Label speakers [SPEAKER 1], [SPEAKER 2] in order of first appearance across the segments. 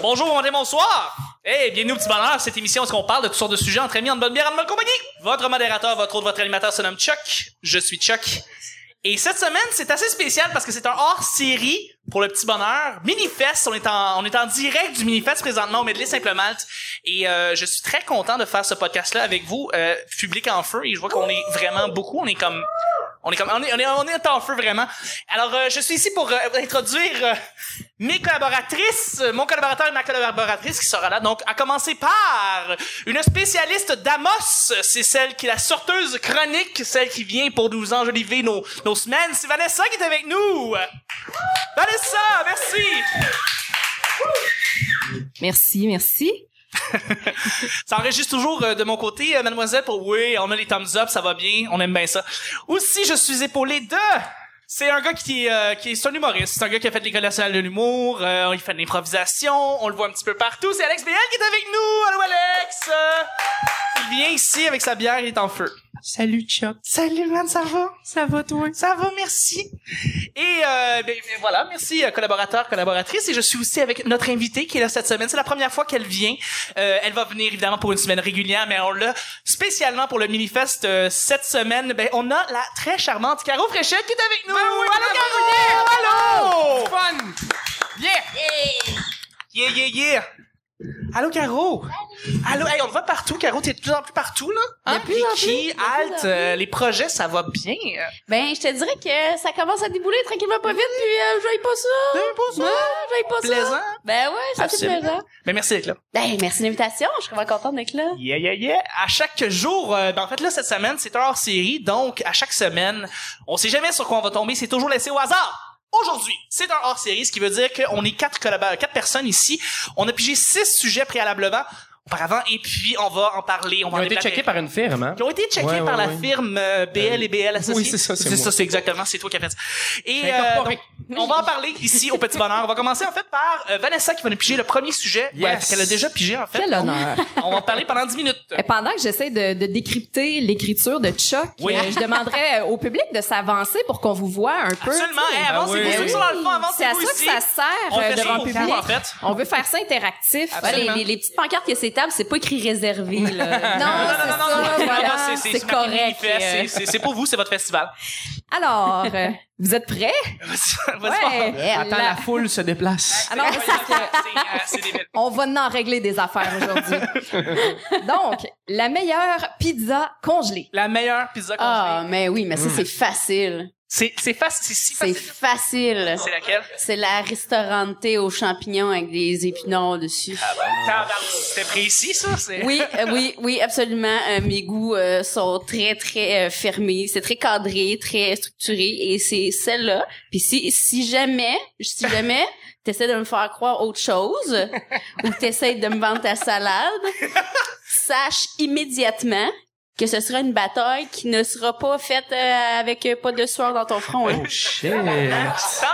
[SPEAKER 1] Bonjour, bon matin, bonsoir! Hey, bienvenue au petit bonheur, cette émission où on parle de toutes sortes de sujets entre amis, en bonne bière, en bonne compagnie! Votre modérateur, votre autre, votre animateur se nomme Chuck. Je suis Chuck. Et cette semaine, c'est assez spécial parce que c'est un hors-série pour le petit bonheur. Minifest, on est en, on est en direct du Minifest présentement au Medley Simple Malte. Et euh, je suis très content de faire ce podcast-là avec vous, euh, public en feu. Et je vois qu'on est vraiment beaucoup, on est comme... On est comme on est, on est, on est en feu vraiment. Alors euh, je suis ici pour euh, introduire euh, mes collaboratrices, euh, mon collaborateur et ma collaboratrice qui sera là. Donc à commencer par une spécialiste d'Amos, c'est celle qui est la sorteuse chronique, celle qui vient pour nous enjoliver nos nos semaines. C'est Vanessa qui est avec nous. Vanessa, merci.
[SPEAKER 2] Merci, merci.
[SPEAKER 1] Ça enregistre toujours euh, de mon côté, euh, mademoiselle, pour oui, on a les thumbs up, ça va bien, on aime bien ça. Aussi, je suis épaulé de... C'est un gars qui, est, euh, qui est, c'est un humoriste, c'est un gars qui a fait l'école nationale de l'humour, euh, il fait de l'improvisation, on le voit un petit peu partout, c'est Alex BL qui est avec nous, allô Alex! Euh, Il vient ici avec sa bière, il est en feu.
[SPEAKER 3] Salut Chuck,
[SPEAKER 1] Salut man, ça va?
[SPEAKER 3] ça va toi?
[SPEAKER 1] Ça va, merci. Et euh, ben, ben, voilà, merci euh, collaborateur, collaboratrice. Et je suis aussi avec notre invitée qui est là cette semaine. C'est la première fois qu'elle vient. Euh, elle va venir évidemment pour une semaine régulière, mais on l'a spécialement pour le Minifest euh, cette semaine. Ben, on a la très charmante Caro Fréchette qui est avec
[SPEAKER 2] Ben
[SPEAKER 1] nous. allô, Caro!
[SPEAKER 3] Fun!
[SPEAKER 1] Yeah! Yeah, yeah, yeah! Allô, Caro! Allô, hey, on te voit partout, Caro. T'es de plus en plus partout, là. Hein?
[SPEAKER 2] De plus en plus,
[SPEAKER 1] Vicky,
[SPEAKER 2] de plus en
[SPEAKER 1] Alt, euh, les projets, ça va bien. euh.
[SPEAKER 2] Ben, je te dirais que ça commence à débouler tranquillement pas vite, puis euh, j'aille pas ça.
[SPEAKER 1] J'aime pas ça.
[SPEAKER 2] Ouais, j'aille pas ça.
[SPEAKER 1] Plaisant.
[SPEAKER 2] Ben ouais, ça fait
[SPEAKER 1] Absolument.
[SPEAKER 2] plaisant.
[SPEAKER 1] Ben, merci d'être là.
[SPEAKER 2] Ben, merci de l'invitation. Je suis vraiment contente d'être là.
[SPEAKER 1] Yeah, yeah, yeah. À chaque jour, euh, ben en fait, là, cette semaine, c'est un hors-série. Donc, à chaque semaine, on sait jamais sur quoi on va tomber. C'est toujours laissé au hasard. Aujourd'hui, c'est un hors-série, ce qui veut dire qu'on est quatre, collab- quatre personnes ici. On a pigé six sujets préalablement auparavant et puis on va en parler. On va
[SPEAKER 4] Ils ont
[SPEAKER 1] en
[SPEAKER 4] été
[SPEAKER 1] débattre.
[SPEAKER 4] checkés par une firme, hein?
[SPEAKER 1] Ils ont été checkés
[SPEAKER 4] Ouais, ouais,
[SPEAKER 1] par la
[SPEAKER 4] ouais.
[SPEAKER 1] firme euh, BL et BL Associés.
[SPEAKER 4] Oui, c'est ça, c'est
[SPEAKER 1] C'est
[SPEAKER 4] moi.
[SPEAKER 1] ça, c'est exactement, c'est toi qui as fait ça. Et
[SPEAKER 4] J'ai
[SPEAKER 1] euh,
[SPEAKER 4] incorporé.
[SPEAKER 1] donc, on va en parler ici au Petit Bonheur. On va commencer en fait par euh, Vanessa qui va nous piger le premier sujet.
[SPEAKER 4] Yes.
[SPEAKER 1] Ouais, qu'elle a déjà pigé en fait.
[SPEAKER 5] Quel honneur.
[SPEAKER 1] On va en parler pendant 10 minutes.
[SPEAKER 5] Et pendant que j'essaie de, de décrypter l'écriture de Chuck,
[SPEAKER 1] Oui.
[SPEAKER 5] euh, je demanderais au public de s'avancer pour qu'on vous voit un peu.
[SPEAKER 1] Absolument. Ah
[SPEAKER 5] tu
[SPEAKER 1] Hey,
[SPEAKER 5] sais.
[SPEAKER 1] avancez-vous,
[SPEAKER 4] Ben oui.
[SPEAKER 1] ceux qui sont dans le fond, avancez-vous
[SPEAKER 5] C'est à ça que
[SPEAKER 1] ici.
[SPEAKER 5] ça sert
[SPEAKER 1] On
[SPEAKER 5] euh,
[SPEAKER 1] fait ça
[SPEAKER 5] devant
[SPEAKER 1] pour
[SPEAKER 5] le
[SPEAKER 1] vous,
[SPEAKER 5] public.
[SPEAKER 1] en fait.
[SPEAKER 5] On veut faire ça interactif.
[SPEAKER 1] Absolument.
[SPEAKER 2] Ouais, les, les, les petites pancartes que c'est table, c'est pas écrit réservé, là.
[SPEAKER 5] Non,
[SPEAKER 1] Non, non,
[SPEAKER 5] c'est
[SPEAKER 1] non, non,
[SPEAKER 5] ça,
[SPEAKER 1] non, non, non,
[SPEAKER 5] voilà,
[SPEAKER 1] non, c'est-
[SPEAKER 5] c'est
[SPEAKER 1] c'est Martini
[SPEAKER 5] correct.
[SPEAKER 1] qui fait, c'est-
[SPEAKER 5] euh.
[SPEAKER 1] c'est- C'est pour vous, c'est votre festival.
[SPEAKER 5] Alors, euh, vous êtes prêts?
[SPEAKER 1] Vas-y, vas-y,
[SPEAKER 5] Ouais.
[SPEAKER 2] Eh,
[SPEAKER 4] Attends, la...
[SPEAKER 5] La-
[SPEAKER 4] foule se déplace.
[SPEAKER 5] Alors,
[SPEAKER 1] vas-y, vas-y, c'est- c'est débile.
[SPEAKER 5] On va en régler des affaires aujourd'hui. Donc, la meilleure pizza congelée.
[SPEAKER 1] La meilleure pizza qu'on
[SPEAKER 2] Ah,
[SPEAKER 1] fait.
[SPEAKER 2] mais oui, mais ça, c'est facile.
[SPEAKER 1] C'est c'est facile, c'est si
[SPEAKER 2] C'est
[SPEAKER 1] facile.
[SPEAKER 2] facile.
[SPEAKER 1] C'est laquelle?
[SPEAKER 2] C'est la restaurante aux champignons avec des épinards dessus.
[SPEAKER 5] Ah
[SPEAKER 1] Tabarnak, C'était précis, ça? c'est-
[SPEAKER 2] Oui, euh, oui, oui, absolument. Euh, mes goûts euh, sont très, très euh, fermés. C'est très cadré, très structuré, et c'est celle-là. Puis si, si jamais, si jamais t'essaies de me faire croire autre chose, ou t'essaies de me vendre ta salade, sache immédiatement que ce sera une bataille qui ne sera pas faite euh, avec euh, pas de sueur dans ton front. hein.
[SPEAKER 4] Oh shit.
[SPEAKER 1] Ah, Tant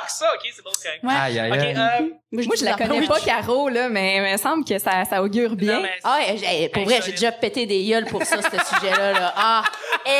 [SPEAKER 1] que ça, ok, c'est bon, c'est correct.
[SPEAKER 2] Ouais.
[SPEAKER 4] Aïe, aïe,
[SPEAKER 1] Ok,
[SPEAKER 4] aïe.
[SPEAKER 1] euh,
[SPEAKER 5] Moi, je la connais pas, Caro, là, mais il me semble que ça, ça augure bien.
[SPEAKER 1] non, mais-
[SPEAKER 2] Ah, eh, eh, pour vrai, j'ai déjà pété des gueules pour ça, ce sujet-là. Là. Ah, eh,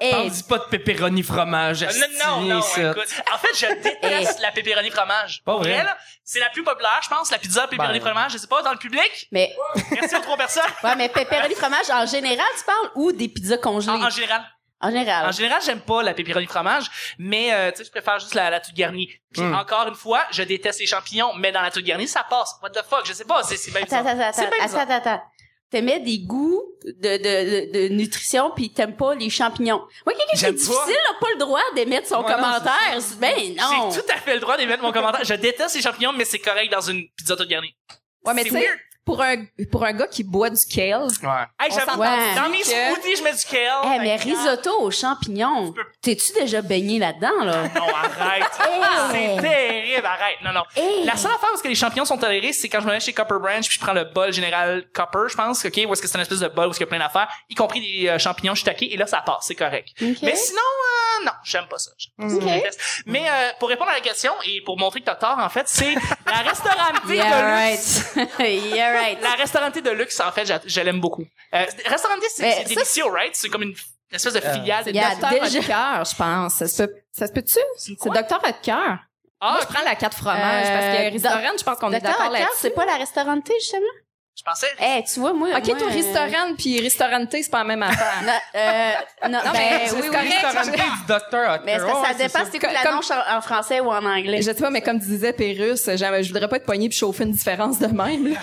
[SPEAKER 2] eh,
[SPEAKER 4] T'en dis pas de pepperoni fromage.
[SPEAKER 1] Euh, Non, non, non, écoute. En fait, je déteste la pepperoni fromage.
[SPEAKER 4] Pas
[SPEAKER 1] Pour
[SPEAKER 4] vrai.
[SPEAKER 1] vrai, là, c'est la plus populaire, je pense, la pizza pepperoni
[SPEAKER 4] Ben.
[SPEAKER 1] fromage. Je sais pas, dans le public.
[SPEAKER 2] mais
[SPEAKER 1] Merci aux trois personnes.
[SPEAKER 2] Ouais, mais pepperoni fromage en général, tu parles ou des pizzas congelées?
[SPEAKER 1] En- en général.
[SPEAKER 2] En général.
[SPEAKER 1] En général, j'aime pas la pepperoni fromage, mais euh, tu sais, je préfère juste la, la toute garnie. Puis
[SPEAKER 4] Mm.
[SPEAKER 1] encore une fois, je déteste les champignons, mais dans la toute garnie, ça passe. What the fuck, je sais pas, c'est c'est bien
[SPEAKER 2] Attends,
[SPEAKER 1] bizarre.
[SPEAKER 2] attends, attends,
[SPEAKER 1] C'est bien
[SPEAKER 2] attends,
[SPEAKER 1] bizarre.
[SPEAKER 2] attends, attends. T'aimais des goûts de, de, de, de nutrition puis t'aimes pas les champignons. Moi, quelqu'un qui est
[SPEAKER 1] J'aime
[SPEAKER 2] difficile
[SPEAKER 1] pas.
[SPEAKER 2] n'a pas le droit d'émettre son
[SPEAKER 4] Ouais, non,
[SPEAKER 2] commentaire. ben non.
[SPEAKER 1] J'ai tout à fait le droit d'émettre mon commentaire. Je déteste les champignons, mais c'est correct dans une pizza toute garnie.
[SPEAKER 5] Ouais, mais
[SPEAKER 1] C'est
[SPEAKER 5] tu sais,
[SPEAKER 1] weird.
[SPEAKER 5] pour un, pour un gars qui boit du kale,
[SPEAKER 4] Ouais.
[SPEAKER 1] Hey,
[SPEAKER 5] On
[SPEAKER 1] j'avoue,
[SPEAKER 2] s'entend
[SPEAKER 1] dans mes
[SPEAKER 5] que-
[SPEAKER 1] smoothies, je mets du kale.
[SPEAKER 2] Eh, mais risotto aux champignons. T'es-tu déjà baigné là-dedans, là?
[SPEAKER 1] Non, arrête.
[SPEAKER 2] Eh.
[SPEAKER 1] c'est terrible, arrête. Non, non. La seule affaire où est-ce que les champignons sont tolérés, c'est quand je me mets chez Copper Branch puis je prends le bol général Copper, je pense, OK, où est-ce que c'est une espèce de bol où il y a plein d'affaires, y compris des euh, champignons, je suis taqué, et là, ça passe, c'est correct.
[SPEAKER 2] Ok.
[SPEAKER 1] Mais sinon, euh, non, j'aime pas ça. J'aime pas ça. Je déteste. Mais euh, pour répondre à la question et pour montrer que t'as tort, en fait, c'est la restaurantée de luxe.
[SPEAKER 2] yeah, right.
[SPEAKER 1] La restaurantée de luxe, en fait, j'a- je l'aime beaucoup. Euh, restaurantée, c'est
[SPEAKER 5] Mais
[SPEAKER 1] c'est
[SPEAKER 5] ça,
[SPEAKER 1] délicieux, right? C'est comme une f- espèce
[SPEAKER 4] Euh,
[SPEAKER 1] de filiale. de-
[SPEAKER 5] il y a
[SPEAKER 2] Docteur
[SPEAKER 5] Docteur Oetker, je pense. Ça se peut, ça se peut-tu? C'est Docteur Oetker.
[SPEAKER 1] Ah,
[SPEAKER 5] Moi, je prends la 4 fromages
[SPEAKER 2] Euh,
[SPEAKER 5] parce que restaurant, je pense qu'on est d'accord
[SPEAKER 2] Docteur Oetker,
[SPEAKER 5] là-dessus.
[SPEAKER 2] c'est pas la restaurantée, justement?
[SPEAKER 1] je pensais...
[SPEAKER 2] Eh, tu vois, moi.
[SPEAKER 5] Ok,
[SPEAKER 2] moi,
[SPEAKER 5] toi,
[SPEAKER 2] euh,
[SPEAKER 5] restaurant puis restauranté, c'est pas la même affaire.
[SPEAKER 2] Non, euh, non,
[SPEAKER 5] Non, mais
[SPEAKER 2] ben,
[SPEAKER 5] c'est
[SPEAKER 2] oui, oui.
[SPEAKER 5] correct.
[SPEAKER 4] Restaurant du docteur Oetker.
[SPEAKER 2] Mais ça,
[SPEAKER 4] Ouais,
[SPEAKER 2] ça
[SPEAKER 4] c'est
[SPEAKER 2] dépend si t'écoutes
[SPEAKER 5] Comme-
[SPEAKER 2] l'annonce en en français ou en anglais.
[SPEAKER 5] Je sais pas, mais comme disait Pérus, j'aime- je voudrais pas être poignée puis chauffer une différence de même. là.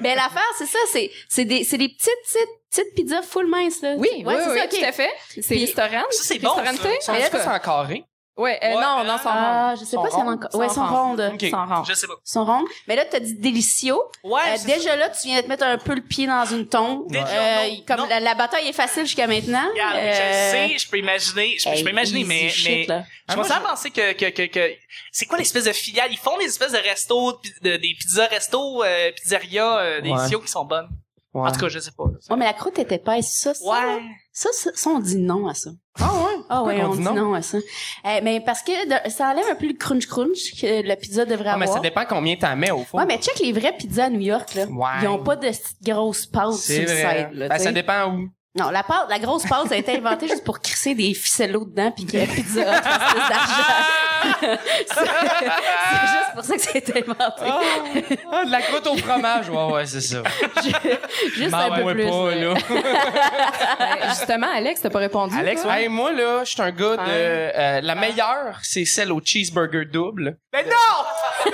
[SPEAKER 2] Mais l'affaire, c'est ça, c'est, c'est des, c'est des petites, petites, petites pizzas full mince, là.
[SPEAKER 5] Oui, oui,
[SPEAKER 2] ouais, c'est
[SPEAKER 5] oui,
[SPEAKER 2] ça, ok.
[SPEAKER 5] tout à fait. C'est
[SPEAKER 2] Puis-
[SPEAKER 5] restaurant.
[SPEAKER 1] Ça, c'est bon, ça.
[SPEAKER 5] Restauranté.
[SPEAKER 4] Sont-
[SPEAKER 5] Mais là,
[SPEAKER 4] est-ce que c'est en carré?
[SPEAKER 5] Ouais, euh,
[SPEAKER 1] Ouais,
[SPEAKER 5] non,
[SPEAKER 1] euh,
[SPEAKER 5] non, sans
[SPEAKER 2] Ah, je sais
[SPEAKER 4] Sont
[SPEAKER 2] pas si elle est
[SPEAKER 4] rondes.
[SPEAKER 2] encore. Ouais,
[SPEAKER 5] Sont
[SPEAKER 2] sont
[SPEAKER 5] rondes.
[SPEAKER 2] rondes.
[SPEAKER 4] Ok.
[SPEAKER 5] Sans rond.
[SPEAKER 1] Je sais pas.
[SPEAKER 2] Sont rondes. Mais là, t'as dit délicieux.
[SPEAKER 1] Ouais,
[SPEAKER 2] Euh,
[SPEAKER 1] c'est
[SPEAKER 2] déjà là, tu viens de te mettre un peu le pied dans une tombe.
[SPEAKER 1] Déjà,
[SPEAKER 2] Euh,
[SPEAKER 1] non, non.
[SPEAKER 2] comme la, la bataille est facile jusqu'à maintenant.
[SPEAKER 1] Regarde,
[SPEAKER 2] Euh,
[SPEAKER 1] je sais, je peux imaginer, je, je
[SPEAKER 2] hey,
[SPEAKER 1] peux imaginer,
[SPEAKER 2] easy
[SPEAKER 1] mais,
[SPEAKER 2] shit,
[SPEAKER 1] mais
[SPEAKER 2] là.
[SPEAKER 1] je
[SPEAKER 4] Ah, moi,
[SPEAKER 1] commence à penser que, que, que, que- c'est quoi l'espèce de filiale? Ils font des espèces de restos, de pi- de- des pizzas resto, euh, pizzerias, euh, des
[SPEAKER 4] Ouais.
[SPEAKER 1] sios qui sont bonnes.
[SPEAKER 4] Ouais.
[SPEAKER 1] En tout cas, je sais pas.
[SPEAKER 2] Oh, mais la croûte était épaisse. Ça, ça,
[SPEAKER 1] Ouais.
[SPEAKER 2] ça, ça, ça, on dit non à ça.
[SPEAKER 4] Ah ouais?
[SPEAKER 2] Ah ouais,
[SPEAKER 4] qu'on
[SPEAKER 2] on
[SPEAKER 4] dit
[SPEAKER 2] dit
[SPEAKER 4] non?
[SPEAKER 2] non, à ça. Eh, mais parce que de- ça enlève un peu le crunch-crunch que la pizza devrait
[SPEAKER 4] Ah, mais
[SPEAKER 2] avoir.
[SPEAKER 4] ça dépend combien t'en mets au fond.
[SPEAKER 2] Ouais, mais check les vraies pizzas à New York, là.
[SPEAKER 4] Ouais.
[SPEAKER 2] Ils ont pas de petite grosse pâte sur
[SPEAKER 4] C'est
[SPEAKER 2] le
[SPEAKER 4] vrai.
[SPEAKER 2] side, là,
[SPEAKER 4] Ben,
[SPEAKER 2] tu
[SPEAKER 4] ça
[SPEAKER 2] sais.
[SPEAKER 4] dépend où.
[SPEAKER 2] Non, la pâte, la grosse pâte, ça a été inventée juste pour crisser des ficellos dedans pis que la pizza a fasse plus
[SPEAKER 1] Ah!
[SPEAKER 2] d'argent. c'est c'est juste pour ça que ça a été inventé.
[SPEAKER 4] Ah, ah, de la croûte au fromage. Ouais, ouais, c'est ça.
[SPEAKER 2] juste
[SPEAKER 4] M'en
[SPEAKER 2] un
[SPEAKER 1] Ah
[SPEAKER 2] peu
[SPEAKER 4] ouais
[SPEAKER 2] plus.
[SPEAKER 4] pas,
[SPEAKER 2] là.
[SPEAKER 4] là.
[SPEAKER 5] Ben, justement, Alex, t'as pas répondu.
[SPEAKER 4] Alex,
[SPEAKER 5] toi?
[SPEAKER 4] hey, moi, là, je suis un gars de...
[SPEAKER 5] Ah.
[SPEAKER 4] euh, la meilleure, c'est celle au cheeseburger double.
[SPEAKER 1] Mais non!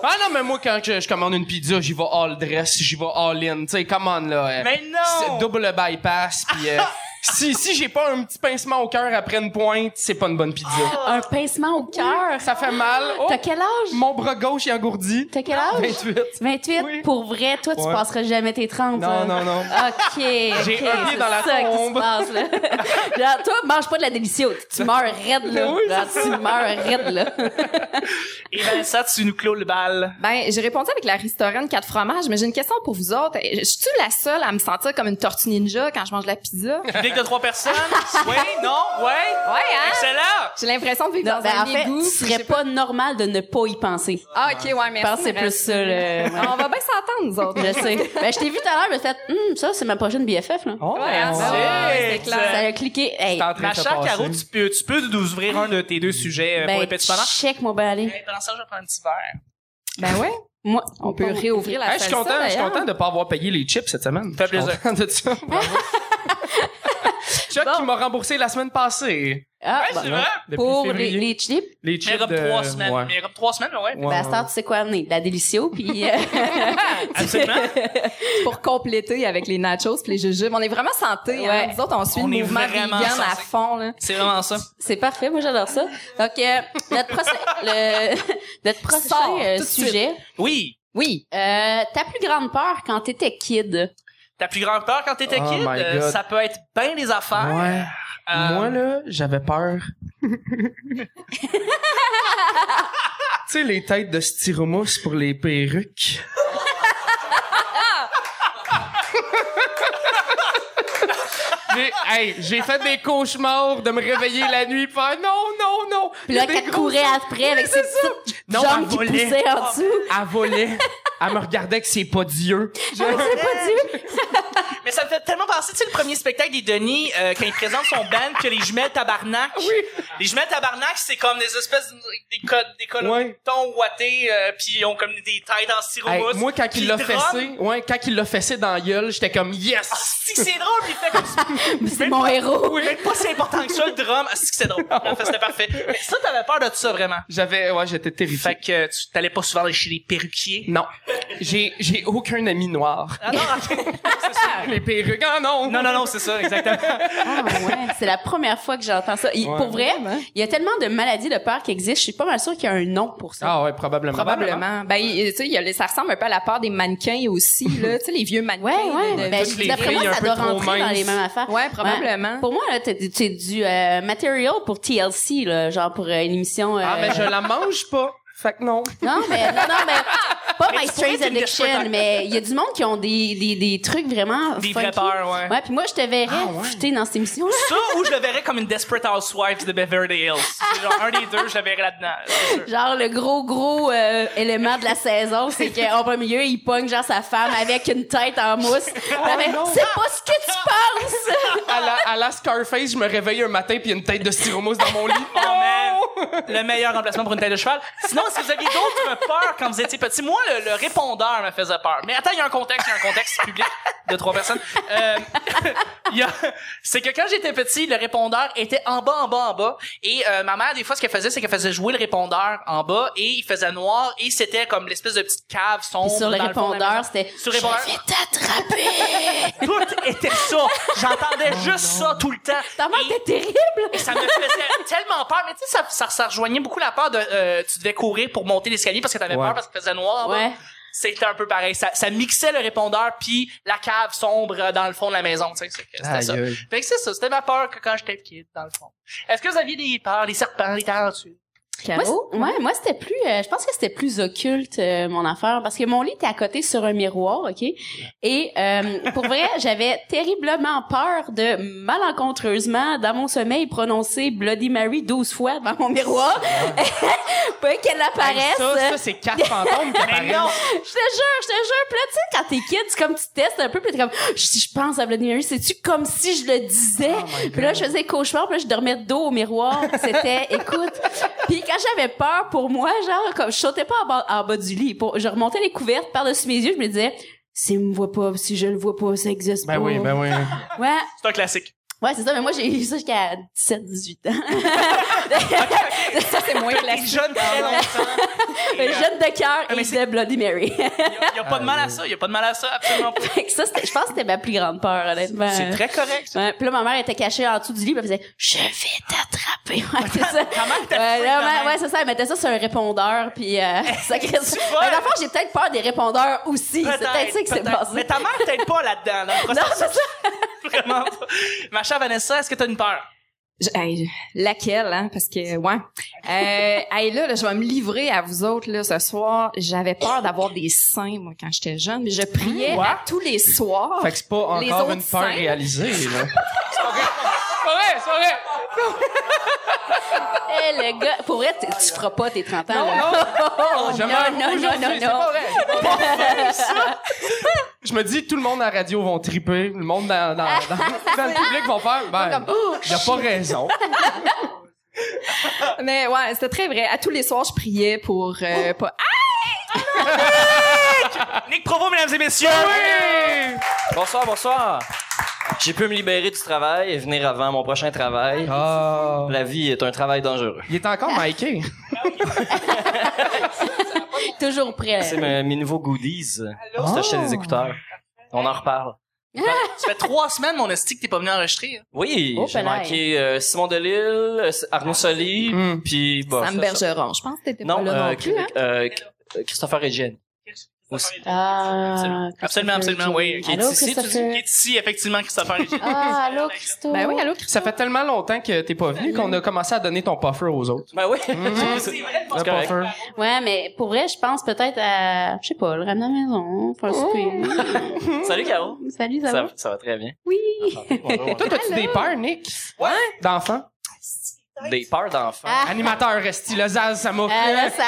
[SPEAKER 4] Ah non, mais moi, quand je, je commande une pizza, j'y vais all dress, j'y vais all in. Tu sais, come on, là. euh,
[SPEAKER 1] Mais
[SPEAKER 4] c'est
[SPEAKER 1] non!
[SPEAKER 4] Double bypass, puis... euh, si si j'ai pas un petit pincement au cœur après une pointe, c'est pas une bonne pizza.
[SPEAKER 1] Oh!
[SPEAKER 2] Un pincement au cœur.
[SPEAKER 4] Ça fait mal. Oh,
[SPEAKER 2] T'as quel âge?
[SPEAKER 4] mon bras gauche est engourdi.
[SPEAKER 2] T'as quel âge?
[SPEAKER 4] 28.
[SPEAKER 2] 28.
[SPEAKER 4] Ah, Oui.
[SPEAKER 2] Pour vrai, toi, tu
[SPEAKER 4] Ouais.
[SPEAKER 2] passeras jamais tes euh, 30.
[SPEAKER 4] Non,
[SPEAKER 2] là.
[SPEAKER 4] non, non.
[SPEAKER 2] OK. J'ai
[SPEAKER 4] un pied dans la
[SPEAKER 2] ça qui se
[SPEAKER 4] tombe.
[SPEAKER 2] passe, là. Genre, toi, mange pas de la délicieuse. Tu meurs raide, là.
[SPEAKER 4] Oui, c'est
[SPEAKER 2] Genre, tu meurs raide, là.
[SPEAKER 1] Et ben ça, tu nous clôt le bal.
[SPEAKER 5] Ben, j'ai répondu avec la restaurante 4 fromages, mais j'ai une question pour vous autres. Je suis la seule à me sentir comme une tortue ninja quand je mange de la pizza? Ouais,
[SPEAKER 1] Public de trois personnes? Oui, non, ouais.
[SPEAKER 5] hein?
[SPEAKER 1] Excellent!
[SPEAKER 5] J'ai l'impression de vivre
[SPEAKER 2] Non,
[SPEAKER 5] dans
[SPEAKER 2] ben,
[SPEAKER 5] un
[SPEAKER 2] en fait,
[SPEAKER 5] égout.
[SPEAKER 2] ce serait pas normal de ne pas y penser.
[SPEAKER 5] Ah, ok, ouais,
[SPEAKER 2] Je
[SPEAKER 5] merci.
[SPEAKER 2] pense que c'est plus ça, le...
[SPEAKER 5] On va bien s'entendre, nous autres.
[SPEAKER 2] Je sais. Ben, je t'ai vu tout à l'heure, je me suis fait, Hum, ça, c'est ma prochaine BFF, là.
[SPEAKER 4] Oh,
[SPEAKER 5] Ouais,
[SPEAKER 1] Ah,
[SPEAKER 5] hein, ouais,
[SPEAKER 1] shit.
[SPEAKER 5] c'est clair.
[SPEAKER 2] Ça a cliqué. Hey,
[SPEAKER 4] T'es en euh, train
[SPEAKER 1] Ma
[SPEAKER 4] de te
[SPEAKER 1] chère
[SPEAKER 4] passer.
[SPEAKER 1] Caro, tu peux, tu peux nous ouvrir un de tes deux sujets euh, pour les
[SPEAKER 2] ben,
[SPEAKER 1] petits pendant.
[SPEAKER 2] check, mon ben, allez.
[SPEAKER 1] Pendant ça, je vais prendre un petit verre.
[SPEAKER 5] Ben ouais,
[SPEAKER 2] Moi,
[SPEAKER 5] on peut réouvrir la
[SPEAKER 4] Hey, je suis
[SPEAKER 5] salsa,
[SPEAKER 4] content, je suis
[SPEAKER 5] d'ailleurs.
[SPEAKER 4] content de pas avoir payé les chips cette semaine.
[SPEAKER 1] Fait
[SPEAKER 4] Je suis
[SPEAKER 1] plaisir.
[SPEAKER 4] content de ça. Bravo. Chuck
[SPEAKER 2] Bon.
[SPEAKER 4] qui m'a remboursé la semaine passée.
[SPEAKER 2] Ah,
[SPEAKER 1] Ouais,
[SPEAKER 2] bon.
[SPEAKER 1] c'est vrai.
[SPEAKER 4] Depuis
[SPEAKER 2] Pour les,
[SPEAKER 4] février.
[SPEAKER 2] les chips,
[SPEAKER 1] Mais
[SPEAKER 4] les, chips
[SPEAKER 1] il y a comme
[SPEAKER 4] de...
[SPEAKER 1] trois semaines.
[SPEAKER 4] ouais.
[SPEAKER 1] Mais il y a comme trois semaines, ouais.
[SPEAKER 4] Ouais,
[SPEAKER 2] ben, à cette heure, tu sais quoi amener? De la délicieuse, puis... euh,
[SPEAKER 1] Absolument.
[SPEAKER 5] pour compléter avec les nachos puis les jujubes. On est vraiment santé, hein.
[SPEAKER 2] Ouais.
[SPEAKER 5] Nous autres, on suit
[SPEAKER 1] On
[SPEAKER 5] le
[SPEAKER 1] est
[SPEAKER 5] mouvement
[SPEAKER 1] vraiment
[SPEAKER 5] vegan à
[SPEAKER 1] santé.
[SPEAKER 5] fond, là.
[SPEAKER 1] C'est vraiment ça.
[SPEAKER 2] C'est parfait, moi j'adore ça. Donc euh, notre prochain le- notre prochain
[SPEAKER 5] Sors,
[SPEAKER 2] euh,
[SPEAKER 5] tout de
[SPEAKER 2] sujet.
[SPEAKER 1] Oui.
[SPEAKER 5] Oui.
[SPEAKER 2] Euh, ta plus grande peur quand t'étais kid.
[SPEAKER 1] Ta plus grande peur quand t'étais
[SPEAKER 4] Oh
[SPEAKER 1] kid,
[SPEAKER 4] my
[SPEAKER 1] euh,
[SPEAKER 4] God.
[SPEAKER 1] ça peut être bien des affaires.
[SPEAKER 4] Ouais.
[SPEAKER 1] Euh,
[SPEAKER 4] Moi, là, j'avais peur. tu sais, les têtes de styromousse pour les perruques. J'ai- hey, j'ai fait des cauchemars de me réveiller la nuit pis faire non, non, non.
[SPEAKER 2] Puis là
[SPEAKER 4] Il y a des
[SPEAKER 2] qu'elle
[SPEAKER 4] gros-
[SPEAKER 2] courait après avec ses petites
[SPEAKER 4] Non, Ah. elle
[SPEAKER 2] jambes qui
[SPEAKER 4] volait.
[SPEAKER 2] poussaient en dessous.
[SPEAKER 4] Elle volait. Elle me regardait avec ses pas d'yeux.
[SPEAKER 1] Euh, Mais ça me fait tellement penser, tu sais, le premier spectacle des Denis, euh, quand il présente son band, que les jumelles tabarnak.
[SPEAKER 4] Oui.
[SPEAKER 1] Les jumelles tabarnak, c'est comme des espèces, de- des codes, des codes
[SPEAKER 4] Ouais.
[SPEAKER 1] de coton ouaté, euh, puis ils ont comme des têtes en sirop
[SPEAKER 4] Hey,
[SPEAKER 1] mousse.
[SPEAKER 4] moi, quand il
[SPEAKER 1] Puis
[SPEAKER 4] l'a
[SPEAKER 1] drôle.
[SPEAKER 4] fessé, ouais, quand il l'a fessé dans la gueule, j'étais comme yes!
[SPEAKER 1] Ah, si, c'est drôle, il fait comme ça.
[SPEAKER 2] C'est mon héros.
[SPEAKER 1] Oui, même pas si important que ça, le drum. Ah, si, que c'est drôle. Non, fait, c'était parfait. Mais ça, t'avais peur de tout ça, vraiment.
[SPEAKER 4] J'avais, ouais, j'étais terrifié.
[SPEAKER 1] Fait que euh, tu t'allais pas souvent aller chez les perruquiers.
[SPEAKER 4] Non. J'ai j'ai aucun ami noir.
[SPEAKER 1] Ah non, ok.
[SPEAKER 4] Les perruques, ah non!
[SPEAKER 1] non, non, non, c'est ça, exactement.
[SPEAKER 2] Ah ouais, c'est la première fois que j'entends ça. Il-
[SPEAKER 4] Ouais.
[SPEAKER 2] Pour vrai,
[SPEAKER 5] Vraiment?
[SPEAKER 2] il y a tellement de maladies de peur qui existent, je suis pas mal sûre qu'il y a un nom pour ça.
[SPEAKER 4] Ah ouais, probablement.
[SPEAKER 5] Probablement. Ben, il- tu sais, il y a le- ça ressemble un peu à la peur des mannequins aussi, là. tu sais, les vieux mannequins.
[SPEAKER 2] Ouais, ouais.
[SPEAKER 5] de- de-
[SPEAKER 2] Ben,
[SPEAKER 4] toutes les
[SPEAKER 2] d'après moi,
[SPEAKER 4] filles un
[SPEAKER 2] ça
[SPEAKER 4] peu
[SPEAKER 2] doit
[SPEAKER 4] trop
[SPEAKER 2] rentrer dans
[SPEAKER 4] minces.
[SPEAKER 2] les mêmes affaires.
[SPEAKER 5] Ouais, probablement.
[SPEAKER 2] Pour moi, là, t'es du- t'es du euh, material pour TLC, là, genre pour euh, une émission. euh,
[SPEAKER 4] Ah, mais je la mange pas. Fait que non.
[SPEAKER 2] Non, mais non, non, mais pas
[SPEAKER 1] Mais tu pourrais
[SPEAKER 2] My Strange
[SPEAKER 1] dire des
[SPEAKER 2] Addiction,
[SPEAKER 1] chouettes.
[SPEAKER 2] mais il y a du monde qui ont des, des, des trucs vraiment
[SPEAKER 1] Des
[SPEAKER 2] funky.
[SPEAKER 1] vraies peurs, ouais.
[SPEAKER 2] Ouais, puis moi, je te verrais futer dans cette émission-là.
[SPEAKER 1] Ça, ou je le verrais comme une Desperate Housewives de Beverly Hills. C'est genre un des deux, je le verrais là-dedans. c'est sûr.
[SPEAKER 2] Genre, le gros, gros euh, élément de la saison, c'est qu'en premier milieu, il pogne genre sa femme avec une tête en mousse. Elle fait,
[SPEAKER 4] non.
[SPEAKER 2] c'est pas ce que tu penses!
[SPEAKER 4] À la, à la Scarface, je me réveille un matin puis il y a une tête de styromousse dans mon lit.
[SPEAKER 1] Oh, man. Le meilleur remplacement pour une tête de cheval. Sinon, est-ce que vous aviez d'autres peurs quand vous étiez petit? Moi, le, le répondeur me faisait peur. Mais attends, il y a un contexte, il y a un contexte public de trois personnes. Euh, il y a- c'est que quand j'étais petit, le répondeur était en bas, en bas, en bas. Et euh, ma mère, des fois, ce qu'elle faisait, c'est qu'elle faisait jouer le répondeur en bas et il faisait noir et c'était comme l'espèce de petite cave sombre.
[SPEAKER 2] Puis sur le
[SPEAKER 1] dans fond de la
[SPEAKER 2] répondeur,
[SPEAKER 1] maison.
[SPEAKER 2] c'était
[SPEAKER 1] Sur le répondeur,
[SPEAKER 2] Je vais t'attraper!
[SPEAKER 1] tout était ça. J'entendais
[SPEAKER 2] Oh
[SPEAKER 1] juste ça tout le temps.
[SPEAKER 2] Ta mère
[SPEAKER 1] Et-
[SPEAKER 2] était terrible!
[SPEAKER 1] et ça me faisait tellement peur. Mais tu sais, ça, ça, ça rejoignait beaucoup la peur de euh, tu devais courir pour monter l'escalier parce que t'avais
[SPEAKER 4] Ouais.
[SPEAKER 1] peur parce qu'il faisait noir. en bas.
[SPEAKER 2] Ouais.
[SPEAKER 1] C'était un peu pareil. Ça, ça mixait le répondeur puis la cave sombre euh, dans le fond de la maison. Tu sais, c'est que c'était
[SPEAKER 4] Aïe,
[SPEAKER 1] ça.
[SPEAKER 4] aïe.
[SPEAKER 1] Fait que c'est ça. C'était ma peur que quand j'étais petit, dans le fond. Est-ce que vous aviez des peurs, les serpents, les tarentules?
[SPEAKER 2] Moi,
[SPEAKER 5] Caro?
[SPEAKER 2] c'est- ouais, moi c'était plus, euh, je pense que c'était plus occulte euh, mon affaire parce que mon lit était à côté sur un miroir, ok. Et euh, pour vrai, j'avais terriblement peur de malencontreusement dans mon sommeil prononcer Bloody Mary 12 fois dans mon miroir, pas qu'elle apparaisse.
[SPEAKER 4] Ah. Ça, ça c'est quatre fantômes qui
[SPEAKER 1] Mais
[SPEAKER 4] apparaissent.
[SPEAKER 1] non!
[SPEAKER 2] Je te jure, je te jure. Puis là, tu sais, quand t'es kid, c'est comme tu testes un peu, puis t'es comme, Ah, si je pense à Bloody Mary, c'est-tu comme si je le disais? puis là, je faisais cauchemar, puis là, je dormais de dos au miroir. C'était, écoute. Puis quand j'avais peur pour moi, genre, comme, je sautais pas en bas, en bas du lit. Pour, je remontais les couvertes par-dessus mes yeux, je me disais, s'il me voit pas, si je le vois pas, ça existe
[SPEAKER 4] Ben
[SPEAKER 2] pas.
[SPEAKER 4] oui, ben oui.
[SPEAKER 2] Ouais,
[SPEAKER 1] C'est un classique.
[SPEAKER 2] ouais, c'est ça, mais moi, j'ai eu ça jusqu'à 17, 18 ans.
[SPEAKER 5] Ça, c'est moins
[SPEAKER 1] Les
[SPEAKER 5] classique.
[SPEAKER 1] jeunes très longtemps. Et, euh,
[SPEAKER 2] Jeune de cœur,
[SPEAKER 1] Ah,
[SPEAKER 2] et
[SPEAKER 1] mais
[SPEAKER 2] il disait Bloody Mary.
[SPEAKER 1] y a- y a pas de
[SPEAKER 4] Ah
[SPEAKER 1] mal à ça. Y a pas de mal à ça, absolument pas.
[SPEAKER 2] Fait que ça, c'était- je pense que c'était ma plus grande peur, honnêtement.
[SPEAKER 1] C'est très correct.
[SPEAKER 2] Ouais, puis là, ma mère était cachée en dessous du lit, puis elle faisait Je vais t'attraper. Ouais, c'est ça.
[SPEAKER 1] Ta mère était
[SPEAKER 2] Ouais,
[SPEAKER 1] freak
[SPEAKER 2] là,
[SPEAKER 1] de
[SPEAKER 2] ma-
[SPEAKER 1] même.
[SPEAKER 2] ouais, c'est ça. Elle mettait ça sur un répondeur, puis euh, ça crée ça.
[SPEAKER 1] folle.
[SPEAKER 2] Mais dans le fond, j'ai peut-être peur des répondeurs aussi. C'est peut-être ça qui s'est
[SPEAKER 1] peut-être. Mais
[SPEAKER 2] passé.
[SPEAKER 1] ta mère t'aide pas là-dedans. Dans le
[SPEAKER 2] Non,
[SPEAKER 1] processus.
[SPEAKER 2] c'est ça.
[SPEAKER 1] Vraiment pas. Ma chère Vanessa, est-ce que t'as une peur?
[SPEAKER 5] Je- hey, laquelle, hein? Parce que, ouais. Euh, hey, là, là, je vais me livrer à vous autres, là, ce soir. J'avais peur d'avoir des seins, moi, quand j'étais jeune. Mais je priais
[SPEAKER 4] What?
[SPEAKER 5] à tous les soirs.
[SPEAKER 4] Fait que c'est pas
[SPEAKER 5] Les
[SPEAKER 4] encore
[SPEAKER 5] autres
[SPEAKER 4] une peur
[SPEAKER 5] seins.
[SPEAKER 4] réalisée, là.
[SPEAKER 1] C'est vrai, c'est vrai.
[SPEAKER 2] Eh, le gars, pour vrai, tu tu feras pas tes 30 ans.
[SPEAKER 4] Non,
[SPEAKER 2] là.
[SPEAKER 4] non,
[SPEAKER 2] Oh,
[SPEAKER 4] jamais.
[SPEAKER 2] non, non, non, non,
[SPEAKER 4] C'est
[SPEAKER 2] non.
[SPEAKER 4] pas vrai, c'est pas vrai, ça. Je me dis, tout le monde à la radio vont triper, le monde dans, dans, dans- dans le public vont faire, ben, il a pas raison.
[SPEAKER 5] Mais ouais, c'était très vrai. À tous les soirs, je priais pour
[SPEAKER 2] Oh!
[SPEAKER 5] euh, pas. Ah!
[SPEAKER 1] Nick Provo, mesdames et messieurs.
[SPEAKER 3] Bonsoir, bonsoir. J'ai pu me libérer du travail et venir avant mon prochain travail.
[SPEAKER 4] Ah.
[SPEAKER 3] La vie est un travail dangereux.
[SPEAKER 4] Il est encore Mikey.
[SPEAKER 2] Toujours prêt.
[SPEAKER 3] C'est mes, mes nouveaux goodies. Je t'ai acheté des écouteurs. On en reparle.
[SPEAKER 1] Ça fait trois semaines, mon esti, que t'es pas venu enregistrer. hein.
[SPEAKER 3] Oui,
[SPEAKER 2] Oh,
[SPEAKER 3] j'ai
[SPEAKER 2] pelaye.
[SPEAKER 3] manqué euh, Simon Delille, euh, Arnaud Soli,
[SPEAKER 4] Mm.
[SPEAKER 3] puis... bon,
[SPEAKER 5] Sam
[SPEAKER 3] ça, ça.
[SPEAKER 5] Bergeron. Je pense que t'étais pas
[SPEAKER 3] Non,
[SPEAKER 5] là
[SPEAKER 3] euh,
[SPEAKER 5] non plus, hein?
[SPEAKER 3] euh, Christopher et Jen. Aussi.
[SPEAKER 2] Ah,
[SPEAKER 1] Absolument, absolument, oui. Qui est
[SPEAKER 2] Allô,
[SPEAKER 1] ici, tu-
[SPEAKER 2] Christopher.
[SPEAKER 1] qui est ici, effectivement, Christopher.
[SPEAKER 2] Ah, allô, Christo.
[SPEAKER 5] Ben oui, allô, Christophe.
[SPEAKER 4] Ça fait tellement longtemps que t'es pas venu qu'on a commencé à donner ton puffer aux autres.
[SPEAKER 3] Ben oui.
[SPEAKER 1] C'est vrai,
[SPEAKER 3] C'est
[SPEAKER 4] Le
[SPEAKER 3] correct.
[SPEAKER 4] puffer.
[SPEAKER 2] Ouais, mais pour vrai, je pense peut-être à, je sais pas, le ramener à la maison, faire un souper.
[SPEAKER 3] Salut, Caro.
[SPEAKER 2] Salut, ça
[SPEAKER 3] Ça,
[SPEAKER 2] va?
[SPEAKER 3] va- ça va très bien.
[SPEAKER 2] Oui.
[SPEAKER 3] Bonjour.
[SPEAKER 4] Toi, t'as-tu des peurs, Nick? Ouais. D'enfant?
[SPEAKER 3] Des peurs d'enfants.
[SPEAKER 2] Ah.
[SPEAKER 4] Animateur, resti, le Zaz, ça m'a
[SPEAKER 2] Ah, là, ça...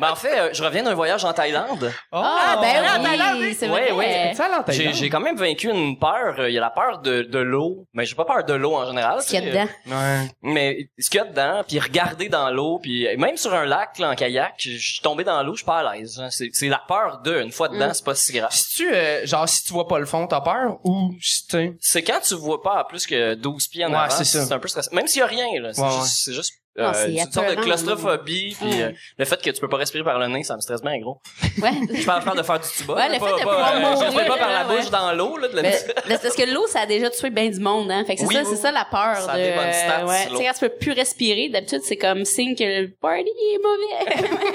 [SPEAKER 3] Ben, en fait, euh, je reviens d'un voyage en Thaïlande.
[SPEAKER 2] Ah, ben
[SPEAKER 1] Ah,
[SPEAKER 2] oui,
[SPEAKER 1] Thaïlande, oui.
[SPEAKER 2] c'est
[SPEAKER 3] Ouais,
[SPEAKER 2] vrai.
[SPEAKER 3] ouais.
[SPEAKER 4] Ça, Oh. là, en Thaïlande?
[SPEAKER 3] J'ai j'ai quand même vaincu une peur. Euh, Il y a la peur de, de l'eau. Mais j'ai pas peur de l'eau en général.
[SPEAKER 2] Ce qu'il y a
[SPEAKER 3] tu sais.
[SPEAKER 2] dedans.
[SPEAKER 4] Ouais.
[SPEAKER 3] Mais ce qu'il y a dedans, puis regarder dans l'eau, puis même sur un lac là, en kayak, je suis tombé dans l'eau, je suis pas à l'aise. hein. C'est c'est la peur de. Une fois
[SPEAKER 4] Mm.
[SPEAKER 3] dedans, c'est pas si grave.
[SPEAKER 4] Si tu, euh, genre, si tu vois pas le fond, t'as peur? Ou, si tu
[SPEAKER 3] C'est quand tu vois pas à plus que 12 pieds en
[SPEAKER 4] Ouais,
[SPEAKER 3] avant,
[SPEAKER 4] c'est ça.
[SPEAKER 3] c'est un peu stressant. Même s'il y a rien, là. C'est
[SPEAKER 4] Ouais,
[SPEAKER 3] juste,
[SPEAKER 4] ouais.
[SPEAKER 3] c'est juste
[SPEAKER 2] Non, c'est
[SPEAKER 3] c'est une sorte de
[SPEAKER 2] épeurant,
[SPEAKER 3] claustrophobie, puis
[SPEAKER 2] Ouais.
[SPEAKER 3] euh, le fait que tu peux pas respirer par le nez, ça me stresse bien gros.
[SPEAKER 2] Ouais.
[SPEAKER 3] Je parle, je parle de faire du tuba.
[SPEAKER 2] Ouais,
[SPEAKER 3] là,
[SPEAKER 2] le
[SPEAKER 3] pas,
[SPEAKER 2] fait de
[SPEAKER 3] pas,
[SPEAKER 2] pouvoir
[SPEAKER 3] euh, je respire
[SPEAKER 2] mourir,
[SPEAKER 3] pas par la
[SPEAKER 2] là, ouais.
[SPEAKER 3] bouche dans l'eau, là, de la
[SPEAKER 2] Ben, c'est parce que l'eau, ça a déjà tué bien du monde, hein. Fait que c'est
[SPEAKER 3] Oui,
[SPEAKER 2] ça,
[SPEAKER 3] oui,
[SPEAKER 2] c'est ça la peur
[SPEAKER 3] Ça a
[SPEAKER 2] de. euh,
[SPEAKER 3] des bonnes stats,
[SPEAKER 2] ouais. Tu
[SPEAKER 3] l'eau.
[SPEAKER 2] sais, quand tu peux plus respirer, d'habitude, c'est comme signe que le party est mauvais.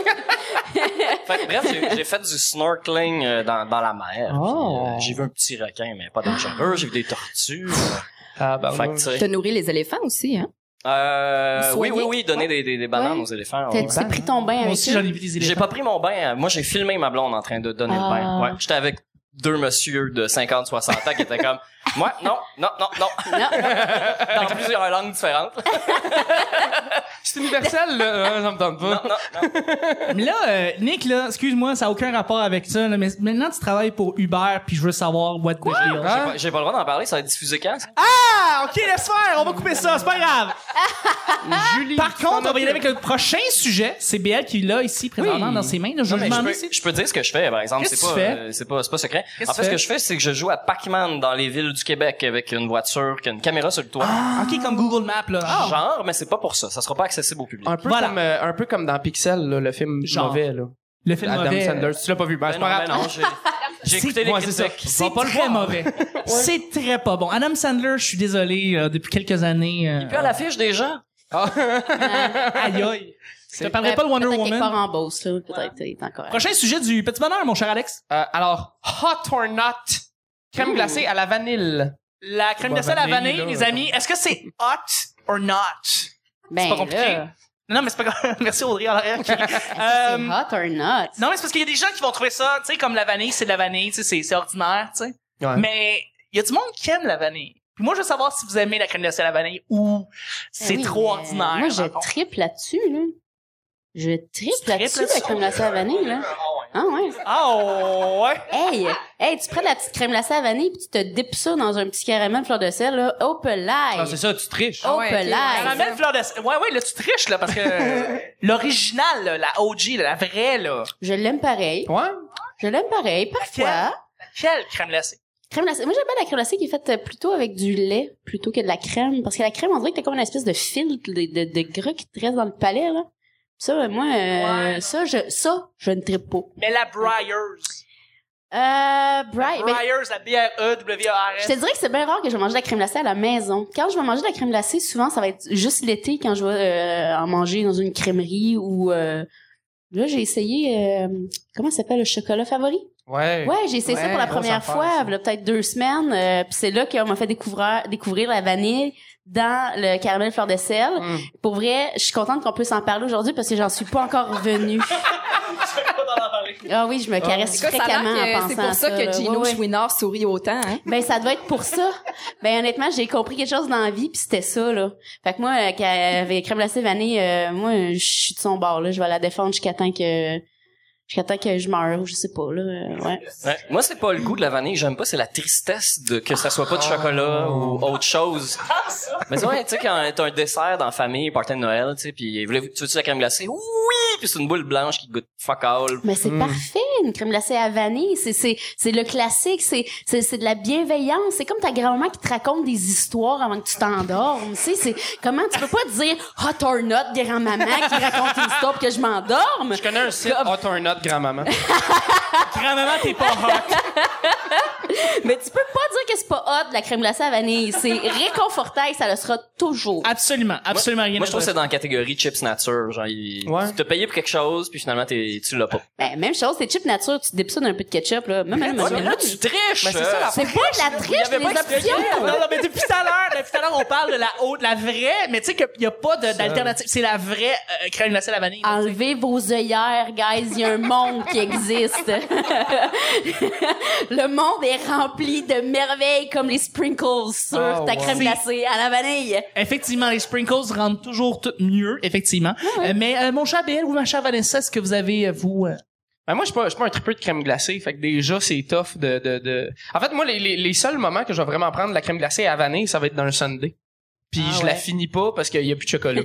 [SPEAKER 3] Fait que bref, j'ai- j'ai fait du snorkeling euh, dans, dans la mer.
[SPEAKER 4] Oh.
[SPEAKER 3] Puis, euh, J'ai vu un petit requin, mais pas dangereux. J'ai vu des tortues. euh,
[SPEAKER 4] Ah, bah,
[SPEAKER 3] fait que, tu sais.
[SPEAKER 5] T'as nourri les éléphants aussi, hein?
[SPEAKER 3] Euh,
[SPEAKER 5] Ils
[SPEAKER 3] oui, oui,
[SPEAKER 5] soignaient.
[SPEAKER 3] oui, donner des, des, des bananes
[SPEAKER 5] Ouais.
[SPEAKER 3] aux éléphants.
[SPEAKER 2] T'as
[SPEAKER 3] ouais.
[SPEAKER 2] t'as pris ton bain
[SPEAKER 1] Moi
[SPEAKER 2] avec
[SPEAKER 1] aussi,
[SPEAKER 2] ça.
[SPEAKER 1] j'en ai vu des
[SPEAKER 3] J'ai
[SPEAKER 1] éléphants.
[SPEAKER 3] pas pris mon bain. euh, Moi, j'ai filmé ma blonde en train de donner le bain.
[SPEAKER 2] Ah.
[SPEAKER 3] Ouais. J'étais avec deux messieurs de 50, 60 ans qui étaient comme, moi, non, non, non, non. Dans plusieurs langues différentes.
[SPEAKER 6] Ah.
[SPEAKER 4] C'est universel, là. Non, ça me tente pas.
[SPEAKER 6] Mais là, euh, Nick, là, excuse-moi, ça n'a aucun rapport avec ça, là, mais maintenant tu travailles pour Uber, puis je veux savoir what the deal.
[SPEAKER 3] J'ai pas- J'ai pas le droit d'en parler, ça va être diffusé quand? ça?
[SPEAKER 6] Ah! OK, laisse faire, on va couper ça, c'est pas grave.
[SPEAKER 4] Julie.
[SPEAKER 6] Par
[SPEAKER 4] tu t'en
[SPEAKER 6] contre, on va y aller
[SPEAKER 4] occupes.
[SPEAKER 6] avec le prochain sujet. C'est BL qui l'a ici présentement
[SPEAKER 4] Oui.
[SPEAKER 6] dans ses mains. Là, je
[SPEAKER 3] Non,
[SPEAKER 6] vais
[SPEAKER 3] mais
[SPEAKER 6] demander
[SPEAKER 3] je,
[SPEAKER 6] si-
[SPEAKER 3] peux, je peux dire ce que je fais, par exemple.
[SPEAKER 6] Qu'est-ce
[SPEAKER 3] C'est
[SPEAKER 6] que
[SPEAKER 3] pas,
[SPEAKER 6] tu fais?
[SPEAKER 3] euh, c'est pas, c'est pas secret.
[SPEAKER 6] Qu'est-ce
[SPEAKER 3] En fait,
[SPEAKER 6] que
[SPEAKER 3] ce
[SPEAKER 6] tu
[SPEAKER 3] que je fais, c'est que je joue à Pac-Man dans les villes du Québec avec une voiture qui a une caméra sur le toit.
[SPEAKER 6] Ah, OK, comme Google Maps, là.
[SPEAKER 3] Genre, mais c'est pas pour ça. Ça sera pas accessible au public.
[SPEAKER 4] Un peu,
[SPEAKER 6] Voilà.
[SPEAKER 4] comme, euh, un peu comme dans Pixel, là, le film
[SPEAKER 6] Genre.
[SPEAKER 4] mauvais. Là.
[SPEAKER 6] Le film
[SPEAKER 4] Adam
[SPEAKER 6] mauvais. euh,
[SPEAKER 4] Sanders, tu l'as pas vu. Ben,
[SPEAKER 3] Ben
[SPEAKER 4] c'est
[SPEAKER 3] non,
[SPEAKER 4] pas grave.
[SPEAKER 3] ben non, j'ai- j'ai
[SPEAKER 6] C'est-
[SPEAKER 3] écouté les
[SPEAKER 6] ouais, c'est ça.
[SPEAKER 3] critiques.
[SPEAKER 6] C'est très mauvais. C'est très pas bon. Adam Sandler, je suis désolé, euh, depuis quelques années. euh,
[SPEAKER 3] Puis à l'affiche des gens.
[SPEAKER 6] Aïe aïe. Je te parlerai
[SPEAKER 2] Ouais,
[SPEAKER 6] pas de Wonder
[SPEAKER 2] peut-être quelque part
[SPEAKER 6] Woman.
[SPEAKER 2] en Beauce, là. Peut-être, il est encore.
[SPEAKER 6] Prochain sujet du petit bonheur, mon cher Alex.
[SPEAKER 4] Euh, alors, hot or not, crème glacée à la vanille.
[SPEAKER 6] La crème
[SPEAKER 4] Bah,
[SPEAKER 6] glacée à la
[SPEAKER 4] vanille,
[SPEAKER 6] vanille,
[SPEAKER 4] là,
[SPEAKER 6] les
[SPEAKER 4] ouais.
[SPEAKER 6] amis. Est-ce que c'est hot or not?
[SPEAKER 2] Ben,
[SPEAKER 6] C'est pas compliqué.
[SPEAKER 2] là,
[SPEAKER 6] Non, mais c'est pas Merci Audrey en arrière.
[SPEAKER 2] C'est
[SPEAKER 6] Euh,
[SPEAKER 2] hot or not? Ben
[SPEAKER 1] Non, mais c'est parce qu'il y a des gens qui vont trouver ça, tu sais, comme la vanille, c'est de la vanille, tu sais, c'est- c'est ordinaire, tu sais.
[SPEAKER 4] Ouais.
[SPEAKER 1] Mais il y a du monde qui aime la vanille. Puis moi, je veux savoir si vous aimez la crème glacée à la vanille ou c'est
[SPEAKER 2] Ben oui,
[SPEAKER 1] trop
[SPEAKER 6] euh,
[SPEAKER 2] mais
[SPEAKER 1] ordinaire.
[SPEAKER 2] Moi,
[SPEAKER 1] dans le fond.
[SPEAKER 2] je triple là-dessus, là. Je triple là-dessus,
[SPEAKER 1] là-dessus?
[SPEAKER 2] la crème glacée à vanille, là. Ah ouais.
[SPEAKER 1] Ah
[SPEAKER 6] oh,
[SPEAKER 1] ouais.
[SPEAKER 2] Hey, hey, tu prends de la petite crème glacée à vanille puis tu te dipes ça dans un petit caramel fleur de sel, là. Oh,
[SPEAKER 4] Ah,
[SPEAKER 2] pelaille!
[SPEAKER 4] c'est ça, tu triches.
[SPEAKER 2] Oh,
[SPEAKER 5] ouais, ok.
[SPEAKER 2] pelaille!
[SPEAKER 1] Caramel fleur de... Ouais, ouais, là, tu triches, là, parce que l'original, là, la OG, là, la vraie, là.
[SPEAKER 2] Je l'aime pareil.
[SPEAKER 6] Oh.
[SPEAKER 4] Ouais.
[SPEAKER 2] Je l'aime pareil. Parfois,
[SPEAKER 1] Quelle crème glacée.
[SPEAKER 2] crème glacée. Moi, j'aime bien la crème glacée qui est faite euh, plutôt avec du lait plutôt que de la crème. Parce que la crème, on dirait que t'as comme une espèce de filtre de, de, de gras qui te reste dans le palais, là. Ça, euh, moi, euh, ça, je, ça, je ne tripe pas.
[SPEAKER 1] Mais la Briars.
[SPEAKER 2] Euh, Bright. ben,
[SPEAKER 1] Briars, la E B-R-E-W-A-R-S.
[SPEAKER 2] je te dirais que c'est bien rare que je vais manger de la crème glacée à la maison. Quand je vais manger de la crème glacée, souvent, ça va être juste l'été quand je vais euh, en manger dans une crèmerie ou... euh, là, j'ai essayé... euh, comment ça s'appelle? Le chocolat favori?
[SPEAKER 4] Ouais.
[SPEAKER 2] Ouais, j'ai essayé ça
[SPEAKER 4] Ouais,
[SPEAKER 2] pour la
[SPEAKER 4] grosse
[SPEAKER 2] première
[SPEAKER 4] affaire,
[SPEAKER 2] fois,
[SPEAKER 4] ça.
[SPEAKER 2] il y a peut-être deux semaines. euh, Puis c'est là qu'on m'a fait découvrir, découvrir la vanille dans le caramel fleur de sel.
[SPEAKER 4] Mm.
[SPEAKER 2] Pour vrai, je suis contente qu'on puisse en parler aujourd'hui parce que j'en suis pas encore revenue. ah oui, je me caresse
[SPEAKER 5] C'est quoi, ça a
[SPEAKER 2] fréquemment
[SPEAKER 5] l'air
[SPEAKER 2] en pensant
[SPEAKER 5] que c'est pour
[SPEAKER 2] à
[SPEAKER 5] ça que
[SPEAKER 2] là.
[SPEAKER 5] Gino
[SPEAKER 2] Ouais, ouais.
[SPEAKER 5] Chouinard sourit autant, hein?
[SPEAKER 2] Ben ça doit être pour ça. Ben honnêtement, j'ai compris quelque chose dans la vie puis c'était ça là. Fait que moi euh, qu'à- avec crème glacée vanille, euh, moi je suis de son bord là, je vais la défendre jusqu'à temps que jusqu'à temps que je meure ou je sais pas là, euh, ouais.
[SPEAKER 3] Ouais. Moi, c'est pas le goût de la vanille, que j'aime pas, c'est la tristesse de que ça soit pas de chocolat ou autre chose. Mais c'est vrai, tu sais, quand t'as un dessert dans la famille, party de Noël, tu sais, pis voulez-vous- tu veux-tu la crème glacée? Oui! Puis c'est une boule blanche qui goûte fuck all.
[SPEAKER 2] Mais
[SPEAKER 4] Mm.
[SPEAKER 2] c'est parfait, une crème glacée à vanille, c'est c'est c'est le classique, c'est c'est c'est de la bienveillance, c'est comme ta grand-mère qui te raconte des histoires avant que tu t'endormes, tu sais, c'est comment tu peux pas dire hot or not grand-maman qui raconte une histoire pour que je m'endorme.
[SPEAKER 4] Je connais un site Hot or Not, grand-maman.
[SPEAKER 6] Grand-maman, t'es pas hot.
[SPEAKER 2] Mais tu peux pas dire que c'est pas hot la crème glacée à vanille, c'est réconfortant et ça le sera toujours.
[SPEAKER 6] Absolument, absolument rien.
[SPEAKER 3] Moi, je trouve
[SPEAKER 6] à
[SPEAKER 3] que c'est dans la catégorie chips nature. Genre, il-
[SPEAKER 4] Ouais.
[SPEAKER 3] tu t'as payé pour quelque chose, puis finalement, t'es- tu l'as pas.
[SPEAKER 2] Ben, même chose, c'est chip nature, tu dipes ça d'un peu de ketchup là, même même-
[SPEAKER 3] Ouais, mais
[SPEAKER 2] même-
[SPEAKER 3] là, tu triches!
[SPEAKER 4] Mais c'est ça, la
[SPEAKER 2] C'est pas de la triche,
[SPEAKER 3] avait
[SPEAKER 2] les
[SPEAKER 3] pas
[SPEAKER 2] options.
[SPEAKER 6] Non, non, mais depuis tout à l'heure, depuis tout à l'heure, on parle de la haute, la vraie, mais tu sais qu'il n'y a pas de- d'alternative. C'est la vraie euh, crème glacée à la vanille.
[SPEAKER 2] Enlevez vos œillères, guys. Il y a un monde qui existe. le monde est rempli de merveilles comme les sprinkles sur
[SPEAKER 1] Ah,
[SPEAKER 4] Oh,
[SPEAKER 2] ta
[SPEAKER 4] wow.
[SPEAKER 2] crème
[SPEAKER 6] C'est-
[SPEAKER 2] glacée à la vanille.
[SPEAKER 6] Effectivement, les sprinkles rendent toujours tout mieux, effectivement. Euh, mais euh, mon cher BL ou ma chère Vanessa, est-ce que vous avez, euh, vous... euh,
[SPEAKER 4] Ben moi, je suis pas, je suis pas un tripeux de crème glacée. Fait que déjà, c'est tough de, de, de... En fait, moi, les, les, les seuls moments que je vais vraiment prendre de la crème glacée à vanille, ça va être dans le sundae. Puis
[SPEAKER 6] Ah
[SPEAKER 4] je
[SPEAKER 6] ouais.
[SPEAKER 4] la finis pas parce qu'il y a plus de chocolat.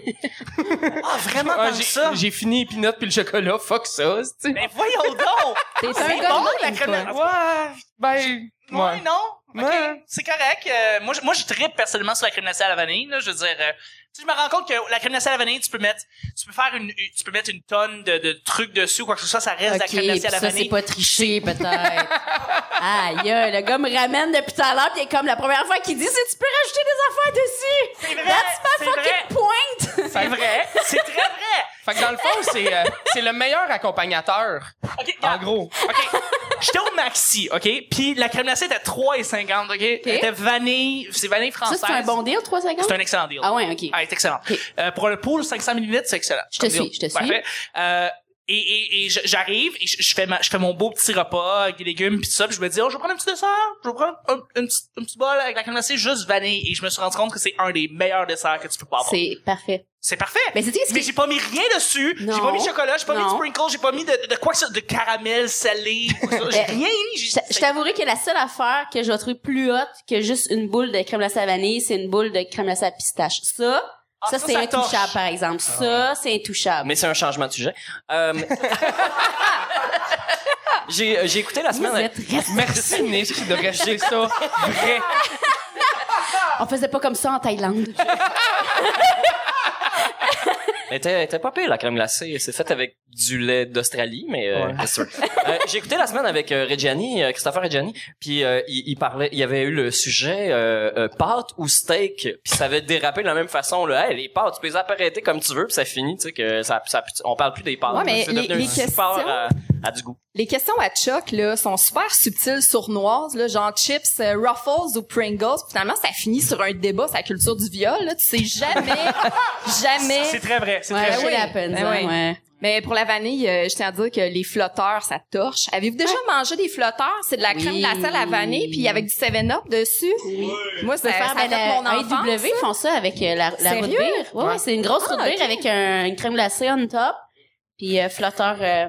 [SPEAKER 1] Ah, vraiment,
[SPEAKER 4] Ah,
[SPEAKER 1] t'aimes
[SPEAKER 4] j'ai-
[SPEAKER 1] ça?
[SPEAKER 4] J'ai fini les peanuts puis le chocolat. Fuck ça, tu sais.
[SPEAKER 1] Mais voyons donc!
[SPEAKER 5] T'es
[SPEAKER 1] C'est
[SPEAKER 5] un
[SPEAKER 1] bon,
[SPEAKER 5] gars
[SPEAKER 1] la
[SPEAKER 5] de même,
[SPEAKER 1] crème
[SPEAKER 5] toi.
[SPEAKER 1] glacée.
[SPEAKER 4] Ouais, ben...
[SPEAKER 1] Ouais, non?
[SPEAKER 4] Ouais.
[SPEAKER 1] C'est correct. Euh, moi, je- moi, je tripe personnellement sur la crème glacée à la vanille. Là, je veux dire, euh, tu sais, je me rends compte que la crème glacée à la vanille, tu peux mettre, tu peux faire une, tu peux mettre une tonne de, de trucs dessus ou quoi que ce soit, ça reste de la crème
[SPEAKER 2] Ok,
[SPEAKER 1] glacée
[SPEAKER 2] pis
[SPEAKER 1] à la
[SPEAKER 2] ça, c'est
[SPEAKER 1] vanille.
[SPEAKER 2] pas triché, peut-être. Aïe, euh, le gars me ramène depuis tout à l'heure, pis il est comme la première fois qu'il dit, c'est tu peux rajouter des affaires dessus.
[SPEAKER 1] C'est vrai,
[SPEAKER 2] That's my
[SPEAKER 1] c'est
[SPEAKER 2] fucking point.
[SPEAKER 1] C'est vrai. C'est très vrai.
[SPEAKER 4] Fait que dans le fond, c'est euh, c'est le meilleur accompagnateur,
[SPEAKER 1] Ok,
[SPEAKER 4] en
[SPEAKER 1] regarde.
[SPEAKER 4] gros.
[SPEAKER 1] OK. J'étais au Maxi, OK? Puis la crème glacée était 3,50, OK? Elle était vanille, c'est vanille
[SPEAKER 2] Ça,
[SPEAKER 1] française.
[SPEAKER 2] c'est un bon deal, 350?
[SPEAKER 1] C'est un excellent deal.
[SPEAKER 2] Ah ouais, ok.
[SPEAKER 1] Ah, elle est excellente.
[SPEAKER 2] Ok.
[SPEAKER 1] Euh, pour le pool, 500 ml, c'est excellent.
[SPEAKER 2] Je te
[SPEAKER 1] Comme
[SPEAKER 2] suis,
[SPEAKER 1] deal.
[SPEAKER 2] je te suis.
[SPEAKER 1] Parfait. Euh, et, et, et je- j'arrive, et je, je fais ma- je fais mon beau petit repas avec des légumes pis tout ça, puis je me dis, oh, je vais prendre un petit dessert, je vais prendre un, un petit, un petit bol avec la crème glacée juste vanille, et je me suis rendu compte que c'est un des meilleurs desserts que tu peux pas avoir.
[SPEAKER 2] C'est parfait.
[SPEAKER 1] C'est parfait.
[SPEAKER 2] Mais c'est-tu ce
[SPEAKER 1] Mais
[SPEAKER 2] qui-
[SPEAKER 1] j'ai pas mis rien dessus. J'ai
[SPEAKER 2] Non.
[SPEAKER 1] pas mis de chocolat, j'ai pas mis de
[SPEAKER 2] Non.
[SPEAKER 1] sprinkles, j'ai pas mis de, de quoi que ce de caramel salé. ou ça. J'ai
[SPEAKER 2] Ben,
[SPEAKER 1] rien mis. j'ai-
[SPEAKER 2] Je je t'avouerai que la seule affaire que je vais trouver plus haute que juste une boule de crème glacée à vanille, c'est une boule de crème glacée à pistache. Ça,
[SPEAKER 1] Ah,
[SPEAKER 2] ça,
[SPEAKER 1] ça,
[SPEAKER 2] c'est
[SPEAKER 1] ça
[SPEAKER 2] intouchable,
[SPEAKER 1] torche.
[SPEAKER 2] par exemple. Ça, c'est intouchable.
[SPEAKER 3] Mais c'est un changement de sujet. Euh, j'ai, j'ai écouté la
[SPEAKER 2] Vous
[SPEAKER 3] semaine.
[SPEAKER 2] êtes restés-
[SPEAKER 4] Merci, Nick, de rester ça vrai.
[SPEAKER 2] On faisait pas comme ça en Thaïlande.
[SPEAKER 3] Elle était, elle était pas pire, la crème glacée. C'est faite avec du lait d'Australie, mais euh,
[SPEAKER 4] Ouais.
[SPEAKER 3] c'est sûr. Euh, J'ai écouté la semaine avec euh, Reggiani, euh, Christopher Reggiani, puis euh, il, il parlait, il y avait eu le sujet euh, euh, pâte ou steak, puis ça avait dérapé de la même façon. Là. Hey, les pâtes, tu peux les apprêter comme tu veux, puis ça finit, tu sais, que ça, ça, on parle plus des pâtes.
[SPEAKER 5] Ouais, mais
[SPEAKER 3] c'est
[SPEAKER 5] les-
[SPEAKER 3] devenu un
[SPEAKER 5] les
[SPEAKER 3] support
[SPEAKER 5] questions-
[SPEAKER 3] à, à du goût.
[SPEAKER 5] Les questions à Chuck là, sont super subtiles, sournoises, là, genre chips, euh, Ruffles ou Pringles. Finalement, ça finit sur un débat sur la culture du viol. Là. Tu sais jamais, jamais.
[SPEAKER 1] C'est très vrai. C'est
[SPEAKER 2] Ouais,
[SPEAKER 1] très
[SPEAKER 5] oui.
[SPEAKER 1] vrai.
[SPEAKER 2] j'ai la peine,
[SPEAKER 5] Ben
[SPEAKER 2] ça,
[SPEAKER 5] oui.
[SPEAKER 2] ouais.
[SPEAKER 5] Mais pour la vanille, euh, je tiens à dire que les flotteurs, ça torche. Avez-vous déjà mangé des flotteurs? C'est de la crème
[SPEAKER 2] Ah. Oui.
[SPEAKER 5] glacée à la vanille, puis avec du 7-Up dessus. Moi,
[SPEAKER 2] Tu peux
[SPEAKER 5] ça,
[SPEAKER 2] faire
[SPEAKER 5] ça
[SPEAKER 2] ben,
[SPEAKER 5] fait mon
[SPEAKER 2] la
[SPEAKER 5] enfance.
[SPEAKER 2] AEW font ça avec euh, la, la
[SPEAKER 5] Sérieux?
[SPEAKER 2] root beer. Ouais, ouais, c'est une grosse root
[SPEAKER 5] Ah,
[SPEAKER 2] beer
[SPEAKER 5] ok.
[SPEAKER 2] avec un- une crème glacée on top. Puis euh, flotteur. euh,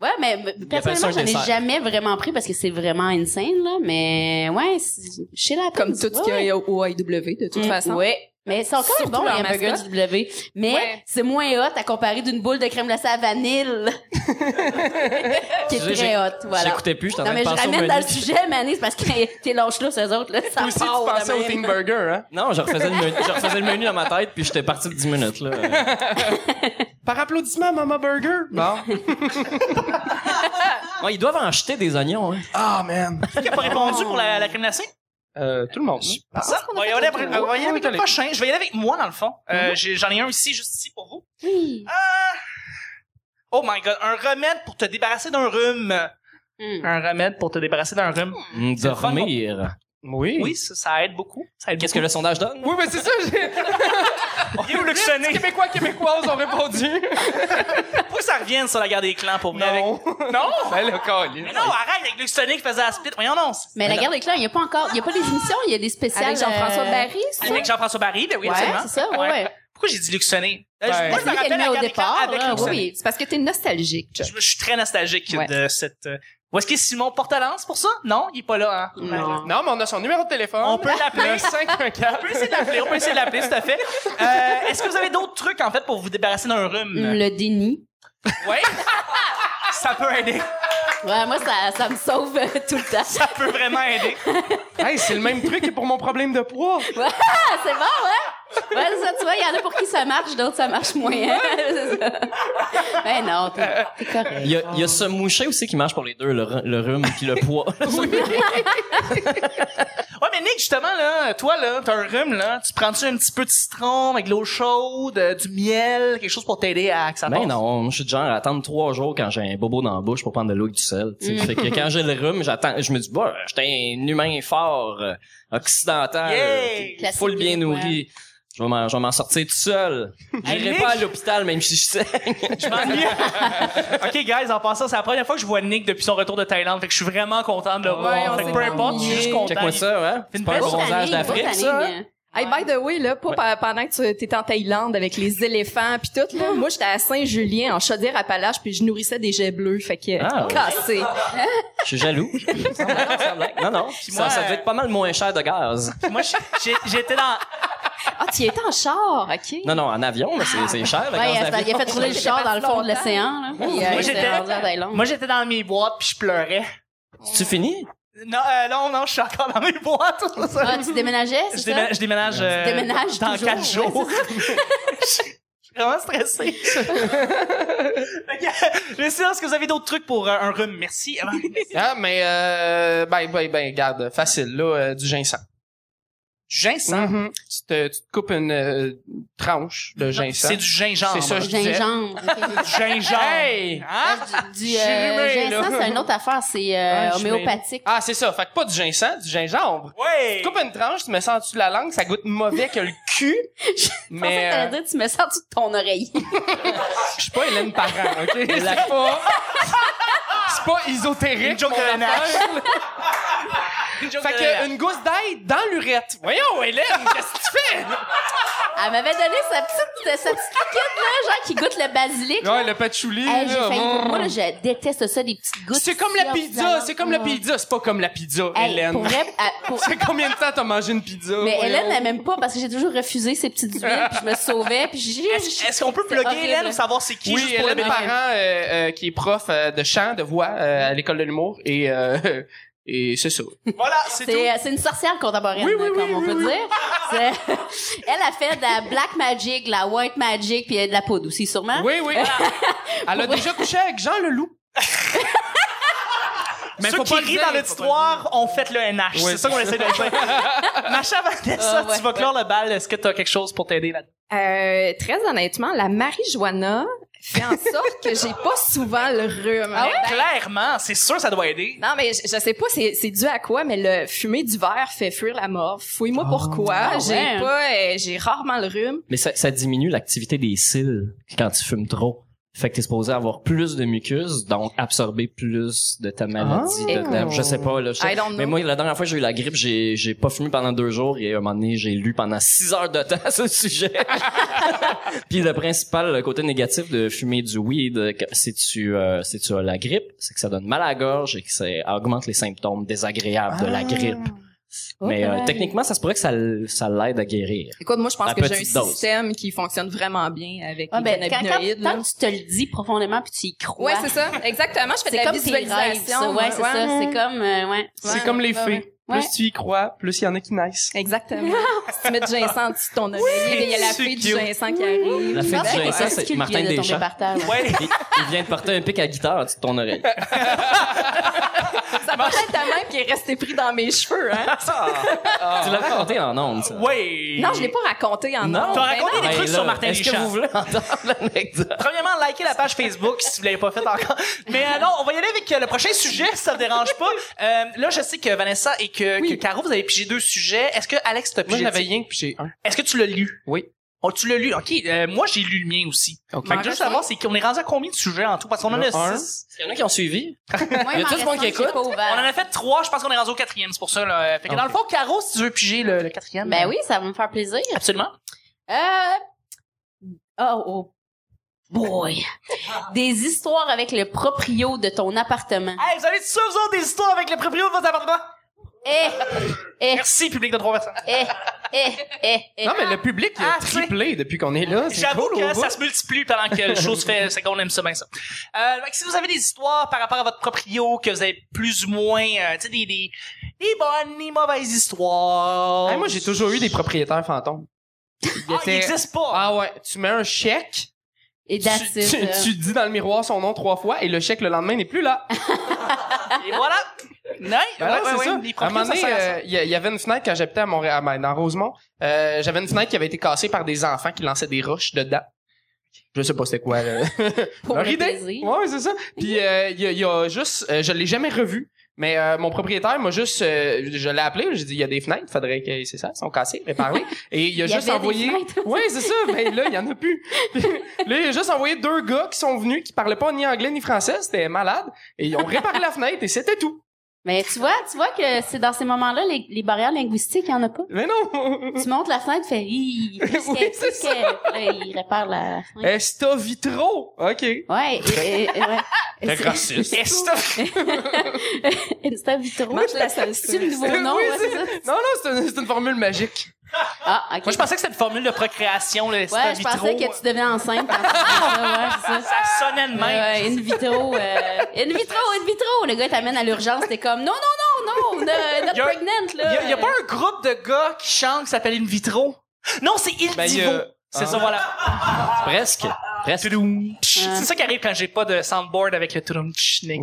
[SPEAKER 2] Ouais, mais euh,
[SPEAKER 3] appellent ça
[SPEAKER 2] personnellement,
[SPEAKER 3] un
[SPEAKER 2] j'en ai
[SPEAKER 3] dessert.
[SPEAKER 2] jamais vraiment pris parce que c'est vraiment insane, là. Mais ouais, c'est- chez la peine.
[SPEAKER 5] Comme tout ce
[SPEAKER 2] Ouais,
[SPEAKER 5] qu'il
[SPEAKER 2] ouais.
[SPEAKER 5] y a au au AEW, de toute
[SPEAKER 2] Mm,
[SPEAKER 5] façon.
[SPEAKER 2] Ouais. Mais ils sont quand même
[SPEAKER 5] Surtout
[SPEAKER 2] bons,
[SPEAKER 5] leur
[SPEAKER 2] les hamburgers
[SPEAKER 5] mascotte.
[SPEAKER 2] du W. Mais
[SPEAKER 5] Ouais.
[SPEAKER 2] c'est moins hot à comparer d'une boule de crème glacée à vanille. qui est
[SPEAKER 3] J'ai-
[SPEAKER 2] très hot, voilà.
[SPEAKER 3] J'écoutais plus, j'étais en
[SPEAKER 2] Non,
[SPEAKER 3] train
[SPEAKER 2] mais
[SPEAKER 3] de
[SPEAKER 2] je
[SPEAKER 3] penser au
[SPEAKER 2] ramène
[SPEAKER 3] menu.
[SPEAKER 2] dans le sujet, Manis, parce que t'es lâche-là, ces autres, là. Ça
[SPEAKER 4] Toi aussi, tu
[SPEAKER 2] part de
[SPEAKER 4] pensais au
[SPEAKER 2] même.
[SPEAKER 4] Team Burger, hein?
[SPEAKER 3] Non, je refaisais, le menu, je refaisais le menu dans ma tête, puis j'étais parti de 10 minutes. Là. Euh,
[SPEAKER 4] Par applaudissement, Mama Burger. Bon.
[SPEAKER 3] ouais, ils doivent en jeter des oignons. Hein.
[SPEAKER 4] Ah, man.
[SPEAKER 1] Qui a pas répondu pour la, la crème glacée?
[SPEAKER 4] Euh, tout le monde.
[SPEAKER 1] Ça, on va y aller après-
[SPEAKER 4] tour.
[SPEAKER 1] on va y aller
[SPEAKER 4] On
[SPEAKER 1] avec
[SPEAKER 4] est
[SPEAKER 1] le
[SPEAKER 4] allé.
[SPEAKER 1] prochain. Je vais y aller avec moi, dans le fond. Euh, j'ai- J'en ai un ici, juste ici pour vous.
[SPEAKER 2] Oui.
[SPEAKER 1] Ah! Oh my god, un remède pour te débarrasser d'un rhume.
[SPEAKER 2] Mm.
[SPEAKER 1] Un remède pour te débarrasser d'un rhume.
[SPEAKER 3] Mm, Dormir.
[SPEAKER 4] Oui.
[SPEAKER 1] Oui, ça, ça aide beaucoup. Ça aide
[SPEAKER 3] Qu'est-ce que le sondage donne?
[SPEAKER 4] Oui, mais c'est ça. j'ai-
[SPEAKER 1] beaucoup. Vieux luxonné.
[SPEAKER 4] Québécois, Québécoises ont répondu.
[SPEAKER 1] Faut que ça revienne sur la guerre des clans pour venir avec.
[SPEAKER 4] Non. Ben, le câlisse.
[SPEAKER 1] Mais non, arrête avec Luxonné qui faisait la split. Voyons non. c'est-
[SPEAKER 2] Mais la guerre des clans, il n'y a pas encore, il n'y a pas des émissions, il y a des spéciales.
[SPEAKER 5] Avec Jean-François
[SPEAKER 2] euh,
[SPEAKER 5] Barry, ça?
[SPEAKER 1] Avec Jean-François Barry, ben oui,
[SPEAKER 2] Ouais,
[SPEAKER 1] absolument.
[SPEAKER 2] c'est ça, ouais, ouais.
[SPEAKER 1] Pourquoi j'ai dit Luxonné? Euh,
[SPEAKER 4] Ben,
[SPEAKER 1] moi,
[SPEAKER 2] C'est lui qui l'a mis au
[SPEAKER 1] guerre des clans
[SPEAKER 2] départ, là,
[SPEAKER 5] Ah
[SPEAKER 1] Luc
[SPEAKER 2] oui,
[SPEAKER 1] Sonnet.
[SPEAKER 2] Ah, oui.
[SPEAKER 5] C'est parce que t'es nostalgique, Chuck.
[SPEAKER 1] Je, je suis très nostalgique
[SPEAKER 5] Ouais.
[SPEAKER 1] de cette. euh, Où est-ce qu'il est Simon Portalance pour ça? Non, il est pas là, hein?
[SPEAKER 2] Non.
[SPEAKER 4] Non, mais on a son numéro de téléphone.
[SPEAKER 1] On peut l'appeler.
[SPEAKER 4] Le 514.
[SPEAKER 1] On peut essayer de l'appeler, on peut essayer de l'appeler, tout à fait. Euh, Est-ce que vous avez d'autres trucs, en fait, pour vous débarrasser d'un rhume?
[SPEAKER 2] Mm, Le déni.
[SPEAKER 1] Oui. Ça peut aider.
[SPEAKER 2] Ouais, moi, ça, ça me sauve euh, tout le temps.
[SPEAKER 1] Ça peut vraiment aider.
[SPEAKER 4] Hey, c'est le même truc que pour mon problème de poids.
[SPEAKER 2] Ah, c'est bon, ouais? Ouais, c'est ça, tu vois, il y en a pour qui ça marche, d'autres, ça marche moyen. c'est ça. Ben non, t'es t'es correct.
[SPEAKER 3] Il y a, il y a ce moucher aussi qui marche pour les deux, le, rh- le rhume puis le poids.
[SPEAKER 1] Ouais, mais Nick, justement, là, toi, là, t'as un rhume, là. Tu prends-tu un petit peu de citron avec de l'eau chaude, euh, du miel, quelque chose pour t'aider à que ça
[SPEAKER 3] ben
[SPEAKER 1] passe?
[SPEAKER 3] non, je suis du genre à attendre trois jours quand j'ai un bobo dans la bouche pour prendre de l'eau et du sel. tu sais. Fait que quand j'ai le rhume, j'attends, je me dis, bah, j'étais un humain fort, euh, occidental,
[SPEAKER 1] Yeah!
[SPEAKER 3] euh, full bien nourri. Je vais m'en- je vais m'en sortir tout seul. J'irai
[SPEAKER 1] Nick!
[SPEAKER 3] pas à l'hôpital même si je sais.
[SPEAKER 1] Je m'ennuie. OK, guys, en passant, c'est la première fois que je vois Nick depuis son retour de Thaïlande. Fait que je suis vraiment content de le voir.
[SPEAKER 5] on
[SPEAKER 1] Fait que
[SPEAKER 5] s'est
[SPEAKER 1] peu importe, je suis juste content.
[SPEAKER 3] Check-moi ça, hein?
[SPEAKER 1] Une
[SPEAKER 3] C'est pas un
[SPEAKER 1] belle
[SPEAKER 3] bronzage d'Afrique, ça? hein.
[SPEAKER 2] euh,
[SPEAKER 5] Hey, by the way, là, pas pa- pendant que tu étais en Thaïlande avec les éléphants puis tout, là, moi, j'étais à Saint-Julien, en Chaudière-Appalaches, puis je nourrissais des jets bleus, fait que
[SPEAKER 3] Ah, ouais.
[SPEAKER 5] cassé.
[SPEAKER 3] Je suis jaloux. Sans blague, sans blague. non, non.
[SPEAKER 1] moi,
[SPEAKER 3] ça, ça devait être pas mal moins cher de gaz.
[SPEAKER 1] Moi, j'ai- j'ai- j'étais dans...
[SPEAKER 5] Ah, tu y étais en char, OK.
[SPEAKER 3] Non, non, en avion, mais c'est c'est cher, le
[SPEAKER 2] Ouais,
[SPEAKER 3] gaz
[SPEAKER 2] il a- il
[SPEAKER 3] d'avion.
[SPEAKER 2] a fait rouler le char dans le fond de l'océan, là. Puis, euh,
[SPEAKER 1] Moi,
[SPEAKER 2] il s'est
[SPEAKER 1] j'étais-
[SPEAKER 2] rendu à Thaïlande.
[SPEAKER 1] Moi, j'étais dans mes boîtes puis je pleurais.
[SPEAKER 3] Tu finis?
[SPEAKER 1] Non, euh, non, non, je suis encore dans mes boîtes.
[SPEAKER 2] Ah, tu déménageais, c'est
[SPEAKER 1] je,
[SPEAKER 2] ça?
[SPEAKER 1] déménage, je déménage, euh,
[SPEAKER 2] déménages
[SPEAKER 1] dans
[SPEAKER 2] toujours,
[SPEAKER 1] quatre
[SPEAKER 2] ouais,
[SPEAKER 1] jours. Je suis vraiment stressé. Je sais, est-ce que vous avez d'autres trucs pour euh, un rhume? Merci. avant-
[SPEAKER 4] Ah, mais, euh, ben, ben, ben, garde, facile, là, euh, du ginseng.
[SPEAKER 1] Ginseng.
[SPEAKER 4] Mhm. Tu, te, tu te coupes une euh, tranche de ginseng.
[SPEAKER 1] C'est du gingembre.
[SPEAKER 4] C'est ça, je disais.
[SPEAKER 2] Gingembre. ok.
[SPEAKER 1] Gingembre.
[SPEAKER 4] Hey!
[SPEAKER 1] Hein?
[SPEAKER 2] Du, du,
[SPEAKER 4] J'ai
[SPEAKER 2] euh,
[SPEAKER 4] rimé, là.
[SPEAKER 2] ginseng, c'est une autre affaire, c'est euh,
[SPEAKER 4] Ah, je suis
[SPEAKER 2] homéopathique.
[SPEAKER 4] Ah, c'est ça. Fait que pas du ginseng, du gingembre.
[SPEAKER 1] Ouais.
[SPEAKER 4] Tu coupes une tranche, tu mets ça en dessous de la langue, ça goûte mauvais que le cul.
[SPEAKER 2] Je pensais
[SPEAKER 4] mais
[SPEAKER 2] que
[SPEAKER 4] euh,
[SPEAKER 2] t'allais dire, tu me sens de ton oreille.
[SPEAKER 4] je suis pas Hélène Parent, OK? C'est pas... C'est pas
[SPEAKER 1] Une
[SPEAKER 4] ésotérique,
[SPEAKER 1] joke
[SPEAKER 4] mon
[SPEAKER 1] de la
[SPEAKER 4] affaire. Fait
[SPEAKER 1] Fait
[SPEAKER 4] que une gousse d'ail dans l'urette. Voyons, Hélène, qu'est-ce que tu fais?
[SPEAKER 2] Elle m'avait donné sa petite, sa petite liquide, là, genre qui goûte le basilic.
[SPEAKER 4] Ouais, le patchouli,
[SPEAKER 2] Hey, j'ai
[SPEAKER 4] là.
[SPEAKER 2] failli-
[SPEAKER 4] brrr.
[SPEAKER 2] Moi, là, je déteste ça, des petites gouttes.
[SPEAKER 4] C'est comme la
[SPEAKER 2] science,
[SPEAKER 4] pizza,
[SPEAKER 2] d'ailleurs.
[SPEAKER 4] c'est comme la
[SPEAKER 2] Ouais.
[SPEAKER 4] pizza. C'est pas comme la pizza,
[SPEAKER 2] Hey,
[SPEAKER 4] Hélène.
[SPEAKER 2] Pour vrai, à- pour-
[SPEAKER 4] C'est combien de temps t'as mangé une pizza?
[SPEAKER 2] Mais
[SPEAKER 4] voyons?
[SPEAKER 2] Hélène, elle m'aime pas parce que j'ai toujours refusé ces petites huiles, puis je me sauvais, puis j'ai.
[SPEAKER 1] Est-ce est-ce qu'on peut
[SPEAKER 2] C'est
[SPEAKER 1] plugger
[SPEAKER 2] horrible.
[SPEAKER 1] Hélène ou savoir c'est qui
[SPEAKER 4] Oui,
[SPEAKER 1] juste pour le
[SPEAKER 4] Hélène
[SPEAKER 1] bénéfice?
[SPEAKER 4] Parent, euh, euh, qui est prof euh, de chant, de voix euh, à l'école de l'humour, et, euh, et c'est ça.
[SPEAKER 1] Voilà, c'est tout.
[SPEAKER 2] C'est euh, c'est une sorcière contemporaine, comme on peut dire. C'est- Elle a fait de la black magic, de la white magic, puis euh, de la poudre aussi, sûrement.
[SPEAKER 4] Oui, oui. Elle a déjà couché avec Jean Leloup.
[SPEAKER 1] Mais Ceux
[SPEAKER 4] faut
[SPEAKER 1] qui
[SPEAKER 4] pas le
[SPEAKER 1] rient
[SPEAKER 4] dire,
[SPEAKER 1] dans
[SPEAKER 4] faut
[SPEAKER 1] l'auditoire ont fait le NH.
[SPEAKER 4] Ouais.
[SPEAKER 1] C'est ça qu'on essaie de dire. Macha Vanessa,
[SPEAKER 2] Ah, ouais.
[SPEAKER 1] tu vas clore le bal. Est-ce que tu as quelque chose pour t'aider là-dedans?
[SPEAKER 5] Euh, très honnêtement, la marijuana fait en sorte que j'ai pas souvent le rhume.
[SPEAKER 2] Ah
[SPEAKER 1] Clairement, c'est sûr ça doit aider.
[SPEAKER 5] Non, mais je, je sais pas c'est, c'est dû à quoi, mais le fumer du verre fait fuir la mort. Fouille-moi pourquoi.
[SPEAKER 2] Ah
[SPEAKER 5] j'ai
[SPEAKER 2] ouais.
[SPEAKER 5] pas, euh, j'ai rarement le rhume.
[SPEAKER 3] Mais ça, ça diminue l'activité des cils quand tu fumes trop. Fait que t'es supposé avoir plus de mucus, donc absorber plus de ta maladie
[SPEAKER 5] Ah.
[SPEAKER 3] dedans. Je sais pas, là. je sais-
[SPEAKER 5] I don't know.
[SPEAKER 3] Mais moi, la dernière fois que j'ai eu la grippe, j'ai, j'ai pas fumé pendant deux jours et à un moment donné, j'ai lu pendant six heures de temps à ce sujet. Puis le principal le côté négatif de fumer du weed, euh, que- si tu, euh, si tu as la grippe, c'est que ça donne mal à la gorge et que ça augmente les symptômes désagréables de
[SPEAKER 5] Ah.
[SPEAKER 3] la grippe.
[SPEAKER 5] Oh,
[SPEAKER 3] Mais euh,
[SPEAKER 5] ben.
[SPEAKER 2] Ok.
[SPEAKER 3] techniquement, ça se pourrait que ça, l- ça l'aide à guérir.
[SPEAKER 5] Écoute, moi, je pense
[SPEAKER 3] La
[SPEAKER 5] que j'ai un
[SPEAKER 3] petite dose.
[SPEAKER 5] système qui fonctionne vraiment bien avec
[SPEAKER 2] Ah,
[SPEAKER 5] les
[SPEAKER 2] ben, quand, quand,
[SPEAKER 5] cannabinoïdes. là.
[SPEAKER 2] tant que tu te le dis profondément, puis tu y crois.
[SPEAKER 5] Ouais, c'est ça. Exactement. Je fais de
[SPEAKER 2] C'est
[SPEAKER 5] la
[SPEAKER 2] comme tes rêves, ça.
[SPEAKER 5] visualisation.
[SPEAKER 2] Ouais, c'est ça. C'est comme, euh, ouais.
[SPEAKER 4] C'est comme les
[SPEAKER 5] ouais,
[SPEAKER 4] fées.
[SPEAKER 2] ouais.
[SPEAKER 4] Plus tu y crois, plus il y en a qui naissent.
[SPEAKER 5] Exactement. si tu mets du ginseng en dessous de ton oreiller, ben, il y a la
[SPEAKER 1] c'est
[SPEAKER 5] fée du
[SPEAKER 1] cute.
[SPEAKER 5] ginseng qui arrive.
[SPEAKER 3] La fée
[SPEAKER 2] Non, ben,
[SPEAKER 3] du
[SPEAKER 2] c'est
[SPEAKER 3] ginseng,
[SPEAKER 2] ridicule
[SPEAKER 3] c'est
[SPEAKER 2] qui
[SPEAKER 3] Martin
[SPEAKER 2] vient de tomber
[SPEAKER 3] Deschamps.
[SPEAKER 2] par terre, ouais.
[SPEAKER 1] Ouais.
[SPEAKER 3] il, il vient de porter un pic à guitare en dessous de ton oreille.
[SPEAKER 5] Ça peut être ta main qui est restée pris dans mes cheveux,
[SPEAKER 4] Ah,
[SPEAKER 5] hein?
[SPEAKER 3] Tu l'as raconté en ondes, ça.
[SPEAKER 1] Ouais.
[SPEAKER 5] Non, je l'ai pas raconté en
[SPEAKER 3] Non.
[SPEAKER 5] ondes,
[SPEAKER 1] T'as
[SPEAKER 5] vraiment.
[SPEAKER 1] raconté des
[SPEAKER 3] Ben
[SPEAKER 1] trucs
[SPEAKER 3] là,
[SPEAKER 1] sur Martin
[SPEAKER 3] Est-ce que
[SPEAKER 1] Deschamps.
[SPEAKER 3] vous voulez entendre l'anecdote?
[SPEAKER 1] Premièrement, likez la page Facebook si vous l'avez pas fait encore. Mais euh, non, on va y aller avec euh, le prochain sujet si ça vous dérange pas. Euh, là, je sais que Vanessa et que, que Caro, vous avez pigé deux sujets. Est-ce que Alex t'a
[SPEAKER 4] Moi,
[SPEAKER 1] pigé
[SPEAKER 4] j'en avais rien que j'ai un.
[SPEAKER 1] Est-ce que tu l'as lu?
[SPEAKER 4] Oui.
[SPEAKER 1] Oh, tu l'as lu. OK, euh, moi j'ai lu le mien aussi.
[SPEAKER 4] Ok.
[SPEAKER 1] Fait que juste savoir c'est qu'on est rendu à combien de sujets en tout parce qu'on en
[SPEAKER 4] Le
[SPEAKER 1] a
[SPEAKER 4] un.
[SPEAKER 1] six.
[SPEAKER 3] Il y en a qui ont suivi.
[SPEAKER 2] Moi, il
[SPEAKER 3] Y a-tu
[SPEAKER 2] m'en
[SPEAKER 3] du monde
[SPEAKER 2] reste un,
[SPEAKER 3] qui
[SPEAKER 2] j'ai
[SPEAKER 3] écoute?
[SPEAKER 2] pas ouvert.
[SPEAKER 1] On en a fait trois, je pense qu'on est rendu au quatrième, c'est pour ça. Là. Fait que dans le fond, Caro, si tu veux piger le, le quatrième.
[SPEAKER 2] Ben
[SPEAKER 1] euh,
[SPEAKER 2] oui, ça va me faire plaisir.
[SPEAKER 1] Absolument.
[SPEAKER 2] Euh... Oh, oh. Boy. Des histoires avec le proprio de ton appartement.
[SPEAKER 1] Hey, vous avez tous vous autres des histoires avec le proprio de votre appartement?
[SPEAKER 2] Eh, eh,
[SPEAKER 1] Merci, public de trois personnes.
[SPEAKER 2] eh, eh, eh, eh.
[SPEAKER 4] Non, mais le public il a
[SPEAKER 1] Ah, tu sais.
[SPEAKER 4] triplé depuis qu'on est là. C'est
[SPEAKER 1] J'avoue
[SPEAKER 4] cool, au
[SPEAKER 1] que
[SPEAKER 4] bout.
[SPEAKER 1] ça se multiplie pendant que le show se fait, c'est qu'on aime ça bien ça. Euh, fait que si vous avez des histoires par rapport à votre proprio, que vous avez plus ou moins, euh, tu sais, des, des, des bonnes, des mauvaises histoires.
[SPEAKER 4] Hey, moi, j'ai toujours eu des propriétaires fantômes.
[SPEAKER 1] Ah, il
[SPEAKER 4] était-
[SPEAKER 1] existe pas.
[SPEAKER 4] Ah ouais, tu mets un chèque,
[SPEAKER 2] Et
[SPEAKER 4] tu,
[SPEAKER 2] that's it,
[SPEAKER 4] tu-
[SPEAKER 2] là.
[SPEAKER 4] tu dis dans le miroir son nom trois fois et le chèque le lendemain n'est plus là.
[SPEAKER 1] Et voilà. Non,
[SPEAKER 4] Ben non,
[SPEAKER 1] ouais, ouais,
[SPEAKER 4] c'est
[SPEAKER 1] ouais, les
[SPEAKER 4] ça. À un
[SPEAKER 1] proprios,
[SPEAKER 4] moment
[SPEAKER 1] ça
[SPEAKER 4] donné,
[SPEAKER 1] sert à ça.
[SPEAKER 4] euh, il y, a- il y avait une fenêtre quand j'habitais à Montréal, ben, dans Rosemont. Euh, J'avais une fenêtre qui avait été cassée par des enfants qui lançaient des roches dedans. Je sais pas c'était quoi. là.
[SPEAKER 2] Pour
[SPEAKER 4] Leur
[SPEAKER 2] le
[SPEAKER 4] idée.
[SPEAKER 2] plaisir.
[SPEAKER 4] Ouais, c'est ça. Puis euh, il y, a- il y a juste, euh, je l'ai jamais revu. Mais euh, mon propriétaire m'a juste, euh, je l'ai appelé, j'ai dit il y a des fenêtres, faudrait que c'est ça, elles sont cassées, réparées. Et il a
[SPEAKER 2] Il y
[SPEAKER 4] juste
[SPEAKER 2] avait des
[SPEAKER 4] envoyé,
[SPEAKER 2] fenêtres.
[SPEAKER 4] ouais c'est ça, mais là il y en a plus. Puis, là il a juste envoyé deux gars qui sont venus, qui parlaient pas ni anglais ni français, c'était malade, et ils ont réparé la fenêtre et c'était tout.
[SPEAKER 2] Mais tu vois, tu vois que c'est dans ces moments-là, les, les barrières linguistiques, il y en a pas.
[SPEAKER 4] Mais non.
[SPEAKER 2] Tu montes la fenêtre, tu fais, hi, plus
[SPEAKER 4] Mm. Oui,
[SPEAKER 2] que-
[SPEAKER 4] c'est
[SPEAKER 2] plus que- Là, il répare la fenêtre.
[SPEAKER 4] Esta vitro, ok.
[SPEAKER 2] Ouais, et, et- et- ouais.
[SPEAKER 4] Très raciste.
[SPEAKER 1] Est-ce-
[SPEAKER 2] Insta Vitro.
[SPEAKER 5] Mange la salsa.
[SPEAKER 2] C'est le nouveau nom,
[SPEAKER 4] Oui,
[SPEAKER 2] ouais, c'est ça?
[SPEAKER 4] Non non, c'est une, c'est une formule magique.
[SPEAKER 2] Ah, ok.
[SPEAKER 1] Moi, je pensais que c'était une formule de procréation, là. c'est un
[SPEAKER 2] Ouais, je pensais
[SPEAKER 1] vitro.
[SPEAKER 2] que tu devenais enceinte quand tu disais ça, ouais, c'est ça.
[SPEAKER 1] Ça sonnait de même.
[SPEAKER 2] Ouais, ouais, in vitro, euh, in vitro, in vitro. Le gars il t'amène à l'urgence, t'es comme non, non, non, non, non, not, not
[SPEAKER 1] Y a-
[SPEAKER 2] pregnant, là.
[SPEAKER 1] Il y a, y a pas un groupe de gars qui chante qui s'appelle In Vitro? Non, c'est Il
[SPEAKER 4] Ben, il y
[SPEAKER 1] Divo.
[SPEAKER 4] a-
[SPEAKER 1] C'est
[SPEAKER 4] Ah.
[SPEAKER 1] ça, voilà.
[SPEAKER 3] Presque. Presque.
[SPEAKER 1] Tch, C'est ça qui arrive quand j'ai pas de soundboard avec le trum tch, Nick.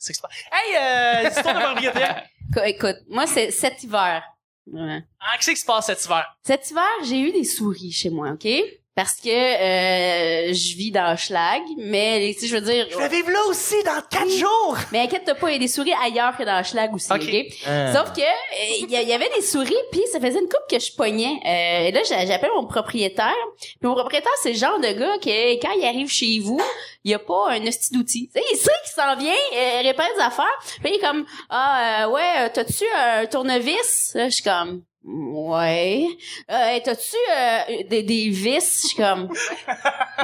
[SPEAKER 1] C'est que c'est pas- Hey, euh, histoire de propriétaire.
[SPEAKER 2] Écou- Écoute, moi, c'est cet hiver. Ouais.
[SPEAKER 1] Hein, Qu'est-ce qui se passe cet hiver?
[SPEAKER 2] Cet hiver, j'ai eu des souris chez moi, OK? Parce que euh, je vis dans Schlag, mais les- tu sais, je veux dire...
[SPEAKER 1] vivre là aussi dans 4 jours!
[SPEAKER 2] Mais inquiète-toi pas, il y a des souris ailleurs que dans Schlag aussi,
[SPEAKER 1] OK.
[SPEAKER 2] OK? Sauf que euh, il y, a- il y avait des souris, puis ça faisait une coupe que je pognais. Euh, et là, j'a- j'appelle mon propriétaire. Puis mon propriétaire, c'est le genre de gars que quand il arrive chez vous, il y a pas un hostie d'outil. Tu sais, il sait qu'il s'en vient, euh, il répare des affaires. Puis il est comme ah euh, ouais, euh, t'as-tu un tournevis Là, Je suis comme ouais. Euh, hey, t'as-tu euh, des, des vis Je suis comme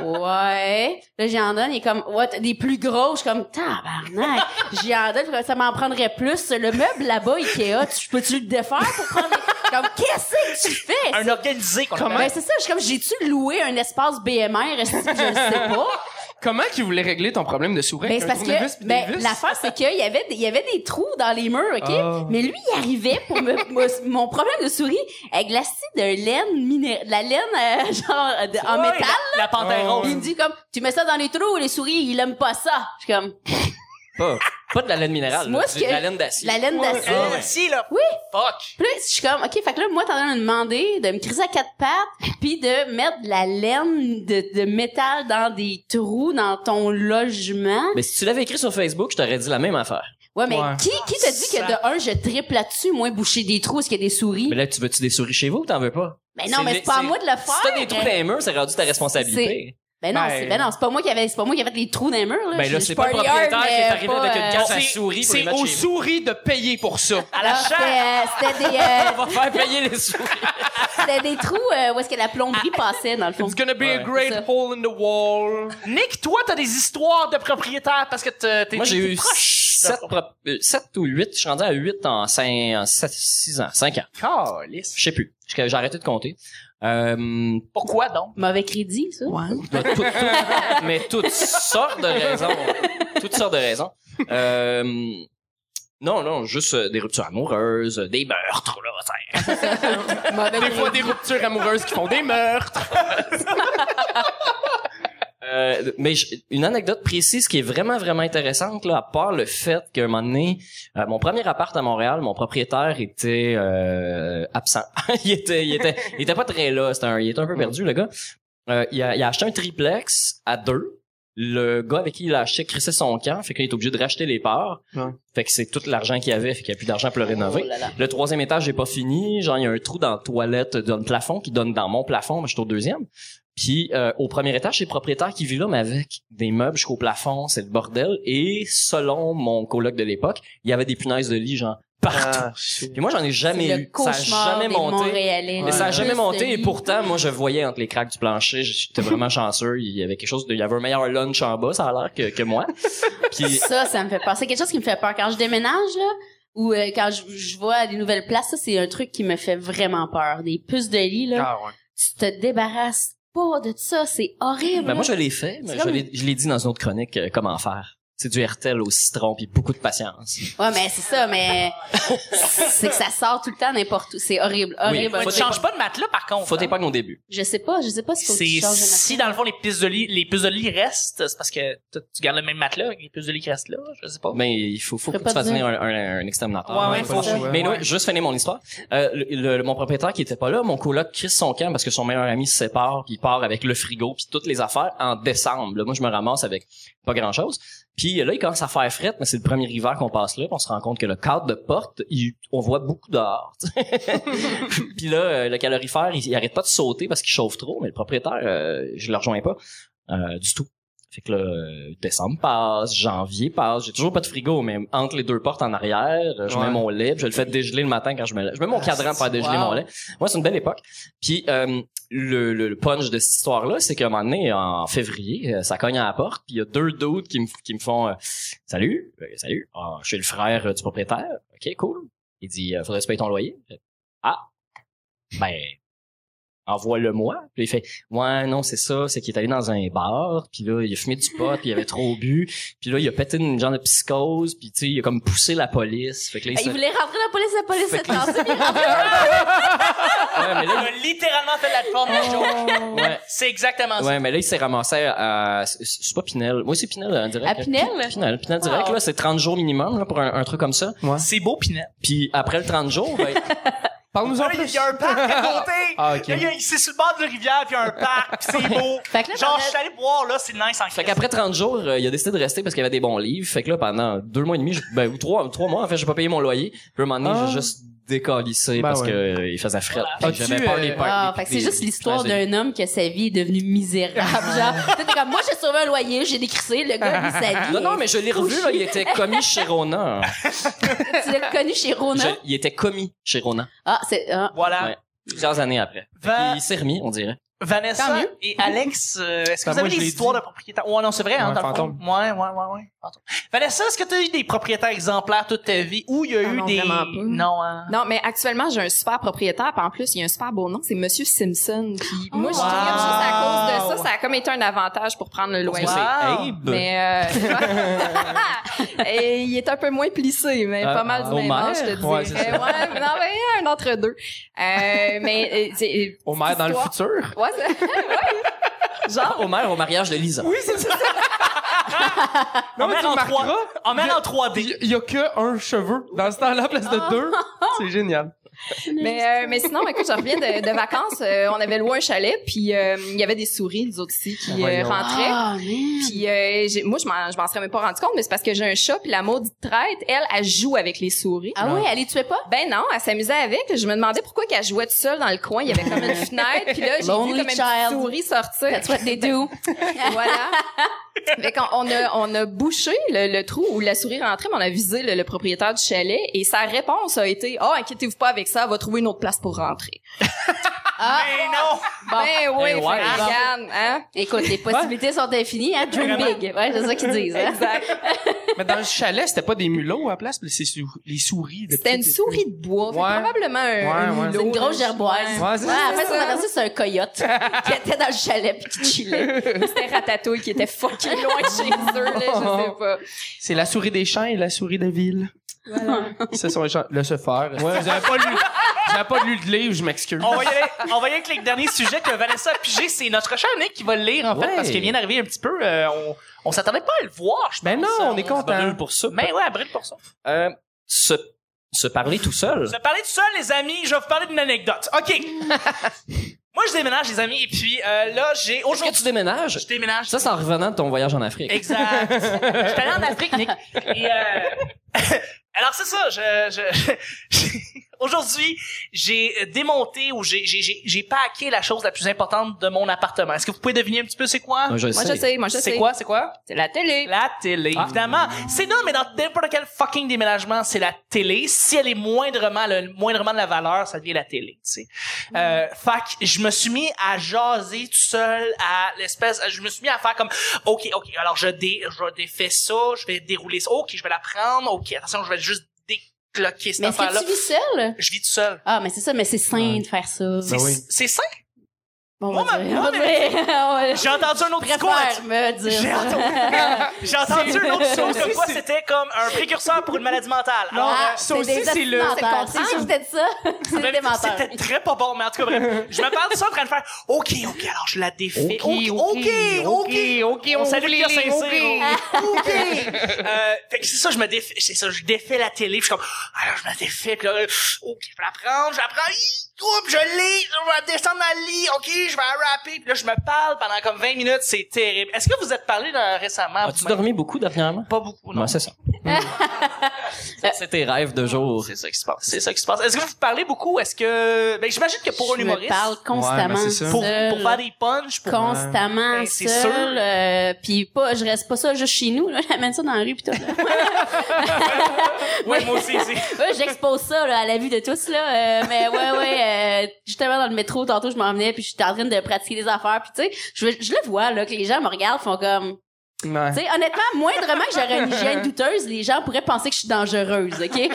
[SPEAKER 2] ouais. Là, j'en donne. Il est comme ouais, t'as des plus gros. Je suis comme tabarnak. J'y en donne, ça m'en prendrait plus. Le meuble là-bas, Ikea, tu peux-tu le défaire pour prendre des- Comme, qu'est-ce que tu fais?
[SPEAKER 1] Un organisé, qu'on
[SPEAKER 4] Comment?
[SPEAKER 1] appelle.
[SPEAKER 2] Ben, c'est ça, je suis comme, j'ai-tu loué un espace BMR? est-ce que Je le sais pas.
[SPEAKER 4] Comment tu voulais régler ton problème de souris?
[SPEAKER 2] Ben,
[SPEAKER 4] avec
[SPEAKER 2] c'est
[SPEAKER 4] un
[SPEAKER 2] parce
[SPEAKER 4] tournevis
[SPEAKER 2] que,
[SPEAKER 4] pis des
[SPEAKER 2] ben,
[SPEAKER 4] vis?
[SPEAKER 2] l'affaire, c'est qu'il y avait, des- il y avait des trous dans les murs, OK?
[SPEAKER 1] Oh.
[SPEAKER 2] Mais lui, il arrivait pour me, me- mon problème de souris avec de la scie de laine miné- de la laine, euh, genre, euh, de- en
[SPEAKER 1] Ouais,
[SPEAKER 2] métal.
[SPEAKER 1] La, la panthère
[SPEAKER 4] Oh.
[SPEAKER 1] rose.
[SPEAKER 2] Puis il me dit comme, tu mets ça dans les trous, les souris, ils aiment pas ça. Je suis comme,
[SPEAKER 3] Pas, pas de la laine minérale.
[SPEAKER 2] Moi,
[SPEAKER 3] là,
[SPEAKER 2] ce
[SPEAKER 3] de
[SPEAKER 2] que-
[SPEAKER 3] la laine d'acier.
[SPEAKER 2] la laine d'acier.
[SPEAKER 1] Ah, ouais. Si, là.
[SPEAKER 2] Ben, Oui.
[SPEAKER 1] Fuck.
[SPEAKER 2] Puis là, je suis comme, OK, fait que là, moi, t'en train de me demander de me criser à quatre pattes, puis de mettre de la laine de, de métal dans des trous dans ton logement.
[SPEAKER 3] Mais si tu l'avais écrit sur Facebook, je t'aurais dit la même affaire.
[SPEAKER 2] Ouais, mais
[SPEAKER 4] Ouais.
[SPEAKER 2] qui, qui te dit que de un, je triple là-dessus, moi, boucher des trous, est-ce qu'il y a des souris?
[SPEAKER 3] Mais là, tu veux-tu des souris chez vous ou t'en veux pas?
[SPEAKER 2] Ben non, mais c'est pas à moi de le faire.
[SPEAKER 3] Si t'as des trous dans les murs, c'est rendu ta responsabilité.
[SPEAKER 2] Ben non,
[SPEAKER 4] Ben-
[SPEAKER 2] c'est, ben non, c'est pas moi qui avait, c'est pas moi qui avait les trous dans les murs, là.
[SPEAKER 3] Ben
[SPEAKER 2] Je- je
[SPEAKER 3] là, c'est
[SPEAKER 2] suis
[SPEAKER 3] pas le
[SPEAKER 2] partier,
[SPEAKER 3] propriétaire qui est
[SPEAKER 2] mais
[SPEAKER 3] arrivé
[SPEAKER 2] pas,
[SPEAKER 3] avec une
[SPEAKER 2] euh,
[SPEAKER 3] casse à
[SPEAKER 1] c'est-
[SPEAKER 3] souris pour les
[SPEAKER 4] C'est
[SPEAKER 3] mettre
[SPEAKER 4] aux
[SPEAKER 3] chez vous.
[SPEAKER 4] souris de payer pour ça.
[SPEAKER 1] À la
[SPEAKER 2] c'était,
[SPEAKER 1] chatte.
[SPEAKER 2] euh, c'était des, euh,
[SPEAKER 3] On va faire payer les souris.
[SPEAKER 2] c'était des trous euh, où est-ce que la plomberie passait, dans le fond.
[SPEAKER 4] It's gonna be a
[SPEAKER 3] Ouais.
[SPEAKER 4] great
[SPEAKER 2] Ça.
[SPEAKER 4] hole in the wall.
[SPEAKER 1] Nick, toi, t'as des histoires de propriétaires parce que t'es t'es-
[SPEAKER 3] Moi, j'ai
[SPEAKER 1] t'es
[SPEAKER 3] eu
[SPEAKER 1] proche.
[SPEAKER 3] 7, ou 8. Je suis rendu à 8 en 5, 6 ans, 5 ans.
[SPEAKER 4] Calice.
[SPEAKER 3] Je sais plus. J'ai j'ai arrêté de compter. Euh,
[SPEAKER 1] Pourquoi donc?
[SPEAKER 2] Mauvais crédit, ça. Ouais.
[SPEAKER 3] de tout- tout- mais toutes sortes de raisons. Toutes sortes de raisons. Euh, non, non, juste euh, des ruptures amoureuses, euh, des meurtres, là. ça-
[SPEAKER 4] Des fois, des ruptures amoureuses qui font des meurtres.
[SPEAKER 3] Euh, mais j- une anecdote précise qui est vraiment, vraiment intéressante, là, à part le fait qu'à un moment donné, euh, mon premier appart à Montréal, mon propriétaire était euh, absent. il, était, il, était, il était pas très là. C'était un- il était un peu perdu, le gars. Euh, il, a, il a acheté un triplex à deux. Le gars avec qui il a acheté crissait son camp, fait qu'il est obligé de racheter les parts.
[SPEAKER 4] Ouais.
[SPEAKER 3] Fait que c'est tout l'argent qu'il avait, fait qu'il n'y a plus d'argent
[SPEAKER 2] Oh
[SPEAKER 3] pour le rénover. Le troisième étage n'est pas fini. Genre, il y a un trou dans la toilette dans le plafond qui donne dans mon plafond, mais je suis au deuxième. Puis euh, au premier étage, c'est le propriétaire qui vit là, mais avec des meubles jusqu'au plafond, c'est le bordel. Et selon mon coloc de l'époque, il y avait des punaises de lit, genre, partout.
[SPEAKER 4] Ah.
[SPEAKER 3] Puis moi, j'en ai
[SPEAKER 2] C'est
[SPEAKER 3] jamais
[SPEAKER 2] le
[SPEAKER 3] eu. Ça a
[SPEAKER 2] cauchemar
[SPEAKER 3] jamais
[SPEAKER 2] des
[SPEAKER 3] monté.
[SPEAKER 2] Montréalais.
[SPEAKER 3] Mais ça a
[SPEAKER 2] Le
[SPEAKER 3] jamais
[SPEAKER 2] plus de
[SPEAKER 3] monté et
[SPEAKER 2] lits.
[SPEAKER 3] pourtant moi je voyais entre les craques du plancher, j'étais vraiment chanceux, il y avait quelque chose de il y avait un meilleur lunch en bas ça a l'air que, que moi. Puis
[SPEAKER 2] Ça, ça me fait peur. C'est quelque chose qui me fait peur. Quand je déménage, là, ou euh, quand je, je vois des nouvelles places, ça, c'est un truc qui me fait vraiment peur. Des puces de lit, là,
[SPEAKER 4] Ah ouais.
[SPEAKER 2] tu te débarrasses pas de ça. C'est horrible.
[SPEAKER 3] ben, moi je l'ai fait, mais
[SPEAKER 2] C'est
[SPEAKER 3] je
[SPEAKER 2] comme-
[SPEAKER 3] l'ai je l'ai dit dans une autre chronique euh, comment faire. C'est du RTL au citron puis beaucoup de patience.
[SPEAKER 2] Ouais, mais c'est ça, mais c'est que ça sort tout le temps n'importe où. C'est horrible, horrible.
[SPEAKER 1] Ouais,
[SPEAKER 3] Faut
[SPEAKER 1] ben, tu changes pas de matelas, par contre.
[SPEAKER 3] Faut
[SPEAKER 1] hein?
[SPEAKER 3] t'épargner au début.
[SPEAKER 2] Je sais pas, je sais pas si faut que tu
[SPEAKER 1] C'est
[SPEAKER 2] changes de
[SPEAKER 1] si
[SPEAKER 2] matelas.
[SPEAKER 1] dans le fond les pistes de lit, les pistes de lit restent, c'est parce que t- tu gardes le même matelas, avec les pistes de lit qui restent là, je sais pas.
[SPEAKER 3] Mais Ben, il faut, faut
[SPEAKER 2] Faut
[SPEAKER 3] que
[SPEAKER 2] pas
[SPEAKER 3] tu fasses
[SPEAKER 2] dire.
[SPEAKER 3] venir un, un, un exterminateur.
[SPEAKER 1] Ouais, ouais,
[SPEAKER 4] pas
[SPEAKER 1] faut-
[SPEAKER 4] le choix.
[SPEAKER 3] Mais non, juste finir mon histoire. Euh, le, le- mon propriétaire qui était pas là, mon coloc crisse son camp parce que son meilleur ami se sépare, puis il part avec le frigo puis toutes les affaires en décembre. Là, moi, je me ramasse avec pas grand chose. Puis euh, là, il commence à faire frette, mais c'est le premier hiver qu'on passe là, puis on se rend compte que le cadre de porte, il- on voit beaucoup dehors. tu sais. puis là, euh, le calorifère, il, il arrête pas de sauter parce qu'il chauffe trop, mais le propriétaire, euh, je le rejoins pas euh, du tout. Fait que là, euh, décembre passe, janvier passe, j'ai toujours pas de frigo, mais entre les deux portes en arrière, euh, je
[SPEAKER 4] Ouais.
[SPEAKER 3] mets mon lait, puis je le fais dégeler le matin quand je me lève. Je mets mon cadran pour faire dégeler
[SPEAKER 1] wow.
[SPEAKER 3] mon lait. Moi, c'est une belle époque. Puis euh, le, le- le punch de cette histoire-là, c'est qu'à un moment donné, en février, euh, ça cogne à la porte, puis il y a deux doutes qui me, qui me font euh, Salut, euh, salut, Ah, je suis le frère euh, du propriétaire. OK, cool. Il dit euh, Faudrait se payer ton loyer. Je fais, Ah, ben... envoie-le-moi. Puis il fait, ouais, non, c'est ça, c'est qu'il est allé dans un bar, puis là, il a fumé du pot, puis il avait trop bu, puis là, il a pété une genre de psychose, puis tu sais, il a comme poussé la police. Fait que là, il
[SPEAKER 2] Ben, Il
[SPEAKER 3] s'est-
[SPEAKER 2] voulait rentrer la police, la police s'est lancée. puis il est rentré.
[SPEAKER 3] Ouais, mais
[SPEAKER 1] Il
[SPEAKER 3] là,
[SPEAKER 1] a littéralement fait la forme de la joke.
[SPEAKER 3] Ouais.
[SPEAKER 1] C'est exactement
[SPEAKER 3] il-
[SPEAKER 1] ça.
[SPEAKER 3] ouais, mais là, il s'est ramassé à, à- c'est c'est pas Pinel. Oui, c'est Pinel, en direct.
[SPEAKER 2] À Pinel?
[SPEAKER 3] Pinel, Pinel direct, là, c'est 30 jours minimum, là, pour un, un truc comme ça.
[SPEAKER 1] C'est beau, Pinel.
[SPEAKER 3] Puis après le 30 jours, ben,
[SPEAKER 4] Parle-nous en
[SPEAKER 1] Là, Il
[SPEAKER 4] plus.
[SPEAKER 1] y a un parc à côté.
[SPEAKER 4] Ah, ok.
[SPEAKER 1] Il y a- C'est sur le bord de la rivière, puis il y a un parc, puis c'est beau.
[SPEAKER 2] Fait que là,
[SPEAKER 1] Genre,
[SPEAKER 2] pendant-
[SPEAKER 1] je suis allé boire, là, c'est nice en
[SPEAKER 3] Fait
[SPEAKER 1] crise.
[SPEAKER 3] qu'après 30 jours, euh, il a décidé de rester parce qu'il y avait des bons livres. Fait que là, pendant deux mois et demi, je- ben, ou trois, trois mois, en fait, j'ai pas payé mon loyer. Puis à un moment donné,
[SPEAKER 4] Ah.
[SPEAKER 3] j'ai juste décalissé
[SPEAKER 4] Ben
[SPEAKER 3] parce
[SPEAKER 4] ouais.
[SPEAKER 3] que euh, il faisait fret. Puis
[SPEAKER 4] As-tu,
[SPEAKER 3] J'avais peur des
[SPEAKER 4] euh,
[SPEAKER 3] parties,
[SPEAKER 2] Ah, fait
[SPEAKER 3] puis
[SPEAKER 2] que c'est
[SPEAKER 3] des-
[SPEAKER 2] juste
[SPEAKER 3] des
[SPEAKER 2] l'histoire
[SPEAKER 3] plaisirs.
[SPEAKER 2] d'un homme que sa vie est devenue misérable. Genre, t'es comme, moi, j'ai sauvé un loyer, j'ai décrissé, le gars, lui, sa vie.
[SPEAKER 3] Non, non, mais je l'ai revu, là, il était commis chez Ronan.
[SPEAKER 2] Tu l'as connu chez
[SPEAKER 3] Je-
[SPEAKER 2] Ronan?
[SPEAKER 3] il était commis chez Ronan.
[SPEAKER 2] Ah, c'est, ah.
[SPEAKER 1] Voilà.
[SPEAKER 3] Ouais. Plusieurs années après. Fait
[SPEAKER 1] Va-
[SPEAKER 4] Ben,
[SPEAKER 3] qu'il s'est remis, on dirait.
[SPEAKER 1] Vanessa
[SPEAKER 2] Tant mieux.
[SPEAKER 1] et Alex, euh, est-ce que
[SPEAKER 4] Ben,
[SPEAKER 1] vous avez
[SPEAKER 4] moi, je
[SPEAKER 1] des
[SPEAKER 4] l'ai
[SPEAKER 1] histoires
[SPEAKER 4] dit.
[SPEAKER 1] de propriétaires? Ouais, non, c'est vrai, hein,
[SPEAKER 4] Ouais,
[SPEAKER 1] dans le fond.
[SPEAKER 4] fantôme.
[SPEAKER 1] Ouais, ouais, ouais, ouais. fantôme. Vanessa, est-ce que tu as eu des propriétaires exemplaires toute ta vie ou il y a
[SPEAKER 5] Ah
[SPEAKER 1] eu
[SPEAKER 5] non,
[SPEAKER 1] des.
[SPEAKER 5] vraiment pas.
[SPEAKER 1] Non, hein.
[SPEAKER 5] Non, mais actuellement, j'ai un super propriétaire, puis en plus, il y a un super beau nom, c'est Monsieur Simpson. Puis moi, je
[SPEAKER 1] Wow.
[SPEAKER 5] tripe juste à cause de ça. Ça a comme été un avantage pour prendre le
[SPEAKER 3] Parce
[SPEAKER 5] loyer.
[SPEAKER 3] que
[SPEAKER 1] Wow.
[SPEAKER 3] c'est Abe.
[SPEAKER 5] Mais euh, et il est un peu moins plissé, mais
[SPEAKER 3] Ah,
[SPEAKER 5] pas mal du même
[SPEAKER 3] Homer?
[SPEAKER 5] âge, je te
[SPEAKER 4] Euh,
[SPEAKER 5] dirais.
[SPEAKER 4] Ouais,
[SPEAKER 5] Ouais,
[SPEAKER 4] c'est
[SPEAKER 5] mais non, mais un entre deux. Euh, mais euh, c'est-
[SPEAKER 4] Au maire dans le
[SPEAKER 5] Histoire.
[SPEAKER 4] futur.
[SPEAKER 5] ouais, c'est- genre.
[SPEAKER 3] Homer au mariage de Lisa.
[SPEAKER 4] Oui, c'est ça. non, mais
[SPEAKER 1] Homer
[SPEAKER 4] tu
[SPEAKER 1] en
[SPEAKER 4] remarqueras,
[SPEAKER 1] En même
[SPEAKER 4] Je-
[SPEAKER 1] en 3D.
[SPEAKER 4] il y a que un cheveu dans ce temps-là, à la place de deux. C'est génial.
[SPEAKER 5] Mais euh, mais sinon, écoute, je reviens de, de vacances. euh, on avait loué un chalet, puis euh, il y avait des souris, nous autres ici, qui euh,
[SPEAKER 4] Voyons.
[SPEAKER 5] rentraient.
[SPEAKER 2] Ah, man.
[SPEAKER 5] Puis euh, j'ai- moi, je m'en, je m'en serais même pas rendu compte, mais c'est parce que j'ai un chat, puis la maudite traite, elle, elle joue avec les souris.
[SPEAKER 2] Ah ouais, elle les tuait pas?
[SPEAKER 5] Ben non, elle s'amusait avec. Je me demandais pourquoi qu'elle jouait toute seule dans le coin. Il y avait comme une fenêtre, puis là, j'ai vu comme
[SPEAKER 2] Lonely
[SPEAKER 5] une petite
[SPEAKER 2] child.
[SPEAKER 5] souris sortir.
[SPEAKER 2] That's what they do.
[SPEAKER 5] voilà. Fait qu'on on a, on a bouché le, le trou où la souris rentrait, mais on a visé le, le propriétaire du chalet, et sa réponse a été « Ah, inquiétez-vous pas avec ça, elle va trouver une autre place pour rentrer.
[SPEAKER 2] Ah,
[SPEAKER 1] Mais non!
[SPEAKER 5] Ben oui,
[SPEAKER 3] Eh ouais.
[SPEAKER 5] fait que regarde, hein?
[SPEAKER 2] écoute, les possibilités sont infinies, hein? Dream big. Ouais, c'est ça qu'ils disent, hein?
[SPEAKER 5] Exact.
[SPEAKER 4] Mais dans le chalet, c'était pas des mulots à la place, mais c'est sou- les souris. de
[SPEAKER 5] C'était une
[SPEAKER 4] petites-
[SPEAKER 5] souris de bois, fait
[SPEAKER 4] Ouais.
[SPEAKER 5] probablement un, un
[SPEAKER 4] Ouais, ouais.
[SPEAKER 5] mulot,
[SPEAKER 2] C'est une grosse
[SPEAKER 5] là.
[SPEAKER 2] gerboise.
[SPEAKER 4] Ouais, c'est
[SPEAKER 2] Ouais,
[SPEAKER 4] ça.
[SPEAKER 2] en fait, on a ça, c'est un coyote qui était dans le chalet puis qui chillait.
[SPEAKER 5] C'était Ratatouille qui était fucking loin de chez eux, là, je sais pas.
[SPEAKER 4] C'est la souris des champs et la souris de ville. Voilà. C'est son échange. Le se faire. Ouais, j'avais pas lu. J'avais pas lu le livre, je m'excuse.
[SPEAKER 1] On va, y aller, on va y aller avec le dernier sujet que Vanessa a pigé. C'est notre cher Nick qui va le lire, en fait,
[SPEAKER 4] Ouais.
[SPEAKER 1] parce qu'il vient d'arriver un petit peu. euh, on on s'attendait pas à le voir, je pense.
[SPEAKER 4] Ben non, on est content.
[SPEAKER 3] Brûle pour ça.
[SPEAKER 1] Mais ouais, brille pour ça.
[SPEAKER 3] Euh, se, se parler tout seul.
[SPEAKER 1] Je vais parler tout seul, les amis. Je vais vous parler d'une anecdote. OK. Moi, je déménage, les amis, et puis euh, là, j'ai...
[SPEAKER 3] Est-ce que tu
[SPEAKER 1] Aujourd'hui,
[SPEAKER 3] déménages?
[SPEAKER 1] je déménage.
[SPEAKER 3] Ça, c'est en revenant de ton voyage en Afrique.
[SPEAKER 1] Exact. J'étais allé en Afrique, Nick. Et, euh, Alors, c'est ça. Je, je... Aujourd'hui, j'ai démonté ou j'ai, j'ai, j'ai, j'ai packé la chose la plus importante de mon appartement. Est-ce que vous pouvez deviner un petit peu c'est quoi?
[SPEAKER 3] Ouais, je
[SPEAKER 5] Moi,
[SPEAKER 3] sais.
[SPEAKER 5] je sais, moi, je sais.
[SPEAKER 1] c'est quoi, c'est quoi?
[SPEAKER 5] C'est la télé.
[SPEAKER 1] La télé. Évidemment, c'est non, mais dans n'importe quel fucking déménagement, c'est la télé. Si elle est moindrement, le, moindrement de la valeur, ça devient la télé, tu sais. Euh, fait que je me suis mis à jaser tout seul à l'espèce, je me suis mis à faire comme, OK, OK, alors je, dé, je défais ça, je vais dérouler ça, OK, je vais la prendre, OK, attention, je vais juste décloquer cette
[SPEAKER 2] Mais est-ce que
[SPEAKER 1] affaire-là.
[SPEAKER 2] tu vis seul?
[SPEAKER 1] Je vis tout seul.
[SPEAKER 2] Ah, mais c'est ça, mais c'est sain de faire ça.
[SPEAKER 1] C'est
[SPEAKER 4] Ben oui.
[SPEAKER 1] c'est simple.
[SPEAKER 2] Bon,
[SPEAKER 1] Moi,
[SPEAKER 2] on va
[SPEAKER 1] ma-
[SPEAKER 2] dire-
[SPEAKER 1] moi,
[SPEAKER 2] on va dire- on va-
[SPEAKER 1] J'ai entendu un autre
[SPEAKER 2] Je
[SPEAKER 1] discours là-dessus.
[SPEAKER 2] préfère me dire.
[SPEAKER 1] J'ai
[SPEAKER 2] ça.
[SPEAKER 1] entendu, j'ai entendu un autre discours comme
[SPEAKER 4] C'est-
[SPEAKER 1] quoi
[SPEAKER 4] c'est-
[SPEAKER 1] c'était comme un précurseur pour une maladie mentale. Alors,
[SPEAKER 2] Ah,
[SPEAKER 4] ça
[SPEAKER 2] c'est
[SPEAKER 4] aussi,
[SPEAKER 2] des
[SPEAKER 4] c'est
[SPEAKER 2] estimes
[SPEAKER 4] le-
[SPEAKER 2] mentales.
[SPEAKER 5] c'est
[SPEAKER 2] C'est
[SPEAKER 5] le
[SPEAKER 2] sûr que c'était ça. C'est des
[SPEAKER 1] Même si
[SPEAKER 2] menteurs.
[SPEAKER 1] C'était très pas bon, mais en tout cas, bref. Je me parle de ça en train de faire OK, OK, alors je la défais. OK, OK, OK.
[SPEAKER 4] ok,
[SPEAKER 1] On salue Pierre Saint-Cyr.
[SPEAKER 4] ok.
[SPEAKER 1] OK. Euh, fait que c'est ça, je me défais, c'est ça, je défais la télé, puis je suis comme, alors je me défais, puis là, euh, OK, je vais la prendre, je la prends, hi, oups, je l'ai, je vais descendre dans le lit, OK, je vais la rapper, puis là, je me parle pendant comme 20 minutes, c'est terrible. Est-ce que vous êtes parlé dans- récemment?
[SPEAKER 3] As-tu
[SPEAKER 1] vous-même?
[SPEAKER 3] dormi beaucoup dernièrement?
[SPEAKER 1] Pas beaucoup, non.
[SPEAKER 3] Non, c'est ça. Ça, Mm. c'est tes rêves de jour.
[SPEAKER 1] C'est ça qui se passe. C'est ça qui se passe. Est-ce que vous parlez beaucoup? Est-ce que, ben, j'imagine que pour un
[SPEAKER 2] Je me
[SPEAKER 1] humoriste.
[SPEAKER 2] parle constamment.
[SPEAKER 4] Ouais, mais c'est ça.
[SPEAKER 1] pour,
[SPEAKER 2] seule.
[SPEAKER 1] pour faire des punchs, pour...
[SPEAKER 2] constamment
[SPEAKER 1] Ben, c'est
[SPEAKER 2] seul
[SPEAKER 1] sûr.
[SPEAKER 2] euh, puis pas je reste pas ça juste chez nous là j'amène ça dans la rue puis tout là.
[SPEAKER 1] Ouais, moi aussi, c'est...
[SPEAKER 2] Ouais, j'expose ça là, à la vue de tous là euh, mais ouais ouais euh, justement dans le métro tantôt je m'en venais puis j'étais en train de pratiquer des affaires puis tu sais je je le vois là que les gens me regardent font comme
[SPEAKER 4] Ouais.
[SPEAKER 2] Tu sais, honnêtement, moindrement que j'aurais une hygiène douteuse, les gens pourraient penser que je suis dangereuse, OK? Tu sais,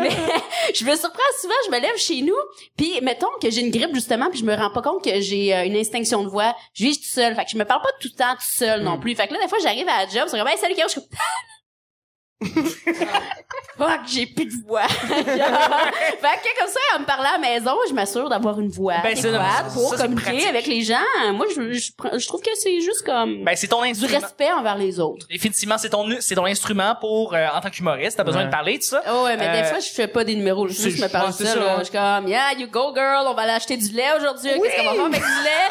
[SPEAKER 2] mais je me surprends souvent, je me lève chez nous, puis mettons que j'ai une grippe, justement, puis je me rends pas compte que j'ai euh, une extinction de voix. Je vis tout seul, fait que je me parle pas tout le temps tout seul
[SPEAKER 1] Hmm.
[SPEAKER 2] non plus. Fait que là, des fois, j'arrive à la job, c'est comme « Hey, salut, Caro! » Je suis comme... Fuck, j'ai plus de voix. fait que comme ça, en me parlant à la maison, je m'assure d'avoir une voix
[SPEAKER 1] Ben, c'est-
[SPEAKER 2] adéquate
[SPEAKER 1] ça,
[SPEAKER 2] pour
[SPEAKER 1] c'est pratique.
[SPEAKER 2] communiquer avec les gens. Moi, je, je, prends- je trouve que c'est juste comme
[SPEAKER 1] Ben, c'est ton
[SPEAKER 2] du
[SPEAKER 1] instrument.
[SPEAKER 2] respect envers les autres.
[SPEAKER 1] Définitivement, c'est ton, c'est ton instrument pour, euh, en tant qu'humoriste, t'as besoin
[SPEAKER 4] Ouais.
[SPEAKER 1] de parler, tout ça.
[SPEAKER 2] Oh ouais, mais
[SPEAKER 1] Euh,
[SPEAKER 2] des fois, je fais pas des numéros. Je,
[SPEAKER 1] c'est-
[SPEAKER 2] je me parle
[SPEAKER 1] ouais, c'est
[SPEAKER 2] seule,
[SPEAKER 1] ça,
[SPEAKER 2] là.
[SPEAKER 1] hein.
[SPEAKER 2] Je suis comme, yeah, you go girl, on va aller acheter du lait aujourd'hui. Qu'est-ce qu'on va faire avec du lait?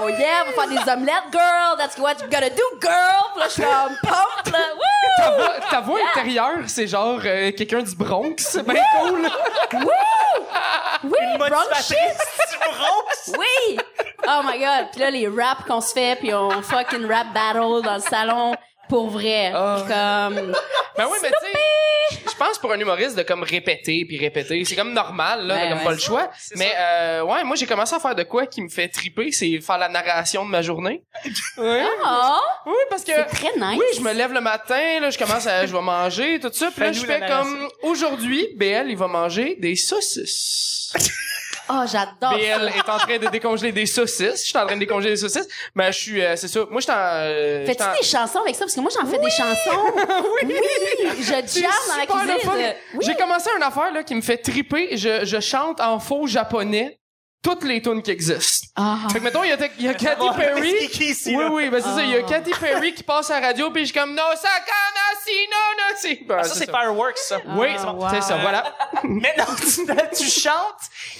[SPEAKER 2] oh yeah, on va faire des omelettes, girl. That's what you gotta do, girl. Puis là, je suis comme, pompe, là. Woo!
[SPEAKER 4] Ta voix, Ah, ta voix intérieure, c'est genre euh, quelqu'un du Bronx, c'est bien cool.
[SPEAKER 2] Oui, bronch
[SPEAKER 1] Motivatrice du Bronx.
[SPEAKER 2] Oui! Oh my god! Puis là, les raps qu'on se fait, puis on fucking rap battle dans le salon, pour vrai. Comme...
[SPEAKER 4] Ben oui, mais tu sais, je pense pour un humoriste de comme répéter puis répéter, c'est comme normal là,
[SPEAKER 2] Ouais,
[SPEAKER 4] t'as comme
[SPEAKER 2] ouais.
[SPEAKER 4] pas le choix.
[SPEAKER 1] C'est
[SPEAKER 4] Mais euh, ouais, moi j'ai commencé à faire de quoi qui me fait triper, c'est faire la narration de ma journée. Oui,
[SPEAKER 2] Oh!
[SPEAKER 4] oui parce que
[SPEAKER 2] C'est très nice.
[SPEAKER 4] oui, je me lève le matin, là, je commence à je vais manger tout ça, puis là
[SPEAKER 1] Fais-nous
[SPEAKER 4] je
[SPEAKER 1] la
[SPEAKER 4] fais comme
[SPEAKER 1] narration.
[SPEAKER 4] aujourd'hui, BL il va manger des saucisses.
[SPEAKER 2] Oh, j'adore ça.
[SPEAKER 4] BL est en train de décongeler des saucisses. Je suis en train de décongeler des saucisses, mais je suis euh, c'est ça. Moi je suis en euh,
[SPEAKER 2] Fais-tu
[SPEAKER 4] j'étais en-
[SPEAKER 2] des chansons avec ça? Parce que moi, j'en fais des chansons.
[SPEAKER 4] Oui.
[SPEAKER 2] Je jamme
[SPEAKER 4] C'est
[SPEAKER 2] dans la
[SPEAKER 4] super le
[SPEAKER 2] cuisine.
[SPEAKER 4] fun.
[SPEAKER 2] Euh,
[SPEAKER 4] J'ai commencé une affaire là, qui me fait triper. Je, je chante en faux japonais toutes les tunes qui existent.
[SPEAKER 2] Ah.
[SPEAKER 4] Fait que mettons, il y a, il y a Katy
[SPEAKER 1] On va
[SPEAKER 4] Perry.
[SPEAKER 1] l'expliquer ici,
[SPEAKER 4] oui,
[SPEAKER 1] là.
[SPEAKER 4] oui, ben c'est ça. Il y a
[SPEAKER 2] Ah.
[SPEAKER 4] Katy Perry qui passe à la radio, puis je suis comme « No, Sakana, si, no, no, si. Ben,
[SPEAKER 1] Ah, ça, c'est Fireworks, ça.
[SPEAKER 4] Oui,
[SPEAKER 2] Ah,
[SPEAKER 4] c'est bon.
[SPEAKER 2] wow.
[SPEAKER 4] C'est ça, voilà.
[SPEAKER 1] Mais non, tu, tu chantes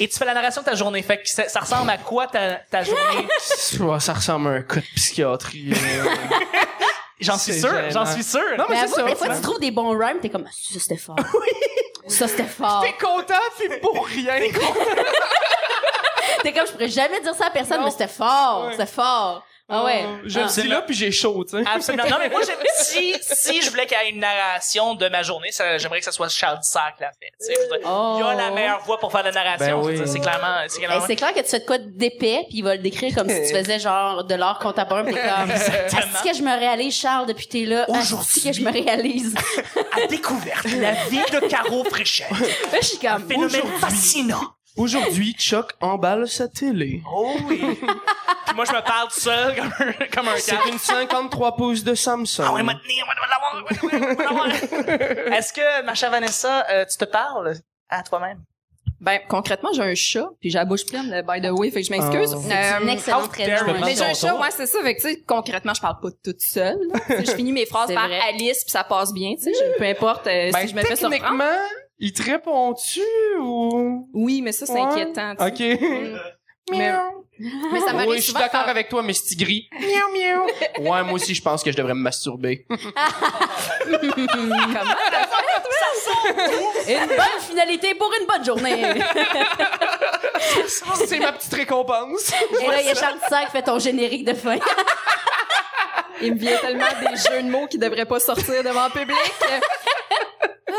[SPEAKER 1] et tu fais la narration de ta journée. Fait que ça, ça ressemble à quoi ta, ta journée?
[SPEAKER 4] Ouais, ça ressemble à un cas de psychiatrie. là.
[SPEAKER 1] J'en suis
[SPEAKER 4] C'est
[SPEAKER 1] sûr,
[SPEAKER 4] gênant.
[SPEAKER 1] j'en suis sûr.
[SPEAKER 4] non,
[SPEAKER 2] Ben Mais
[SPEAKER 4] mais
[SPEAKER 2] avoue,
[SPEAKER 4] c'est ça.
[SPEAKER 2] des fois, tu trouves des bons rhymes, t'es comme, Ah, ça, c'était fort. Ça, c'était fort.
[SPEAKER 4] T'es content, puis pour rien.
[SPEAKER 2] T'es comme, je pourrais jamais dire ça à personne, mais c'était fort. C'était fort. Ah ouais.
[SPEAKER 4] Je
[SPEAKER 2] Ah.
[SPEAKER 4] me suis là, puis j'ai chaud, tu sais.
[SPEAKER 1] Absolument. Non, mais moi, j'aime- si, si je voulais qu'il y ait une narration de ma journée, ça- j'aimerais que ça soit Charles Dissard qui l'a fait. tu sais. Je veux dire,
[SPEAKER 2] Oh.
[SPEAKER 1] Il a la meilleure voix pour faire la narration.
[SPEAKER 4] Ben
[SPEAKER 1] Je veux
[SPEAKER 4] oui.
[SPEAKER 1] dire, C'est clairement, c'est
[SPEAKER 2] Ben,
[SPEAKER 1] clairement.
[SPEAKER 2] c'est clair que tu fais de quoi d'épais, puis il va le décrire comme si tu faisais genre de l'art contemporain, pis t'es comme, est-ce que je me réalise, Charles, depuis que t'es là?
[SPEAKER 1] Aujourd'hui.
[SPEAKER 2] Est-ce que je me réalise?
[SPEAKER 1] à découverte la vie de Caro Fréchette.
[SPEAKER 2] Là, je suis comme,
[SPEAKER 1] Phénomène fascinant.
[SPEAKER 4] Aujourd'hui, Chuck emballe sa télé.
[SPEAKER 1] Oh oui. Puis moi, je me parle tout seul comme un, comme un
[SPEAKER 4] C'est
[SPEAKER 1] gars.
[SPEAKER 4] une 53 pouces de Samsung.
[SPEAKER 1] Ah ouais, m'a tenir, m'a- m'a l'avoir, m'a- m'a- m'a l'avoir. Est-ce que, ma chère Vanessa, euh, tu te parles à toi-même?
[SPEAKER 5] Ben, concrètement, j'ai un chat, puis j'ai la bouche pleine, là, by the way, fait que je m'excuse.
[SPEAKER 4] Oh.
[SPEAKER 2] c'est une
[SPEAKER 5] Euh,
[SPEAKER 1] how
[SPEAKER 2] excellente
[SPEAKER 1] dare
[SPEAKER 2] raison.
[SPEAKER 1] you.
[SPEAKER 5] mais j'ai un
[SPEAKER 4] Son
[SPEAKER 5] chat,
[SPEAKER 4] tour.
[SPEAKER 5] ouais, c'est ça. Fait que, tu sais, concrètement, je parle pas toute seule. là. Tu sais, je finis mes phrases
[SPEAKER 2] C'est
[SPEAKER 5] par
[SPEAKER 2] vrai.
[SPEAKER 5] Alice, puis ça passe bien, tu sais. je- Peu importe euh,
[SPEAKER 4] Ben,
[SPEAKER 5] si je me fais surprendre.
[SPEAKER 4] techniquement, il te répond-tu ou...
[SPEAKER 5] Oui, mais ça, c'est
[SPEAKER 4] Ouais.
[SPEAKER 5] inquiétant, tu sais.
[SPEAKER 4] OK.
[SPEAKER 5] Mm. Mais,
[SPEAKER 4] Miaou.
[SPEAKER 5] mais ça m'arrive
[SPEAKER 4] oui, je suis
[SPEAKER 5] souvent
[SPEAKER 4] d'accord
[SPEAKER 5] de faire-
[SPEAKER 4] avec toi, mes petits gris. Miaou, miaou. Ouais, moi aussi, je pense que je devrais me masturber.
[SPEAKER 2] Une bonne finalité pour une bonne journée. Et
[SPEAKER 4] C'est ma petite récompense.
[SPEAKER 2] là, il y a Charles Tissard qui fait ton générique de fin.
[SPEAKER 5] Il me vient tellement des jeux de mots qui devraient pas sortir devant le public.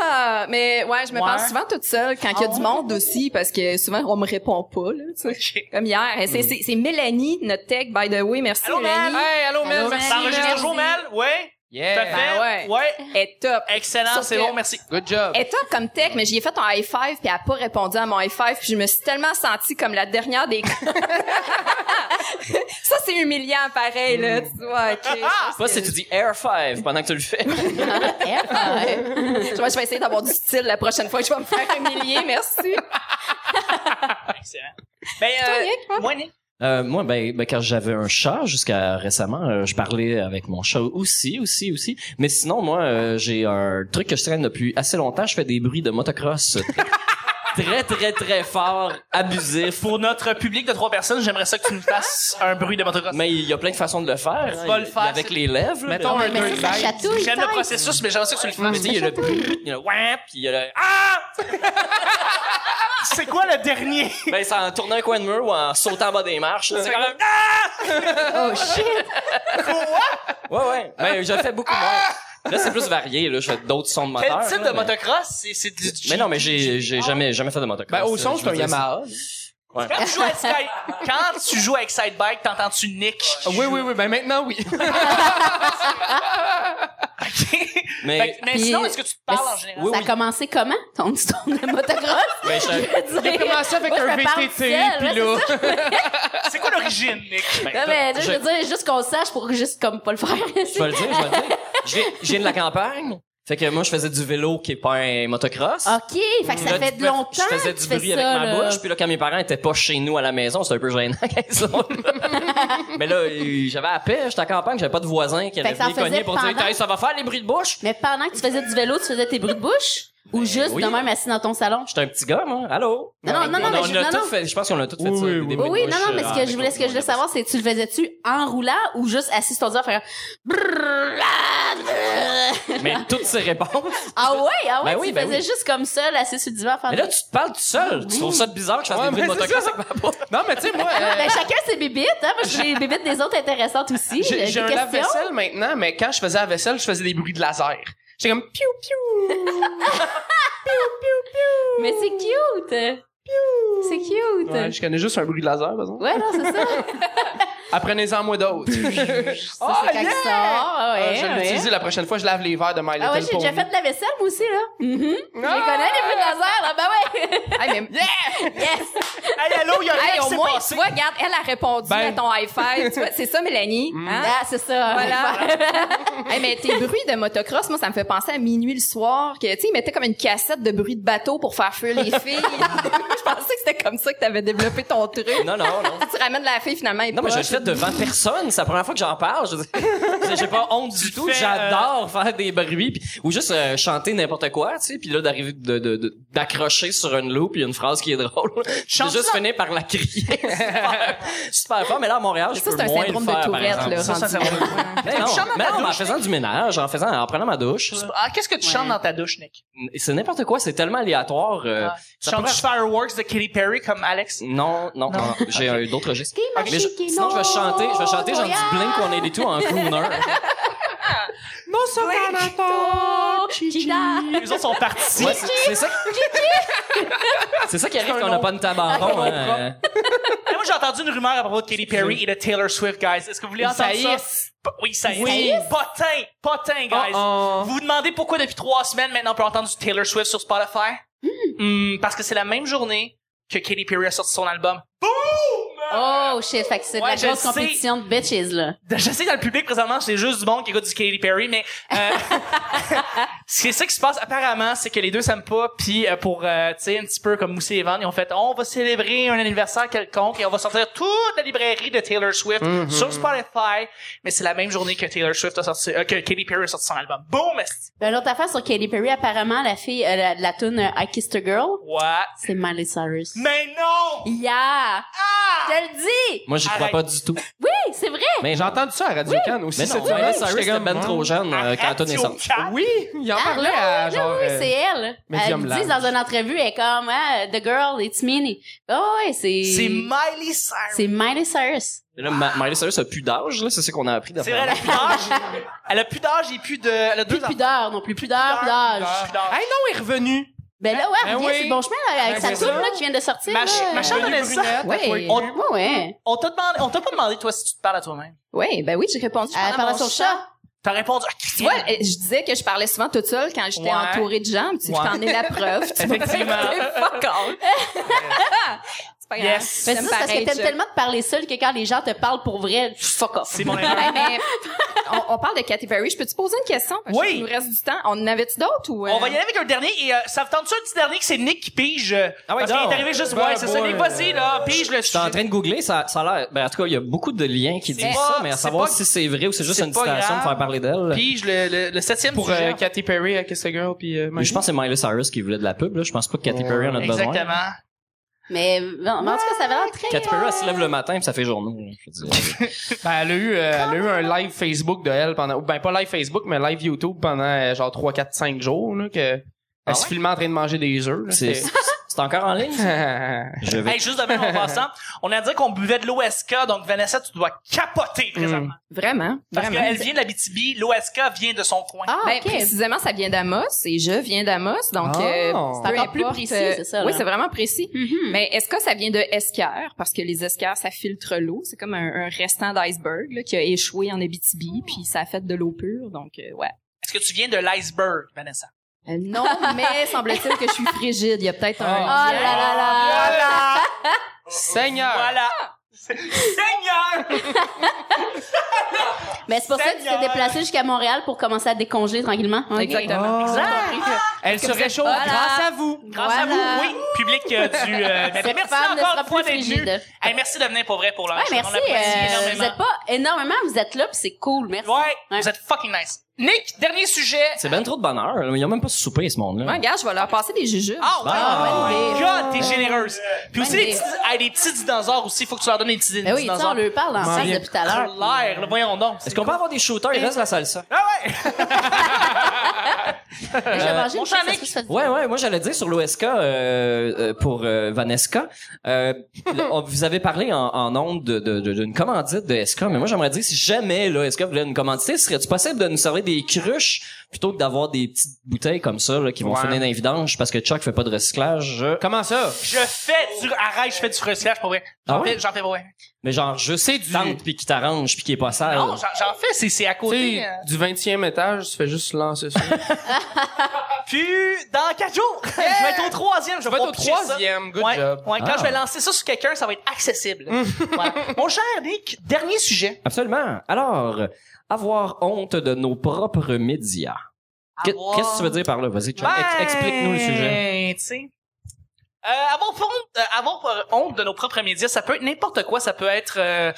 [SPEAKER 5] Ah, mais ouais, je me
[SPEAKER 1] Ouais. Ah
[SPEAKER 5] pense souvent toute seule quand il y a du monde aussi parce que souvent on me répond pas là, tu sais. Comme hier, Et
[SPEAKER 3] Hmm.
[SPEAKER 5] c'est c'est- c'est Mélanie notre tech by the way, merci
[SPEAKER 1] Allô,
[SPEAKER 5] Mélanie.
[SPEAKER 4] hey, allô, Mel,
[SPEAKER 5] Allô,
[SPEAKER 4] merci.
[SPEAKER 1] Ça enregistre
[SPEAKER 5] merci.
[SPEAKER 1] toujours mal? Ouais. Tout à
[SPEAKER 4] Yeah.
[SPEAKER 1] fait.
[SPEAKER 5] Ben ouais. Elle est top.
[SPEAKER 1] Excellent,
[SPEAKER 5] Sauf
[SPEAKER 1] c'est
[SPEAKER 5] que-
[SPEAKER 1] bon, merci.
[SPEAKER 4] Good job.
[SPEAKER 2] Eh,
[SPEAKER 5] Elle est top comme tech, mais j'y ai fait un high five puis elle a pas répondu à mon high five puis je me suis tellement sentie comme la dernière des. Ça c'est humiliant pareil là, tu vois. ok. Je pense
[SPEAKER 3] Pas
[SPEAKER 5] que-
[SPEAKER 3] si tu dis Air 5 pendant que tu le fais.
[SPEAKER 2] ah,
[SPEAKER 5] Je vais- je vais essayer d'avoir du style la prochaine fois que je vais me faire humilier, merci.
[SPEAKER 1] Excellent. Ben, euh,
[SPEAKER 5] Nick, hein? toi?
[SPEAKER 1] moi, Nick.
[SPEAKER 3] Euh, moi, ben, ben, quand j'avais un chat jusqu'à récemment, euh, je parlais avec mon chat aussi, aussi, aussi. Mais sinon, moi, euh, j'ai un truc que je traîne depuis assez longtemps. Je fais des bruits de motocross très, très, très fort, abusifs.
[SPEAKER 1] Pour notre public de trois personnes, j'aimerais ça que tu nous fasses
[SPEAKER 5] Ah!
[SPEAKER 1] un bruit de motocross.
[SPEAKER 3] Mais il y a plein de façons de le faire.
[SPEAKER 1] Tu vas le faire,
[SPEAKER 3] Avec
[SPEAKER 1] c'est-
[SPEAKER 3] les lèvres. là.
[SPEAKER 4] Mettons un
[SPEAKER 2] Mais ça, ça
[SPEAKER 4] dirtbag.
[SPEAKER 2] chatouille.
[SPEAKER 1] J'aime le
[SPEAKER 2] Thaïs.
[SPEAKER 1] processus, mais j'aimerais ça que tu le
[SPEAKER 3] Mais
[SPEAKER 1] fasses.
[SPEAKER 3] tu sais, il y a le brrr, il y a le ouin, puis il y a le ah!
[SPEAKER 1] C'est quoi le dernier?
[SPEAKER 3] Ben, c'est en tournant un coin de mur ou en sautant en bas des marches. C'est quand même.
[SPEAKER 2] Oh shit!
[SPEAKER 3] Ouais, ouais. Ben, je le fais beaucoup moins. Là, c'est plus varié, là. Je fais d'autres sons de
[SPEAKER 1] Quel
[SPEAKER 3] moteur.
[SPEAKER 1] type
[SPEAKER 3] là,
[SPEAKER 1] de
[SPEAKER 3] mais-
[SPEAKER 1] motocross? C'est, c'est du, du
[SPEAKER 3] Mais non, mais j'ai, j'ai jamais, jamais fait de motocross.
[SPEAKER 4] Ben, au son,
[SPEAKER 3] Euh,
[SPEAKER 4] c'est
[SPEAKER 3] je
[SPEAKER 4] un
[SPEAKER 3] veux dire,
[SPEAKER 4] Yamaha.
[SPEAKER 3] Ouais.
[SPEAKER 1] Quand tu joues avec Sky, quand tu joues avec Sidebike, t'entends-tu Nick?
[SPEAKER 4] Ah, Oui, oui, oui. Ben maintenant, oui.
[SPEAKER 1] Fait
[SPEAKER 3] Mais,
[SPEAKER 1] que- mais
[SPEAKER 2] Puis-
[SPEAKER 1] sinon, est-ce que tu te
[SPEAKER 2] Mais
[SPEAKER 1] parles en
[SPEAKER 2] c-
[SPEAKER 1] général?
[SPEAKER 2] ça a commencé comment, ton petit tour de motocross?
[SPEAKER 3] mais
[SPEAKER 2] Je
[SPEAKER 3] ben, je-
[SPEAKER 2] veux dire,
[SPEAKER 4] commencé avec
[SPEAKER 2] moi, je
[SPEAKER 4] un
[SPEAKER 2] me parle
[SPEAKER 4] VTT,
[SPEAKER 2] seule,
[SPEAKER 4] puis
[SPEAKER 2] ouais,
[SPEAKER 4] là-
[SPEAKER 2] c'est ça.
[SPEAKER 1] C'est quoi l'origine, Nick?
[SPEAKER 3] ben,
[SPEAKER 2] Non, mais
[SPEAKER 3] je-
[SPEAKER 2] je veux dire, juste qu'on sache pour juste comme pas le faire.
[SPEAKER 3] Je vais le dire, je vais le dire. Je viens, je viens de la campagne. Fait que moi, je faisais du vélo qui est pas un motocross.
[SPEAKER 2] OK, fait que ça
[SPEAKER 3] Là,
[SPEAKER 2] fait
[SPEAKER 3] tu
[SPEAKER 2] de
[SPEAKER 3] me-
[SPEAKER 2] longtemps
[SPEAKER 3] Je faisais
[SPEAKER 2] que
[SPEAKER 3] du
[SPEAKER 2] tu fais
[SPEAKER 3] bruit
[SPEAKER 2] ça,
[SPEAKER 3] avec ma
[SPEAKER 2] là.
[SPEAKER 3] bouche. Puis là, quand mes parents étaient pas chez nous à la maison, c'était un peu gênant qu'ils sont là. Mais là, euh, j'avais à paix, j'étais en campagne, j'avais pas de voisin
[SPEAKER 2] que
[SPEAKER 3] qui allait
[SPEAKER 2] ça en
[SPEAKER 3] venir cogner
[SPEAKER 2] faisait
[SPEAKER 3] pour dire
[SPEAKER 2] pendant-
[SPEAKER 3] Hey, ça va faire les bruits de bouche.
[SPEAKER 2] Mais pendant que tu faisais du vélo, tu faisais tes bruits de bouche? Ou juste
[SPEAKER 3] Ben oui.
[SPEAKER 2] de même assis dans ton salon?
[SPEAKER 3] J'étais un petit gars, moi. Allô?
[SPEAKER 2] Non, non, non, non,
[SPEAKER 3] On-
[SPEAKER 2] mais
[SPEAKER 3] on
[SPEAKER 2] je-
[SPEAKER 3] a
[SPEAKER 2] non,
[SPEAKER 3] tous
[SPEAKER 2] non.
[SPEAKER 3] fait- je pense qu'on a tous fait
[SPEAKER 4] Oui,
[SPEAKER 3] ça.
[SPEAKER 4] oui,
[SPEAKER 3] des
[SPEAKER 4] oui.
[SPEAKER 3] bruits
[SPEAKER 2] Oui,
[SPEAKER 3] de
[SPEAKER 2] oui,
[SPEAKER 3] bouche,
[SPEAKER 2] non, non, mais
[SPEAKER 3] euh,
[SPEAKER 2] ce que
[SPEAKER 3] avec
[SPEAKER 2] je voulais, ce que je voulais
[SPEAKER 3] autres.
[SPEAKER 2] savoir, c'est tu le faisais-tu en roulant ou juste assis sur ton divan faire brrrr,
[SPEAKER 3] Mais toutes ces réponses.
[SPEAKER 2] Ah ouais, ah ouais,
[SPEAKER 3] Ben
[SPEAKER 2] tu
[SPEAKER 3] oui,
[SPEAKER 2] le
[SPEAKER 3] ben
[SPEAKER 2] faisais
[SPEAKER 3] oui.
[SPEAKER 2] juste comme ça, là, assis sur le divan faire.
[SPEAKER 3] Mais là, tu te parles tout seul. Tu trouves ça bizarre que je fasse
[SPEAKER 4] Ouais,
[SPEAKER 3] des bruits de
[SPEAKER 4] Ah, mais c'est
[SPEAKER 3] motocross
[SPEAKER 4] ça.
[SPEAKER 3] avec ma bouche?
[SPEAKER 4] non, mais tu sais, moi. euh,
[SPEAKER 2] Ben, chacun ses bibites, hein. Moi, j'ai les bibites des autres intéressantes aussi.
[SPEAKER 4] J'ai
[SPEAKER 2] Des
[SPEAKER 4] j'ai un
[SPEAKER 2] questions.
[SPEAKER 4] lave-vaisselle maintenant, mais quand je faisais la vaisselle, je faisais des bruits de laser. J'étais comme piou piou.
[SPEAKER 2] Mais c'est cute. C'est cute.
[SPEAKER 4] Ouais, je connais juste un bruit de laser, par exemple.
[SPEAKER 2] Ouais, non, c'est ça.
[SPEAKER 4] Apprenez-en moi d'autres.
[SPEAKER 2] Ça, c'est quand il sort. Ah
[SPEAKER 4] Ah,
[SPEAKER 2] ouais,
[SPEAKER 4] je vais
[SPEAKER 2] ouais.
[SPEAKER 4] l'utiliser la prochaine fois, je lave les verres de My Little
[SPEAKER 2] Ah ouais, j'ai
[SPEAKER 4] Pony.
[SPEAKER 2] déjà fait de la vaisselle, moi aussi, là. Mhm. Je les connais, les bruits de laser, là. Ben ouais.
[SPEAKER 5] Hey, mais-
[SPEAKER 2] Yes.
[SPEAKER 1] Hey, allô, il y a
[SPEAKER 5] Hey,
[SPEAKER 1] rien qui
[SPEAKER 5] au
[SPEAKER 1] s'est
[SPEAKER 5] moins,
[SPEAKER 1] passé.
[SPEAKER 5] tu vois, regarde, elle a répondu
[SPEAKER 4] Ben.
[SPEAKER 5] à ton high five. Tu vois, c'est ça, Mélanie.
[SPEAKER 3] Mm.
[SPEAKER 5] Hein?
[SPEAKER 2] Ah, c'est ça.
[SPEAKER 5] Voilà. Hey, mais tes bruits de motocross, moi, ça me fait penser à minuit le soir, que, tu sais, ils mettaient comme une cassette de bruit de bateau pour faire fuir les filles. je pensais que c'était comme ça que t'avais développé ton truc.
[SPEAKER 3] Non, non, non.
[SPEAKER 5] Tu ramènes la fille, finalement, elle est
[SPEAKER 3] Non, mais je le
[SPEAKER 5] proche.
[SPEAKER 3] fais devant personne. C'est la première fois que j'en parle. Je veux dire, J'ai pas honte du tout.
[SPEAKER 5] euh,
[SPEAKER 1] fais,
[SPEAKER 3] J'adore faire des bruits puis- ou juste euh, chanter n'importe quoi, tu sais. Puis là, d'arriver de- de- de- d'accrocher sur une loupe, il y a une phrase qui est drôle. Je
[SPEAKER 1] Chante
[SPEAKER 3] juste
[SPEAKER 1] ça.
[SPEAKER 3] finir par la crier. super, super fort. Mais là, à Montréal, je
[SPEAKER 5] Ça,
[SPEAKER 3] peux
[SPEAKER 5] c'est un
[SPEAKER 3] moins le
[SPEAKER 5] syndrome
[SPEAKER 3] faire,
[SPEAKER 5] de
[SPEAKER 3] par
[SPEAKER 5] Tourette,
[SPEAKER 3] exemple.
[SPEAKER 5] là.
[SPEAKER 1] Ça, ça, ça va.
[SPEAKER 5] rendu-
[SPEAKER 3] Mais non, mais non, mais en faisant du ménage, en faisant, en prenant ma douche, là.
[SPEAKER 1] Ah, qu'est-ce que tu chantes dans ta douche, Nick?
[SPEAKER 3] c'est n'importe quoi. C'est tellement aléatoire. euh,
[SPEAKER 5] Ah.
[SPEAKER 3] ça pourrait-
[SPEAKER 1] Chantes-tu Fireworks de Katy Perry comme Alex?
[SPEAKER 3] Non, non, non. J'ai euh, d'autres gestes.
[SPEAKER 2] T'es
[SPEAKER 3] Mais je-
[SPEAKER 2] magique et
[SPEAKER 3] sinon, je vais
[SPEAKER 2] non,
[SPEAKER 3] chanter, je vais chanter genre
[SPEAKER 2] Montréal.
[SPEAKER 3] du Blink qu'on est des tout en crooner.
[SPEAKER 4] Non, ça va, Nathan.
[SPEAKER 2] Gina.
[SPEAKER 1] Les autres sont partis.
[SPEAKER 3] Ouais, c'est c'est ça. C'est ça qui arrive
[SPEAKER 1] C'est un
[SPEAKER 3] quand on n'a
[SPEAKER 1] nom- Ah,
[SPEAKER 3] pas une tabaron. hein.
[SPEAKER 1] Hey, Moi, j'ai entendu une rumeur à propos de Katy Perry et de Taylor Swift, guys. Est-ce que vous voulez
[SPEAKER 4] Ils
[SPEAKER 1] entendre
[SPEAKER 4] saillissent.
[SPEAKER 1] ça? P- Oui, ça y est.
[SPEAKER 4] Oui.
[SPEAKER 1] Potin, potin, guys.
[SPEAKER 4] Oh, oh.
[SPEAKER 1] Vous vous demandez pourquoi depuis trois semaines, maintenant, on peut entendre du Taylor Swift sur Spotify? Hmm, parce que c'est la même journée que Katy Perry a sorti son album.
[SPEAKER 2] Oh shit, fait que c'est de
[SPEAKER 1] Ouais,
[SPEAKER 2] la
[SPEAKER 1] je
[SPEAKER 2] grosse
[SPEAKER 1] sais.
[SPEAKER 2] compétition de bitches là.
[SPEAKER 1] Je sais, dans le public, présentement, c'est juste du monde qui écoute du Katy Perry, mais euh, c'est ça qui se passe apparemment, c'est que les deux s'aiment pas, puis euh, pour, euh, tu sais, un petit peu comme Moussé et Evan, ils ont fait « On va célébrer un anniversaire quelconque et on va sortir toute la librairie de Taylor Swift sur Spotify. » Mais c'est la même journée que Taylor Swift a sorti, euh, que Katy Perry a sorti son album. Boom! esti.
[SPEAKER 2] Ben, l'autre affaire sur Katy Perry, apparemment, la fille, euh, la, la tune euh, I Kissed a Girl,
[SPEAKER 1] What?
[SPEAKER 2] c'est Miley Cyrus.
[SPEAKER 1] Mais non!
[SPEAKER 2] Euh, Yeah!
[SPEAKER 1] Ah!
[SPEAKER 2] Je le dis!
[SPEAKER 3] Moi, j'y crois
[SPEAKER 1] Arrête.
[SPEAKER 3] pas du tout.
[SPEAKER 2] Oui, c'est vrai!
[SPEAKER 3] Mais
[SPEAKER 4] J'ai
[SPEAKER 3] j'entends.
[SPEAKER 4] entendu ça à Radio-Can aussi
[SPEAKER 3] Mais
[SPEAKER 4] cette
[SPEAKER 3] non,
[SPEAKER 4] semaine.
[SPEAKER 3] Miley Cyrus
[SPEAKER 4] J'étais
[SPEAKER 3] était
[SPEAKER 4] comme, hmm.
[SPEAKER 3] ben trop jeune euh, quand Anton est sorti.
[SPEAKER 1] Radio-Can.
[SPEAKER 4] Oui, il en
[SPEAKER 2] Ah,
[SPEAKER 4] parlait
[SPEAKER 2] là,
[SPEAKER 4] à
[SPEAKER 2] là,
[SPEAKER 4] genre...
[SPEAKER 2] oui,
[SPEAKER 4] euh,
[SPEAKER 2] c'est elle. Elle
[SPEAKER 4] Medium
[SPEAKER 2] le
[SPEAKER 4] Large.
[SPEAKER 2] dit dans une entrevue, elle est comme, ah, The Girl, it's me. Oh, ouais, c'est...
[SPEAKER 1] C'est Miley Cyrus.
[SPEAKER 2] C'est Miley Cyrus.
[SPEAKER 3] Mais Là, Ma- Miley Cyrus a plus d'âge, là. C'est ce qu'on a appris
[SPEAKER 1] C'est vrai, elle a
[SPEAKER 3] d'après.
[SPEAKER 1] plus d'âge. Elle a plus d'âge et plus de... Elle a
[SPEAKER 2] Plus
[SPEAKER 1] deux Ah,
[SPEAKER 2] de pudeur, non plus, plus d'heure, plus d'âge.
[SPEAKER 1] Plus d'âge.
[SPEAKER 4] euh, Hey non, il est revenu.
[SPEAKER 2] Ben là, ouais,
[SPEAKER 4] Ben
[SPEAKER 2] reviens
[SPEAKER 4] oui.
[SPEAKER 2] sur le bon chemin, là, avec
[SPEAKER 4] Ben,
[SPEAKER 2] sa
[SPEAKER 4] c'est
[SPEAKER 2] tune,
[SPEAKER 4] ça.
[SPEAKER 2] là, qui vient de sortir.
[SPEAKER 1] Ma,
[SPEAKER 2] là.
[SPEAKER 1] ch- ma chère
[SPEAKER 4] Devenue
[SPEAKER 1] Vanessa,
[SPEAKER 4] brunette,
[SPEAKER 5] Ouais.
[SPEAKER 4] après-
[SPEAKER 1] on,
[SPEAKER 2] Ouais, ouais.
[SPEAKER 1] on t'a demandé, on t'a pas demandé toi si tu te parles à toi-même.
[SPEAKER 5] Oui, ben oui, j'ai répondu.
[SPEAKER 2] Elle
[SPEAKER 5] pendant
[SPEAKER 2] parle à
[SPEAKER 5] mon
[SPEAKER 2] son chat.
[SPEAKER 1] T'as répondu. Ah, Christ.
[SPEAKER 5] Tu vois, je disais que je parlais souvent toute seule quand j'étais
[SPEAKER 1] Ouais.
[SPEAKER 5] entourée de gens. Tu
[SPEAKER 1] Ouais.
[SPEAKER 5] t'en es la preuve. Tu m'as
[SPEAKER 1] Effectivement.
[SPEAKER 5] dit, Fuck off. C'est pas grave.
[SPEAKER 1] Yes.
[SPEAKER 2] Mais
[SPEAKER 5] J'aime
[SPEAKER 2] Ben, ça, c'est parce que
[SPEAKER 5] pareil,
[SPEAKER 2] t'aimes
[SPEAKER 5] je-
[SPEAKER 2] tellement de parler seul que quand les gens te parlent pour vrai, fuck off.
[SPEAKER 1] c'est mon erreur.
[SPEAKER 5] Ouais, mais on, on parle de Katy Perry. Je peux te poser une question? Parce
[SPEAKER 1] Oui.
[SPEAKER 5] qu'il nous reste du temps. On en avait-tu d'autres ou? euh,
[SPEAKER 1] On va y aller avec un dernier et euh, ça vous tente-tu un petit dernier que c'est Nick qui pige? euh,
[SPEAKER 3] Ah ouais,
[SPEAKER 1] parce qu'il
[SPEAKER 3] donc.
[SPEAKER 1] est arrivé juste,
[SPEAKER 4] Ben,
[SPEAKER 1] ouais, c'est ça,
[SPEAKER 4] ouais.
[SPEAKER 1] Nick, vas-y, là, pige le
[SPEAKER 3] J'étais en train de googler, ça, ça a l'air. Ben, en tout cas, il y a beaucoup de liens qui disent
[SPEAKER 1] pas-
[SPEAKER 3] ça, mais à
[SPEAKER 1] c'est
[SPEAKER 3] savoir
[SPEAKER 1] pas-
[SPEAKER 3] si c'est vrai ou c'est juste
[SPEAKER 1] c'est
[SPEAKER 3] une
[SPEAKER 1] pas
[SPEAKER 3] distraction de
[SPEAKER 1] grave.
[SPEAKER 3] faire parler d'elle.
[SPEAKER 1] Pige le, le, le septième
[SPEAKER 4] Pour
[SPEAKER 1] sujet.
[SPEAKER 4] euh, Katy Perry, euh, Kiss the Girl, puis... euh,
[SPEAKER 3] Mais je pense que c'est Miley Cyrus qui voulait de la pub, là. Je pense pas que Katy Perry en a besoin.
[SPEAKER 1] Exactement.
[SPEAKER 2] Mais, bon, mais en tout cas, ça avait l'air très...
[SPEAKER 3] Katy Perry, elle se lève le matin, puis ça fait journaux. là, je veux dire.
[SPEAKER 4] Ben, elle a eu, euh, elle a eu un live Facebook de elle pendant, ou ben pas live Facebook, mais live YouTube pendant euh, genre 3, 4, 5 jours, là, que elle se
[SPEAKER 3] Ah ouais?
[SPEAKER 4] filmait en train de manger des œufs. là.
[SPEAKER 3] C'est-
[SPEAKER 4] C'était-
[SPEAKER 3] c'est- C'est encore en ligne? ça? Je vais.
[SPEAKER 1] Hey, juste de même en passant, on a dit qu'on buvait de l'OSK, donc Vanessa, tu dois capoter présentement.
[SPEAKER 5] Vraiment.
[SPEAKER 1] Parce
[SPEAKER 5] vraiment.
[SPEAKER 1] qu'elle vient de la BTB, l'OSK vient de son coin.
[SPEAKER 5] Ah,
[SPEAKER 2] Ben,
[SPEAKER 5] précisément, ça vient d'Amos et je viens d'Amos, donc
[SPEAKER 4] Ah. C'est
[SPEAKER 5] euh, peu
[SPEAKER 2] encore plus
[SPEAKER 5] importe,
[SPEAKER 2] précis,
[SPEAKER 5] euh,
[SPEAKER 2] c'est ça,
[SPEAKER 5] Oui,
[SPEAKER 2] là.
[SPEAKER 5] c'est vraiment précis.
[SPEAKER 2] Mhm.
[SPEAKER 5] Mais est-ce que ça vient de Esquerre? Parce que les Esquerres, ça filtre l'eau. C'est comme un, un restant d'iceberg là, qui a échoué en Abitibi, puis ça a fait de l'eau pure. Donc, euh, ouais.
[SPEAKER 1] Est-ce que tu viens de l'iceberg, Vanessa?
[SPEAKER 5] Euh, non, mais semble-t-il que je suis frigide. Il y a peut-être un...
[SPEAKER 2] Oh là là là!
[SPEAKER 1] Voilà!
[SPEAKER 4] Seigneur!
[SPEAKER 1] Voilà! Seigneur!
[SPEAKER 2] Mais c'est pour ça que tu
[SPEAKER 1] Seigneur.
[SPEAKER 2] t'es déplacé jusqu'à Montréal pour commencer à décongeler tranquillement. Ok.
[SPEAKER 5] Exactement.
[SPEAKER 4] Oh. Elle se réchauffe
[SPEAKER 2] Voilà.
[SPEAKER 4] grâce à vous.
[SPEAKER 1] Grâce à vous, oui, public euh, du... euh, mais
[SPEAKER 2] Cette
[SPEAKER 1] merci
[SPEAKER 2] femme ne
[SPEAKER 1] encore
[SPEAKER 2] sera
[SPEAKER 1] une fois
[SPEAKER 2] plus
[SPEAKER 1] d'être
[SPEAKER 2] frigide.
[SPEAKER 1] venu. Hey, merci de venir pour vrai pour l'heure.
[SPEAKER 2] Ouais, merci.
[SPEAKER 1] On apprécie
[SPEAKER 2] euh, vous
[SPEAKER 1] énormément.
[SPEAKER 2] êtes pas énormément, vous êtes là, pis c'est cool, merci.
[SPEAKER 1] Ouais,
[SPEAKER 2] Ouais.
[SPEAKER 1] vous êtes fucking nice. Nick, dernier sujet.
[SPEAKER 3] C'est ben trop de bonheur. Ils ont même pas soupé, ce monde-là.
[SPEAKER 5] Ouais, regarde, je vais leur passer des jujubes.
[SPEAKER 1] Ah, ouais,
[SPEAKER 5] Ah,
[SPEAKER 1] oh
[SPEAKER 5] bonne
[SPEAKER 1] my
[SPEAKER 5] idée.
[SPEAKER 1] god, t'es généreuse. Puis aussi,
[SPEAKER 5] Bonne
[SPEAKER 1] les
[SPEAKER 5] idée.
[SPEAKER 1] petits, ah, les petits dinosaures aussi, faut que tu leur donnes des petits
[SPEAKER 2] Ben oui, ça, on
[SPEAKER 1] dinosaures.
[SPEAKER 2] leur parle en
[SPEAKER 4] M'en
[SPEAKER 2] face
[SPEAKER 4] viens.
[SPEAKER 2] depuis tout à
[SPEAKER 1] Leur
[SPEAKER 2] l'heure.
[SPEAKER 1] l'air, là, voyons donc.
[SPEAKER 3] Est-ce qu'on peut avoir des shooters? Il reste la salsa.
[SPEAKER 1] Ah ouais!
[SPEAKER 2] Mais Je vais manger
[SPEAKER 1] Euh, mon
[SPEAKER 2] une fois,
[SPEAKER 1] chamic.
[SPEAKER 2] ça se fait- ça se fait-
[SPEAKER 3] Ouais, ouais, moi j'allais dire sur l'OSK euh, euh, pour euh, Vanesca. Euh, le- on- vous avez parlé en, en ondes de- de- de- d'une commandite de SK, mais moi j'aimerais dire si jamais l'OSK voulait une commandite, serait-tu possible de nous servir des cruches plutôt que d'avoir des petites bouteilles comme ça là, qui vont
[SPEAKER 4] Ouais.
[SPEAKER 3] finir dans les vidanges parce que Chuck fait pas de recyclage.
[SPEAKER 4] Comment ça?
[SPEAKER 1] Je fais du. Arrête, je fais du recyclage pour vrai. J'en
[SPEAKER 3] Ah ouais?
[SPEAKER 1] fais, j'en fais pour vrai.
[SPEAKER 3] Mais genre juste
[SPEAKER 4] du-
[SPEAKER 3] tente puis qui t'arrange puis qui est pas sale.
[SPEAKER 1] Non, j'en j'en fais, c'est- c'est à
[SPEAKER 4] Tu
[SPEAKER 1] côté.
[SPEAKER 4] sais,
[SPEAKER 1] euh.
[SPEAKER 4] du 20e étage, tu fais juste lancer ça.
[SPEAKER 1] Puis, dans 4 jours, je vais être au troisième. Je
[SPEAKER 4] Tu vas être
[SPEAKER 1] pouvoir
[SPEAKER 4] au
[SPEAKER 1] pitcher ça.
[SPEAKER 4] troisième, good
[SPEAKER 1] ouais,
[SPEAKER 4] job.
[SPEAKER 1] ouais, quand
[SPEAKER 3] Ah. Hum.
[SPEAKER 1] je vais lancer ça sur quelqu'un, ça va être accessible. Voilà. Mon cher Nick, dernier sujet.
[SPEAKER 3] Absolument. Alors, avoir honte de nos propres médias. Qu'est-
[SPEAKER 1] Avoir-
[SPEAKER 3] Qu'est-ce que tu veux dire par là? Vas-y, Chuck.
[SPEAKER 1] Ben,
[SPEAKER 3] Ex- Explique-nous le sujet.
[SPEAKER 1] tu sais. Euh, avoir, honte, euh, avoir honte de nos propres médias, ça peut être n'importe quoi. Ça peut être euh,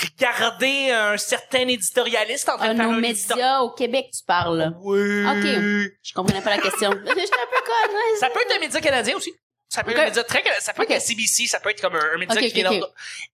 [SPEAKER 1] regarder un certain éditorialiste en train
[SPEAKER 2] Ah,
[SPEAKER 1] de faire
[SPEAKER 2] nos
[SPEAKER 1] un éditorial.
[SPEAKER 2] médias au Québec, tu parles. là.
[SPEAKER 1] Oui.
[SPEAKER 2] Ok. Je comprenais pas la question. J'étais un peu conne. ouais.
[SPEAKER 1] Ça peut être un média canadien aussi. Ça peut être
[SPEAKER 2] Ok.
[SPEAKER 1] un média très canadien. Ça peut être
[SPEAKER 2] Ok.
[SPEAKER 1] la CBC, ça peut être comme un, un média
[SPEAKER 2] Ok,
[SPEAKER 1] qui vient
[SPEAKER 2] ok,
[SPEAKER 1] d'en-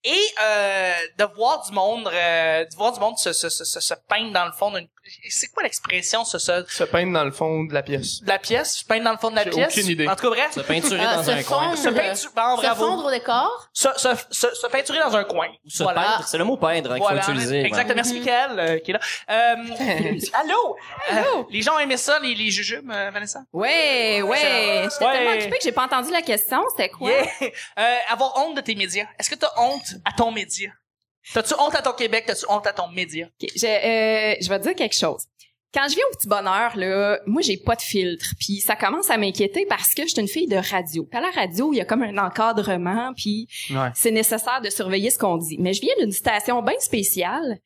[SPEAKER 1] Et euh, de voir du monde, euh, de voir du monde se, se, se, se, se peindre dans le fond d'une... C'est quoi l'expression, se, se,
[SPEAKER 4] Se peindre dans le fond de la pièce.
[SPEAKER 1] de la pièce? Se peindre dans le fond de la
[SPEAKER 4] J'ai
[SPEAKER 1] pièce?
[SPEAKER 4] aucune idée.
[SPEAKER 1] En tout cas, bref.
[SPEAKER 3] Se peinturer
[SPEAKER 2] Ah,
[SPEAKER 3] dans
[SPEAKER 2] se
[SPEAKER 3] un coin.
[SPEAKER 2] fondre.
[SPEAKER 1] Se, peintu- bon,
[SPEAKER 2] Se
[SPEAKER 1] bravo.
[SPEAKER 2] fondre au décor.
[SPEAKER 1] Se, se, se, se peinturer dans un coin.
[SPEAKER 3] Ou se peindre. C'est le mot peindre hein, qu'il
[SPEAKER 1] Voilà.
[SPEAKER 3] faut utiliser.
[SPEAKER 1] Exactement.
[SPEAKER 2] Mhm.
[SPEAKER 1] Merci, Michael, euh, qui est là. Euh, allô? Euh, les gens ont aimé ça, les, les jujubes, euh, Vanessa?
[SPEAKER 5] Ouais, ouais. J'étais
[SPEAKER 1] Ouais.
[SPEAKER 5] tellement occupée que j'ai pas entendu la question. C'était quoi?
[SPEAKER 1] Yeah. Euh, avoir honte de tes médias. Est-ce que t'as honte à ton média? T'as-tu honte à ton Québec? T'as-tu honte à ton média?
[SPEAKER 5] Ok, je, euh, je vais te dire quelque chose. Quand je viens au petit bonheur, là, moi, j'ai pas de filtre. Puis ça commence à m'inquiéter parce que je suis une fille de radio. Puis à la radio, il y a comme un encadrement, puis
[SPEAKER 4] Ouais.
[SPEAKER 5] c'est nécessaire de surveiller ce qu'on dit. Mais je viens d'une station bien spéciale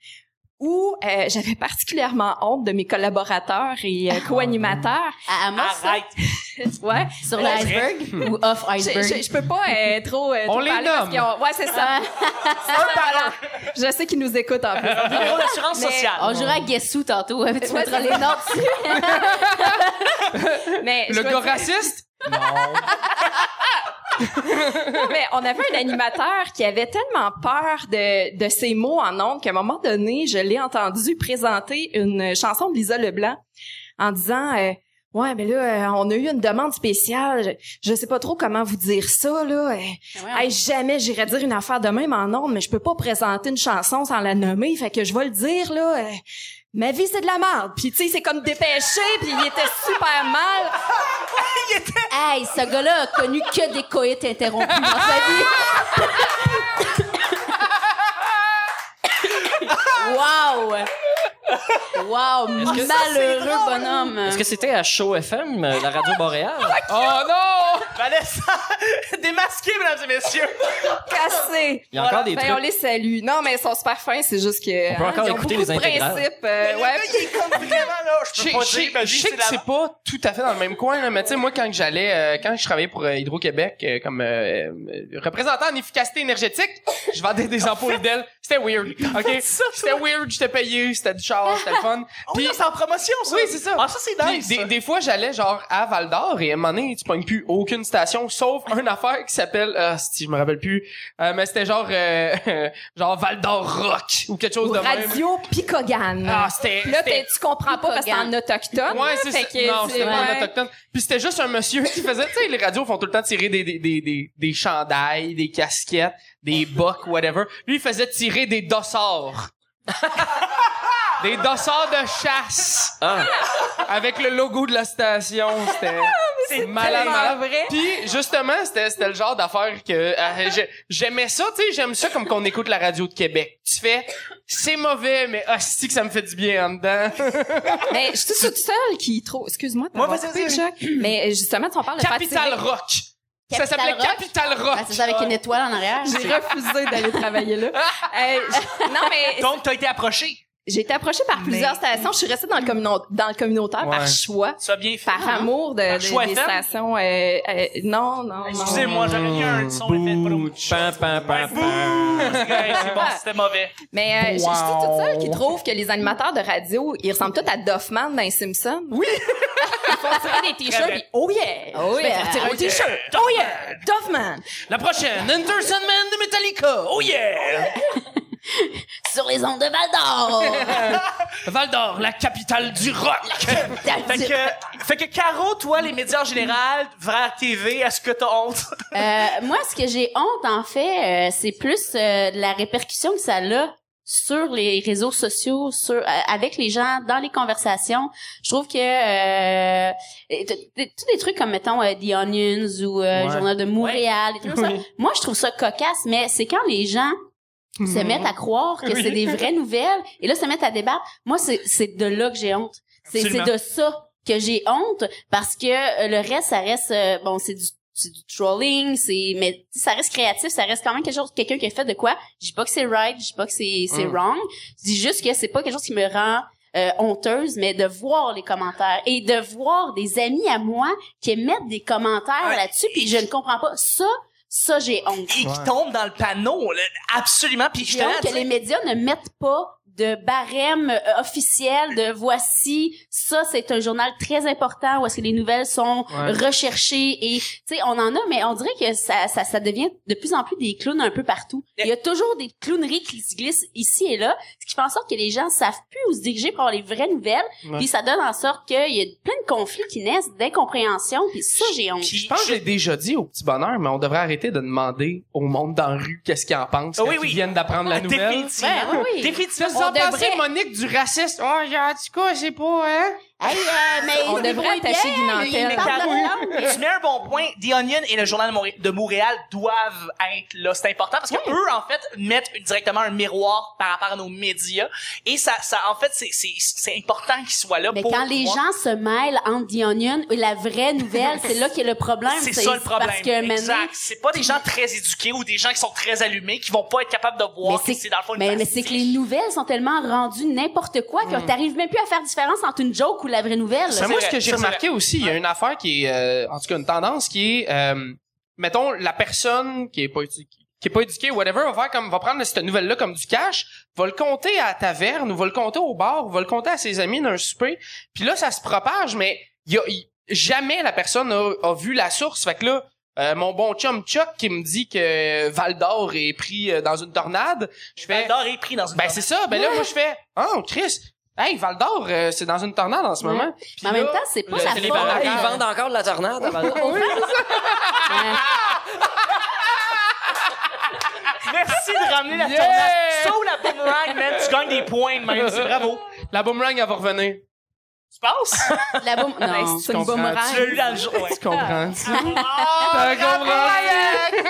[SPEAKER 5] où euh, j'avais particulièrement honte de mes collaborateurs et
[SPEAKER 4] Ah,
[SPEAKER 5] euh, co-animateurs.
[SPEAKER 2] À Amos, ça,
[SPEAKER 1] Arrête!
[SPEAKER 5] Ouais.
[SPEAKER 2] sur l'iceberg ou off
[SPEAKER 5] Je,
[SPEAKER 2] iceberg.
[SPEAKER 5] je, je peux pas euh, trop, euh,
[SPEAKER 4] On
[SPEAKER 5] trop
[SPEAKER 4] les
[SPEAKER 5] parler parce
[SPEAKER 4] nomme.
[SPEAKER 5] qu'ils ont- Ouais, c'est ça. Voilà. Je sais qu'ils nous écoutent en plus.
[SPEAKER 1] Numéro d'assurance
[SPEAKER 5] Mais-
[SPEAKER 1] sociale.
[SPEAKER 2] On jouera à Guessou tantôt. hein, Tu mettras les notes dessus.
[SPEAKER 5] Mais je
[SPEAKER 4] Le gars
[SPEAKER 5] dois dire-
[SPEAKER 4] raciste? Non.
[SPEAKER 5] Mais on avait un animateur qui avait tellement peur de, de ces mots en ondes qu'à un moment donné, je l'ai entendu présenter une chanson de Lisa Leblanc en disant euh, Ouais, mais là, euh, on a eu une demande spéciale. Je, je sais pas trop comment vous dire ça, là. Euh, hey, jamais j'irais dire une affaire de même en ondes, mais je peux pas présenter une chanson sans la nommer. Fait que je vais le dire, là. euh, ma vie, c'est de la merde. Puis, tu sais, c'est comme dépêché, puis il était super mal.
[SPEAKER 2] Hey, ce gars-là a connu que des coïts interrompus dans sa vie. wow! Wow, malheureux bonhomme.
[SPEAKER 3] Est-ce que c'était à Show FM, euh, la radio boréale?
[SPEAKER 4] Oh non!
[SPEAKER 1] Vanessa, démasqué, mesdames et messieurs.
[SPEAKER 5] cassé.
[SPEAKER 3] Il y a encore des
[SPEAKER 5] ben,
[SPEAKER 3] trucs.
[SPEAKER 5] on les salue. Non, mais ils sont super fins, c'est juste que.
[SPEAKER 3] On peut encore
[SPEAKER 5] ils ont
[SPEAKER 3] écouter
[SPEAKER 5] beaucoup
[SPEAKER 3] les
[SPEAKER 5] de
[SPEAKER 3] intégrales.
[SPEAKER 5] principes, euh,
[SPEAKER 1] Le
[SPEAKER 5] ouais.
[SPEAKER 1] gars, il est comme vraiment là. Je
[SPEAKER 4] Je
[SPEAKER 1] peux
[SPEAKER 4] sais-
[SPEAKER 1] pas
[SPEAKER 4] je sais
[SPEAKER 1] dire, ma
[SPEAKER 4] je
[SPEAKER 1] vie,
[SPEAKER 4] sais
[SPEAKER 1] c'est
[SPEAKER 4] que
[SPEAKER 1] la-
[SPEAKER 4] c'est pas tout à fait dans le même coin, là, mais tu sais, moi, quand que j'allais, euh, quand je travaillais pour euh, Hydro-Québec euh, comme euh, euh, représentant en efficacité énergétique, je vendais des ampoules d'ailes. C'était weird, OK? C'était weird, j'étais payé, c'était du charge, c'était le fun.
[SPEAKER 1] Oh,
[SPEAKER 4] Puis-
[SPEAKER 1] non, c'est en promotion, ça.
[SPEAKER 4] Oui, c'est ça.
[SPEAKER 1] Ah, ça, c'est
[SPEAKER 4] Puis
[SPEAKER 1] nice.
[SPEAKER 4] des,
[SPEAKER 1] ça.
[SPEAKER 4] des fois, j'allais genre à Val d'Or et à un moment donné, tu pognes plus aucune aucune station, sauf une affaire qui s'appelle, ah, si je me rappelle plus, euh, mais c'était genre, euh, genre Val d'Or Rock ou quelque chose de même.
[SPEAKER 5] Radio Picogan.
[SPEAKER 4] Ah, c'était.
[SPEAKER 5] Puis là,
[SPEAKER 4] c'était-
[SPEAKER 5] t'es- tu comprends pas parce que c'est en autochtone.
[SPEAKER 4] Ouais,
[SPEAKER 5] là,
[SPEAKER 4] c'est
[SPEAKER 5] fait
[SPEAKER 4] ça.
[SPEAKER 5] que
[SPEAKER 4] Non,
[SPEAKER 5] tu-
[SPEAKER 4] c'était pas
[SPEAKER 5] ouais.
[SPEAKER 4] en autochtone. Puis c'était juste un monsieur qui faisait, tu sais, les radios font tout le temps tirer des, des, des, des, des chandails, des casquettes, des bocs, whatever. Lui, il faisait tirer des dossards. des dossards de chasse
[SPEAKER 3] Ah.
[SPEAKER 4] avec le logo de la station. C'était
[SPEAKER 1] C'est
[SPEAKER 4] malade,
[SPEAKER 5] Ah, tellement
[SPEAKER 4] malade.
[SPEAKER 5] vrai.
[SPEAKER 4] Puis justement, c'était c'était le genre d'affaire que euh, j'ai- j'aimais ça, tu sais, j'aime ça comme qu'on écoute la radio de Québec. Tu fais, c'est mauvais, mais hostie que ça me fait du bien en dedans.
[SPEAKER 5] Mais je suis toute seule qui trouve. Excuse-moi, de
[SPEAKER 4] Moi,
[SPEAKER 5] t'avoir
[SPEAKER 4] vas-y,
[SPEAKER 5] coupé,
[SPEAKER 4] vas-y.
[SPEAKER 5] Chuck. Mais justement, tu en parles de faire
[SPEAKER 4] Capital
[SPEAKER 5] tirer-
[SPEAKER 4] Rock. ça
[SPEAKER 2] Capital
[SPEAKER 4] s'appelait
[SPEAKER 2] Rock?
[SPEAKER 4] Capital Rock.
[SPEAKER 2] Ben, c'est ça avec une étoile en arrière.
[SPEAKER 5] J'ai refusé d'aller travailler là. Euh, je- non, mais
[SPEAKER 1] Donc, t'as été approché.
[SPEAKER 5] j'ai été approchée par plusieurs stations. Je suis restée dans le, communo- dans le communautaire
[SPEAKER 4] Ouais.
[SPEAKER 5] par choix.
[SPEAKER 1] Tu as bien fait.
[SPEAKER 5] Par amour de,
[SPEAKER 1] Par
[SPEAKER 5] de-
[SPEAKER 1] choix
[SPEAKER 5] des
[SPEAKER 1] FM?
[SPEAKER 5] stations. euh, euh, non,
[SPEAKER 4] Ben,
[SPEAKER 5] non, non.
[SPEAKER 1] Excusez-moi, j'aurais mis un son effet de
[SPEAKER 3] Pam, pam, pam, pam.
[SPEAKER 1] C'est bon, c'était mauvais.
[SPEAKER 5] Mais euh, je- je suis
[SPEAKER 4] Wow.
[SPEAKER 5] toute seule qui trouve que les animateurs de radio, ils ressemblent tous à Doffman dans les Simpsons. Oui! ils font tirer des t-shirts,
[SPEAKER 1] bien.
[SPEAKER 5] puis oh yeah!
[SPEAKER 2] Oh
[SPEAKER 5] Je vais
[SPEAKER 2] yeah.
[SPEAKER 5] faire tirer un
[SPEAKER 1] Oh yeah.
[SPEAKER 5] t-shirt! Oh yeah! Doffman!
[SPEAKER 1] La prochaine, Anderson Man Euh, de Metallica. Oh yeah!
[SPEAKER 2] Sur les ondes de Val d'Or.
[SPEAKER 1] Val d'Or, la capitale du rock. Fait
[SPEAKER 2] T'as-
[SPEAKER 1] que, fait que Caro, toi, les médias en général, vers TV, est-ce que t'as honte?
[SPEAKER 2] Euh, moi, ce que j'ai honte, en fait, euh, c'est plus euh, de la répercussion que ça a sur les réseaux sociaux, sur euh, avec les gens, dans les conversations. Je trouve que euh, et t- t- tous des trucs comme, mettons, euh, The Onions ou euh,
[SPEAKER 4] Ouais.
[SPEAKER 2] Journal de Montréal, des trucs comme ça. Moi, je trouve ça cocasse, mais c'est quand les gens se mettent à croire que c'est des vraies nouvelles et là se mettent à débattre. Moi, c'est c'est de là que j'ai honte. C'est c'est
[SPEAKER 1] Absolument.
[SPEAKER 2] de ça que j'ai honte parce que euh, le reste, ça reste euh, bon, c'est du c'est du trolling, c'est mais ça reste créatif, ça reste quand même quelque chose quelqu'un qui a fait de quoi. Je dis pas que c'est right, je dis pas que c'est c'est
[SPEAKER 4] Mm.
[SPEAKER 2] wrong. Je dis juste que c'est pas quelque chose qui me rend euh, honteuse, mais de voir les commentaires et de voir des amis à moi qui émettent des commentaires
[SPEAKER 1] Ouais.
[SPEAKER 2] là-dessus, puis je ne comprends pas ça. Ça, j'ai honte.
[SPEAKER 1] Et qui tombe dans le panneau, là, absolument. Puis je
[SPEAKER 2] J'ai honte
[SPEAKER 1] te
[SPEAKER 2] que les médias ne mettent pas de barème euh, officiel de voici ça c'est un journal très important où est-ce que les nouvelles sont
[SPEAKER 4] Ouais.
[SPEAKER 2] recherchées et tu sais on en a mais on dirait que ça, ça ça devient de plus en plus des clowns un peu partout il y a toujours des clowneries qui se glissent ici et là ce qui fait en sorte que les gens savent plus où se diriger pour avoir les vraies nouvelles
[SPEAKER 4] Ouais.
[SPEAKER 2] puis ça donne en sorte qu'il y a plein de conflits qui naissent d'incompréhension puis ça j'ai honte
[SPEAKER 1] Puis
[SPEAKER 4] Je pense que j'ai déjà dit au petit bonheur, mais on devrait arrêter de demander au monde dans la rue qu'est-ce qu'ils en pensent
[SPEAKER 1] Ah
[SPEAKER 4] quand
[SPEAKER 1] oui,
[SPEAKER 4] ils
[SPEAKER 1] oui.
[SPEAKER 4] viennent d'apprendre la nouvelle.
[SPEAKER 1] Définitivement.
[SPEAKER 2] Ouais, Ben oui, oui.
[SPEAKER 1] Définitivement.
[SPEAKER 4] Vous en
[SPEAKER 5] On devrait-
[SPEAKER 4] pensez, Monique, du raciste? Oh, en tout cas, c'est pas, hein?
[SPEAKER 2] Hey, euh, mais
[SPEAKER 5] On devrait attacher
[SPEAKER 2] bien,
[SPEAKER 5] d'une
[SPEAKER 2] mais
[SPEAKER 1] Mais
[SPEAKER 5] antenne.
[SPEAKER 2] parle
[SPEAKER 1] Caro,
[SPEAKER 2] notre langue.
[SPEAKER 1] tu mets un bon point. The Onion et le Journal de Montré- de Montréal doivent être là. C'est important parce que eux, en fait, mettent directement un miroir par rapport à nos médias. Et ça, ça en fait, c'est- c'est c'est important qu'ils soient là
[SPEAKER 2] Mais
[SPEAKER 1] pour
[SPEAKER 2] quand les
[SPEAKER 1] pouvoir-
[SPEAKER 2] gens se mêlent entre The Onion et la vraie nouvelle, c'est là qu'est le problème.
[SPEAKER 1] C'est ça le problème.
[SPEAKER 2] Parce que maintenant,
[SPEAKER 1] exact. C'est pas des gens très éduqués ou des gens qui sont très allumés qui vont pas être capables de voir que c'est dans le fond une
[SPEAKER 2] mais, mais c'est
[SPEAKER 1] pastiche.
[SPEAKER 2] que les nouvelles sont tellement rendues n'importe quoi que t'arrives même plus à faire différence entre une joke ou la vraie nouvelle.
[SPEAKER 4] Mais moi,
[SPEAKER 1] vrai,
[SPEAKER 4] ce que j'ai
[SPEAKER 1] Hmm. ça, c'est
[SPEAKER 4] remarqué aussi, il y a une affaire qui est, euh, en tout cas, une tendance qui est, euh, mettons, la personne qui est pas éduquée qui est pas éduquée ou whatever, va faire comme, va prendre cette nouvelle-là comme du cash, va le compter à la taverne, ou va le compter au bar, ou va le compter à ses amis d'un souper, puis là, ça se propage, mais il y a, il- jamais la personne a, a vu la source, fait que là, euh, mon bon chum Chuck qui me dit que Val d'Or est pris euh, dans une tornade, je fais...
[SPEAKER 1] Val-d'Or est pris dans une
[SPEAKER 4] Ben c'est ça, ben là moi je fais Oh Chris, hey Val d'Or, euh, c'est dans une tornade en ce
[SPEAKER 2] Ouais.
[SPEAKER 4] moment. Puis
[SPEAKER 2] Mais en
[SPEAKER 4] là,
[SPEAKER 2] même temps, c'est pas
[SPEAKER 3] Le-
[SPEAKER 2] la
[SPEAKER 3] c'est les
[SPEAKER 2] faute.
[SPEAKER 3] barrages.
[SPEAKER 2] euh,
[SPEAKER 3] Ils vendent encore de la tornade. à Val-d'Or.
[SPEAKER 1] Merci de ramener la
[SPEAKER 4] Yeah!
[SPEAKER 1] tornade. Sauve la boomerang, man. Tu gagnes des points, de même. C'est bravo.
[SPEAKER 4] La boomerang elle va revenir.
[SPEAKER 1] Tu passes?
[SPEAKER 2] la boum-
[SPEAKER 1] Ben,
[SPEAKER 2] non.
[SPEAKER 5] c'est une
[SPEAKER 4] comprends.
[SPEAKER 1] Tu
[SPEAKER 5] boomerang.
[SPEAKER 1] l'as eu dans le jour. Ouais.
[SPEAKER 4] Tu comprends? Tu
[SPEAKER 1] Ah,
[SPEAKER 4] comprends?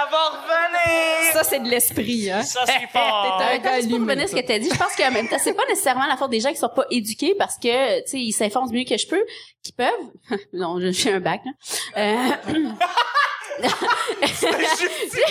[SPEAKER 1] Elle va revenir!
[SPEAKER 5] Ça, c'est de l'esprit, hein?
[SPEAKER 1] Ça, c'est fort!
[SPEAKER 5] T'es un-
[SPEAKER 2] Euh, quand- juste pour revenir à ce que t'as dit, je pense qu'en même temps, c'est pas nécessairement la faute des gens qui sont pas éduqués parce que, tu sais, ils s'informent du mieux que je peux, qui peuvent. non, je suis un bac, là. Euh,
[SPEAKER 1] J'ai dit,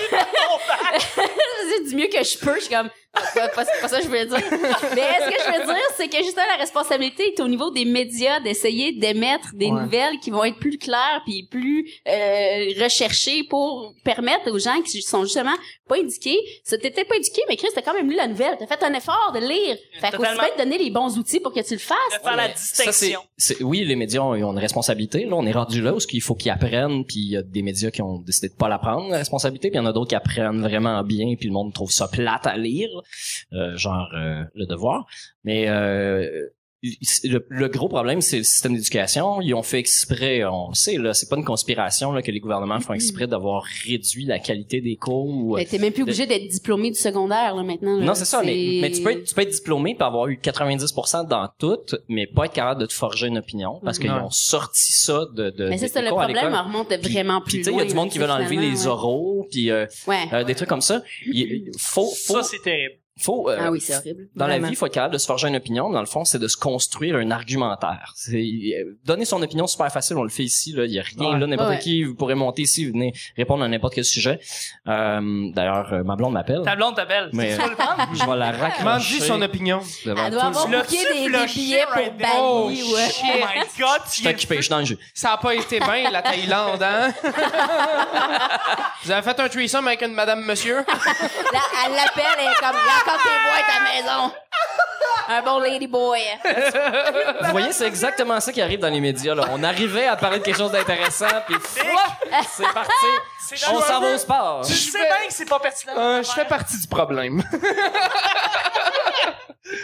[SPEAKER 2] je dis du mieux que je peux, je suis comme, Ouais, pas, c'est pas ça que je voulais dire. Mais ce que je veux dire, c'est que justement, la responsabilité est au niveau des médias d'essayer d'émettre des
[SPEAKER 4] Ouais.
[SPEAKER 2] nouvelles qui vont être plus claires puis plus euh, recherchées pour permettre aux gens qui sont justement pas éduqués. Ça, T'es peut-être pas éduqué, mais Chris, t'as quand même lu la nouvelle. T'as fait un effort de lire. Fait qu'aussi
[SPEAKER 1] Totalement.
[SPEAKER 2] bien te donner les bons outils pour que tu le fasses.
[SPEAKER 1] de faire la
[SPEAKER 3] Mais ça, c'est-
[SPEAKER 1] distinction.
[SPEAKER 3] c'est- oui, les médias ont, ils ont une responsabilité. Là, on est rendu là où il faut qu'ils apprennent, puis il y a des médias qui ont décidé de pas la prendre, la responsabilité, puis il y en a d'autres qui apprennent vraiment bien, puis le monde trouve ça plate à lire, euh, genre euh, le devoir. Mais euh, le, le gros problème, c'est le système d'éducation. Ils ont fait exprès, on le sait, là, c'est pas une conspiration là, que les gouvernements
[SPEAKER 1] Mm-hmm.
[SPEAKER 3] font exprès d'avoir réduit la qualité des cours. ou- euh,
[SPEAKER 2] Mais ben, T'es même plus obligé d'être diplômé du secondaire là maintenant. là.
[SPEAKER 3] non, c'est ça, mais, mais tu, peux être, tu peux être diplômé et avoir eu 90% dans tout, mais pas être capable de te forger une opinion parce qu'ils
[SPEAKER 4] Ouais.
[SPEAKER 3] ont sorti ça de. de
[SPEAKER 2] Mais c'est
[SPEAKER 3] euh, des
[SPEAKER 2] ça le
[SPEAKER 3] cours à
[SPEAKER 2] problème,
[SPEAKER 3] l'école.
[SPEAKER 2] on remonte de
[SPEAKER 3] Puis-
[SPEAKER 2] vraiment
[SPEAKER 3] Puis
[SPEAKER 2] plus
[SPEAKER 3] tu sais,
[SPEAKER 2] loin.
[SPEAKER 3] il y a du monde
[SPEAKER 2] là,
[SPEAKER 3] qui veut enlever
[SPEAKER 2] finalement,
[SPEAKER 3] les
[SPEAKER 2] ouais.
[SPEAKER 3] oraux, puis euh,
[SPEAKER 2] Ouais.
[SPEAKER 3] euh, des trucs comme ça. Il, faut, faut,
[SPEAKER 1] Ça, c'est terrible.
[SPEAKER 3] faut euh,
[SPEAKER 2] Ah oui, c'est horrible.
[SPEAKER 3] dans la
[SPEAKER 5] Vraiment.
[SPEAKER 3] vie, il faut être capable de se forger une opinion. Dans le fond, c'est de se construire un argumentaire. C'est- euh, Donner son opinion, c'est super facile. On le fait ici. Là. Il y a rien.
[SPEAKER 4] Ouais.
[SPEAKER 3] Là, n'importe
[SPEAKER 2] Ouais.
[SPEAKER 3] qui, vous pourrez monter ici, venez répondre à n'importe quel sujet. Euh, D'ailleurs, euh, ma blonde m'appelle.
[SPEAKER 1] Ta blonde t'appelle.
[SPEAKER 3] Mais- euh,
[SPEAKER 1] Tu vas le prendre?
[SPEAKER 3] Je vais la raccrocher.
[SPEAKER 4] Ah. Mandy, son opinion.
[SPEAKER 2] Elle
[SPEAKER 3] devant tout
[SPEAKER 2] doit
[SPEAKER 3] le
[SPEAKER 2] avoir
[SPEAKER 1] l'as
[SPEAKER 2] bouqué
[SPEAKER 1] tu
[SPEAKER 2] des, des
[SPEAKER 1] flushé,
[SPEAKER 2] billets pour
[SPEAKER 1] right?
[SPEAKER 2] Bali,
[SPEAKER 4] Oh,
[SPEAKER 2] ouais.
[SPEAKER 1] Oh my god, tu
[SPEAKER 3] Je
[SPEAKER 1] viens
[SPEAKER 3] suis occupé, je suis dans le jeu.
[SPEAKER 4] Ça a pas été bien, la Thaïlande, hein? Vous avez fait un threesome avec une madame, monsieur?
[SPEAKER 2] Là, elle l'appelle, elle est comme, là, quand t'es bois à ta maison. Un bon lady boy.
[SPEAKER 3] Vous voyez, c'est exactement ça qui arrive dans les médias. Là. On arrivait à parler de quelque chose d'intéressant, puis flop, c'est parti.
[SPEAKER 1] C'est dans
[SPEAKER 3] On
[SPEAKER 1] le
[SPEAKER 3] s'en va au sport.
[SPEAKER 1] Je sais bien que c'est pas pertinent.
[SPEAKER 4] Euh, je fais partie du problème.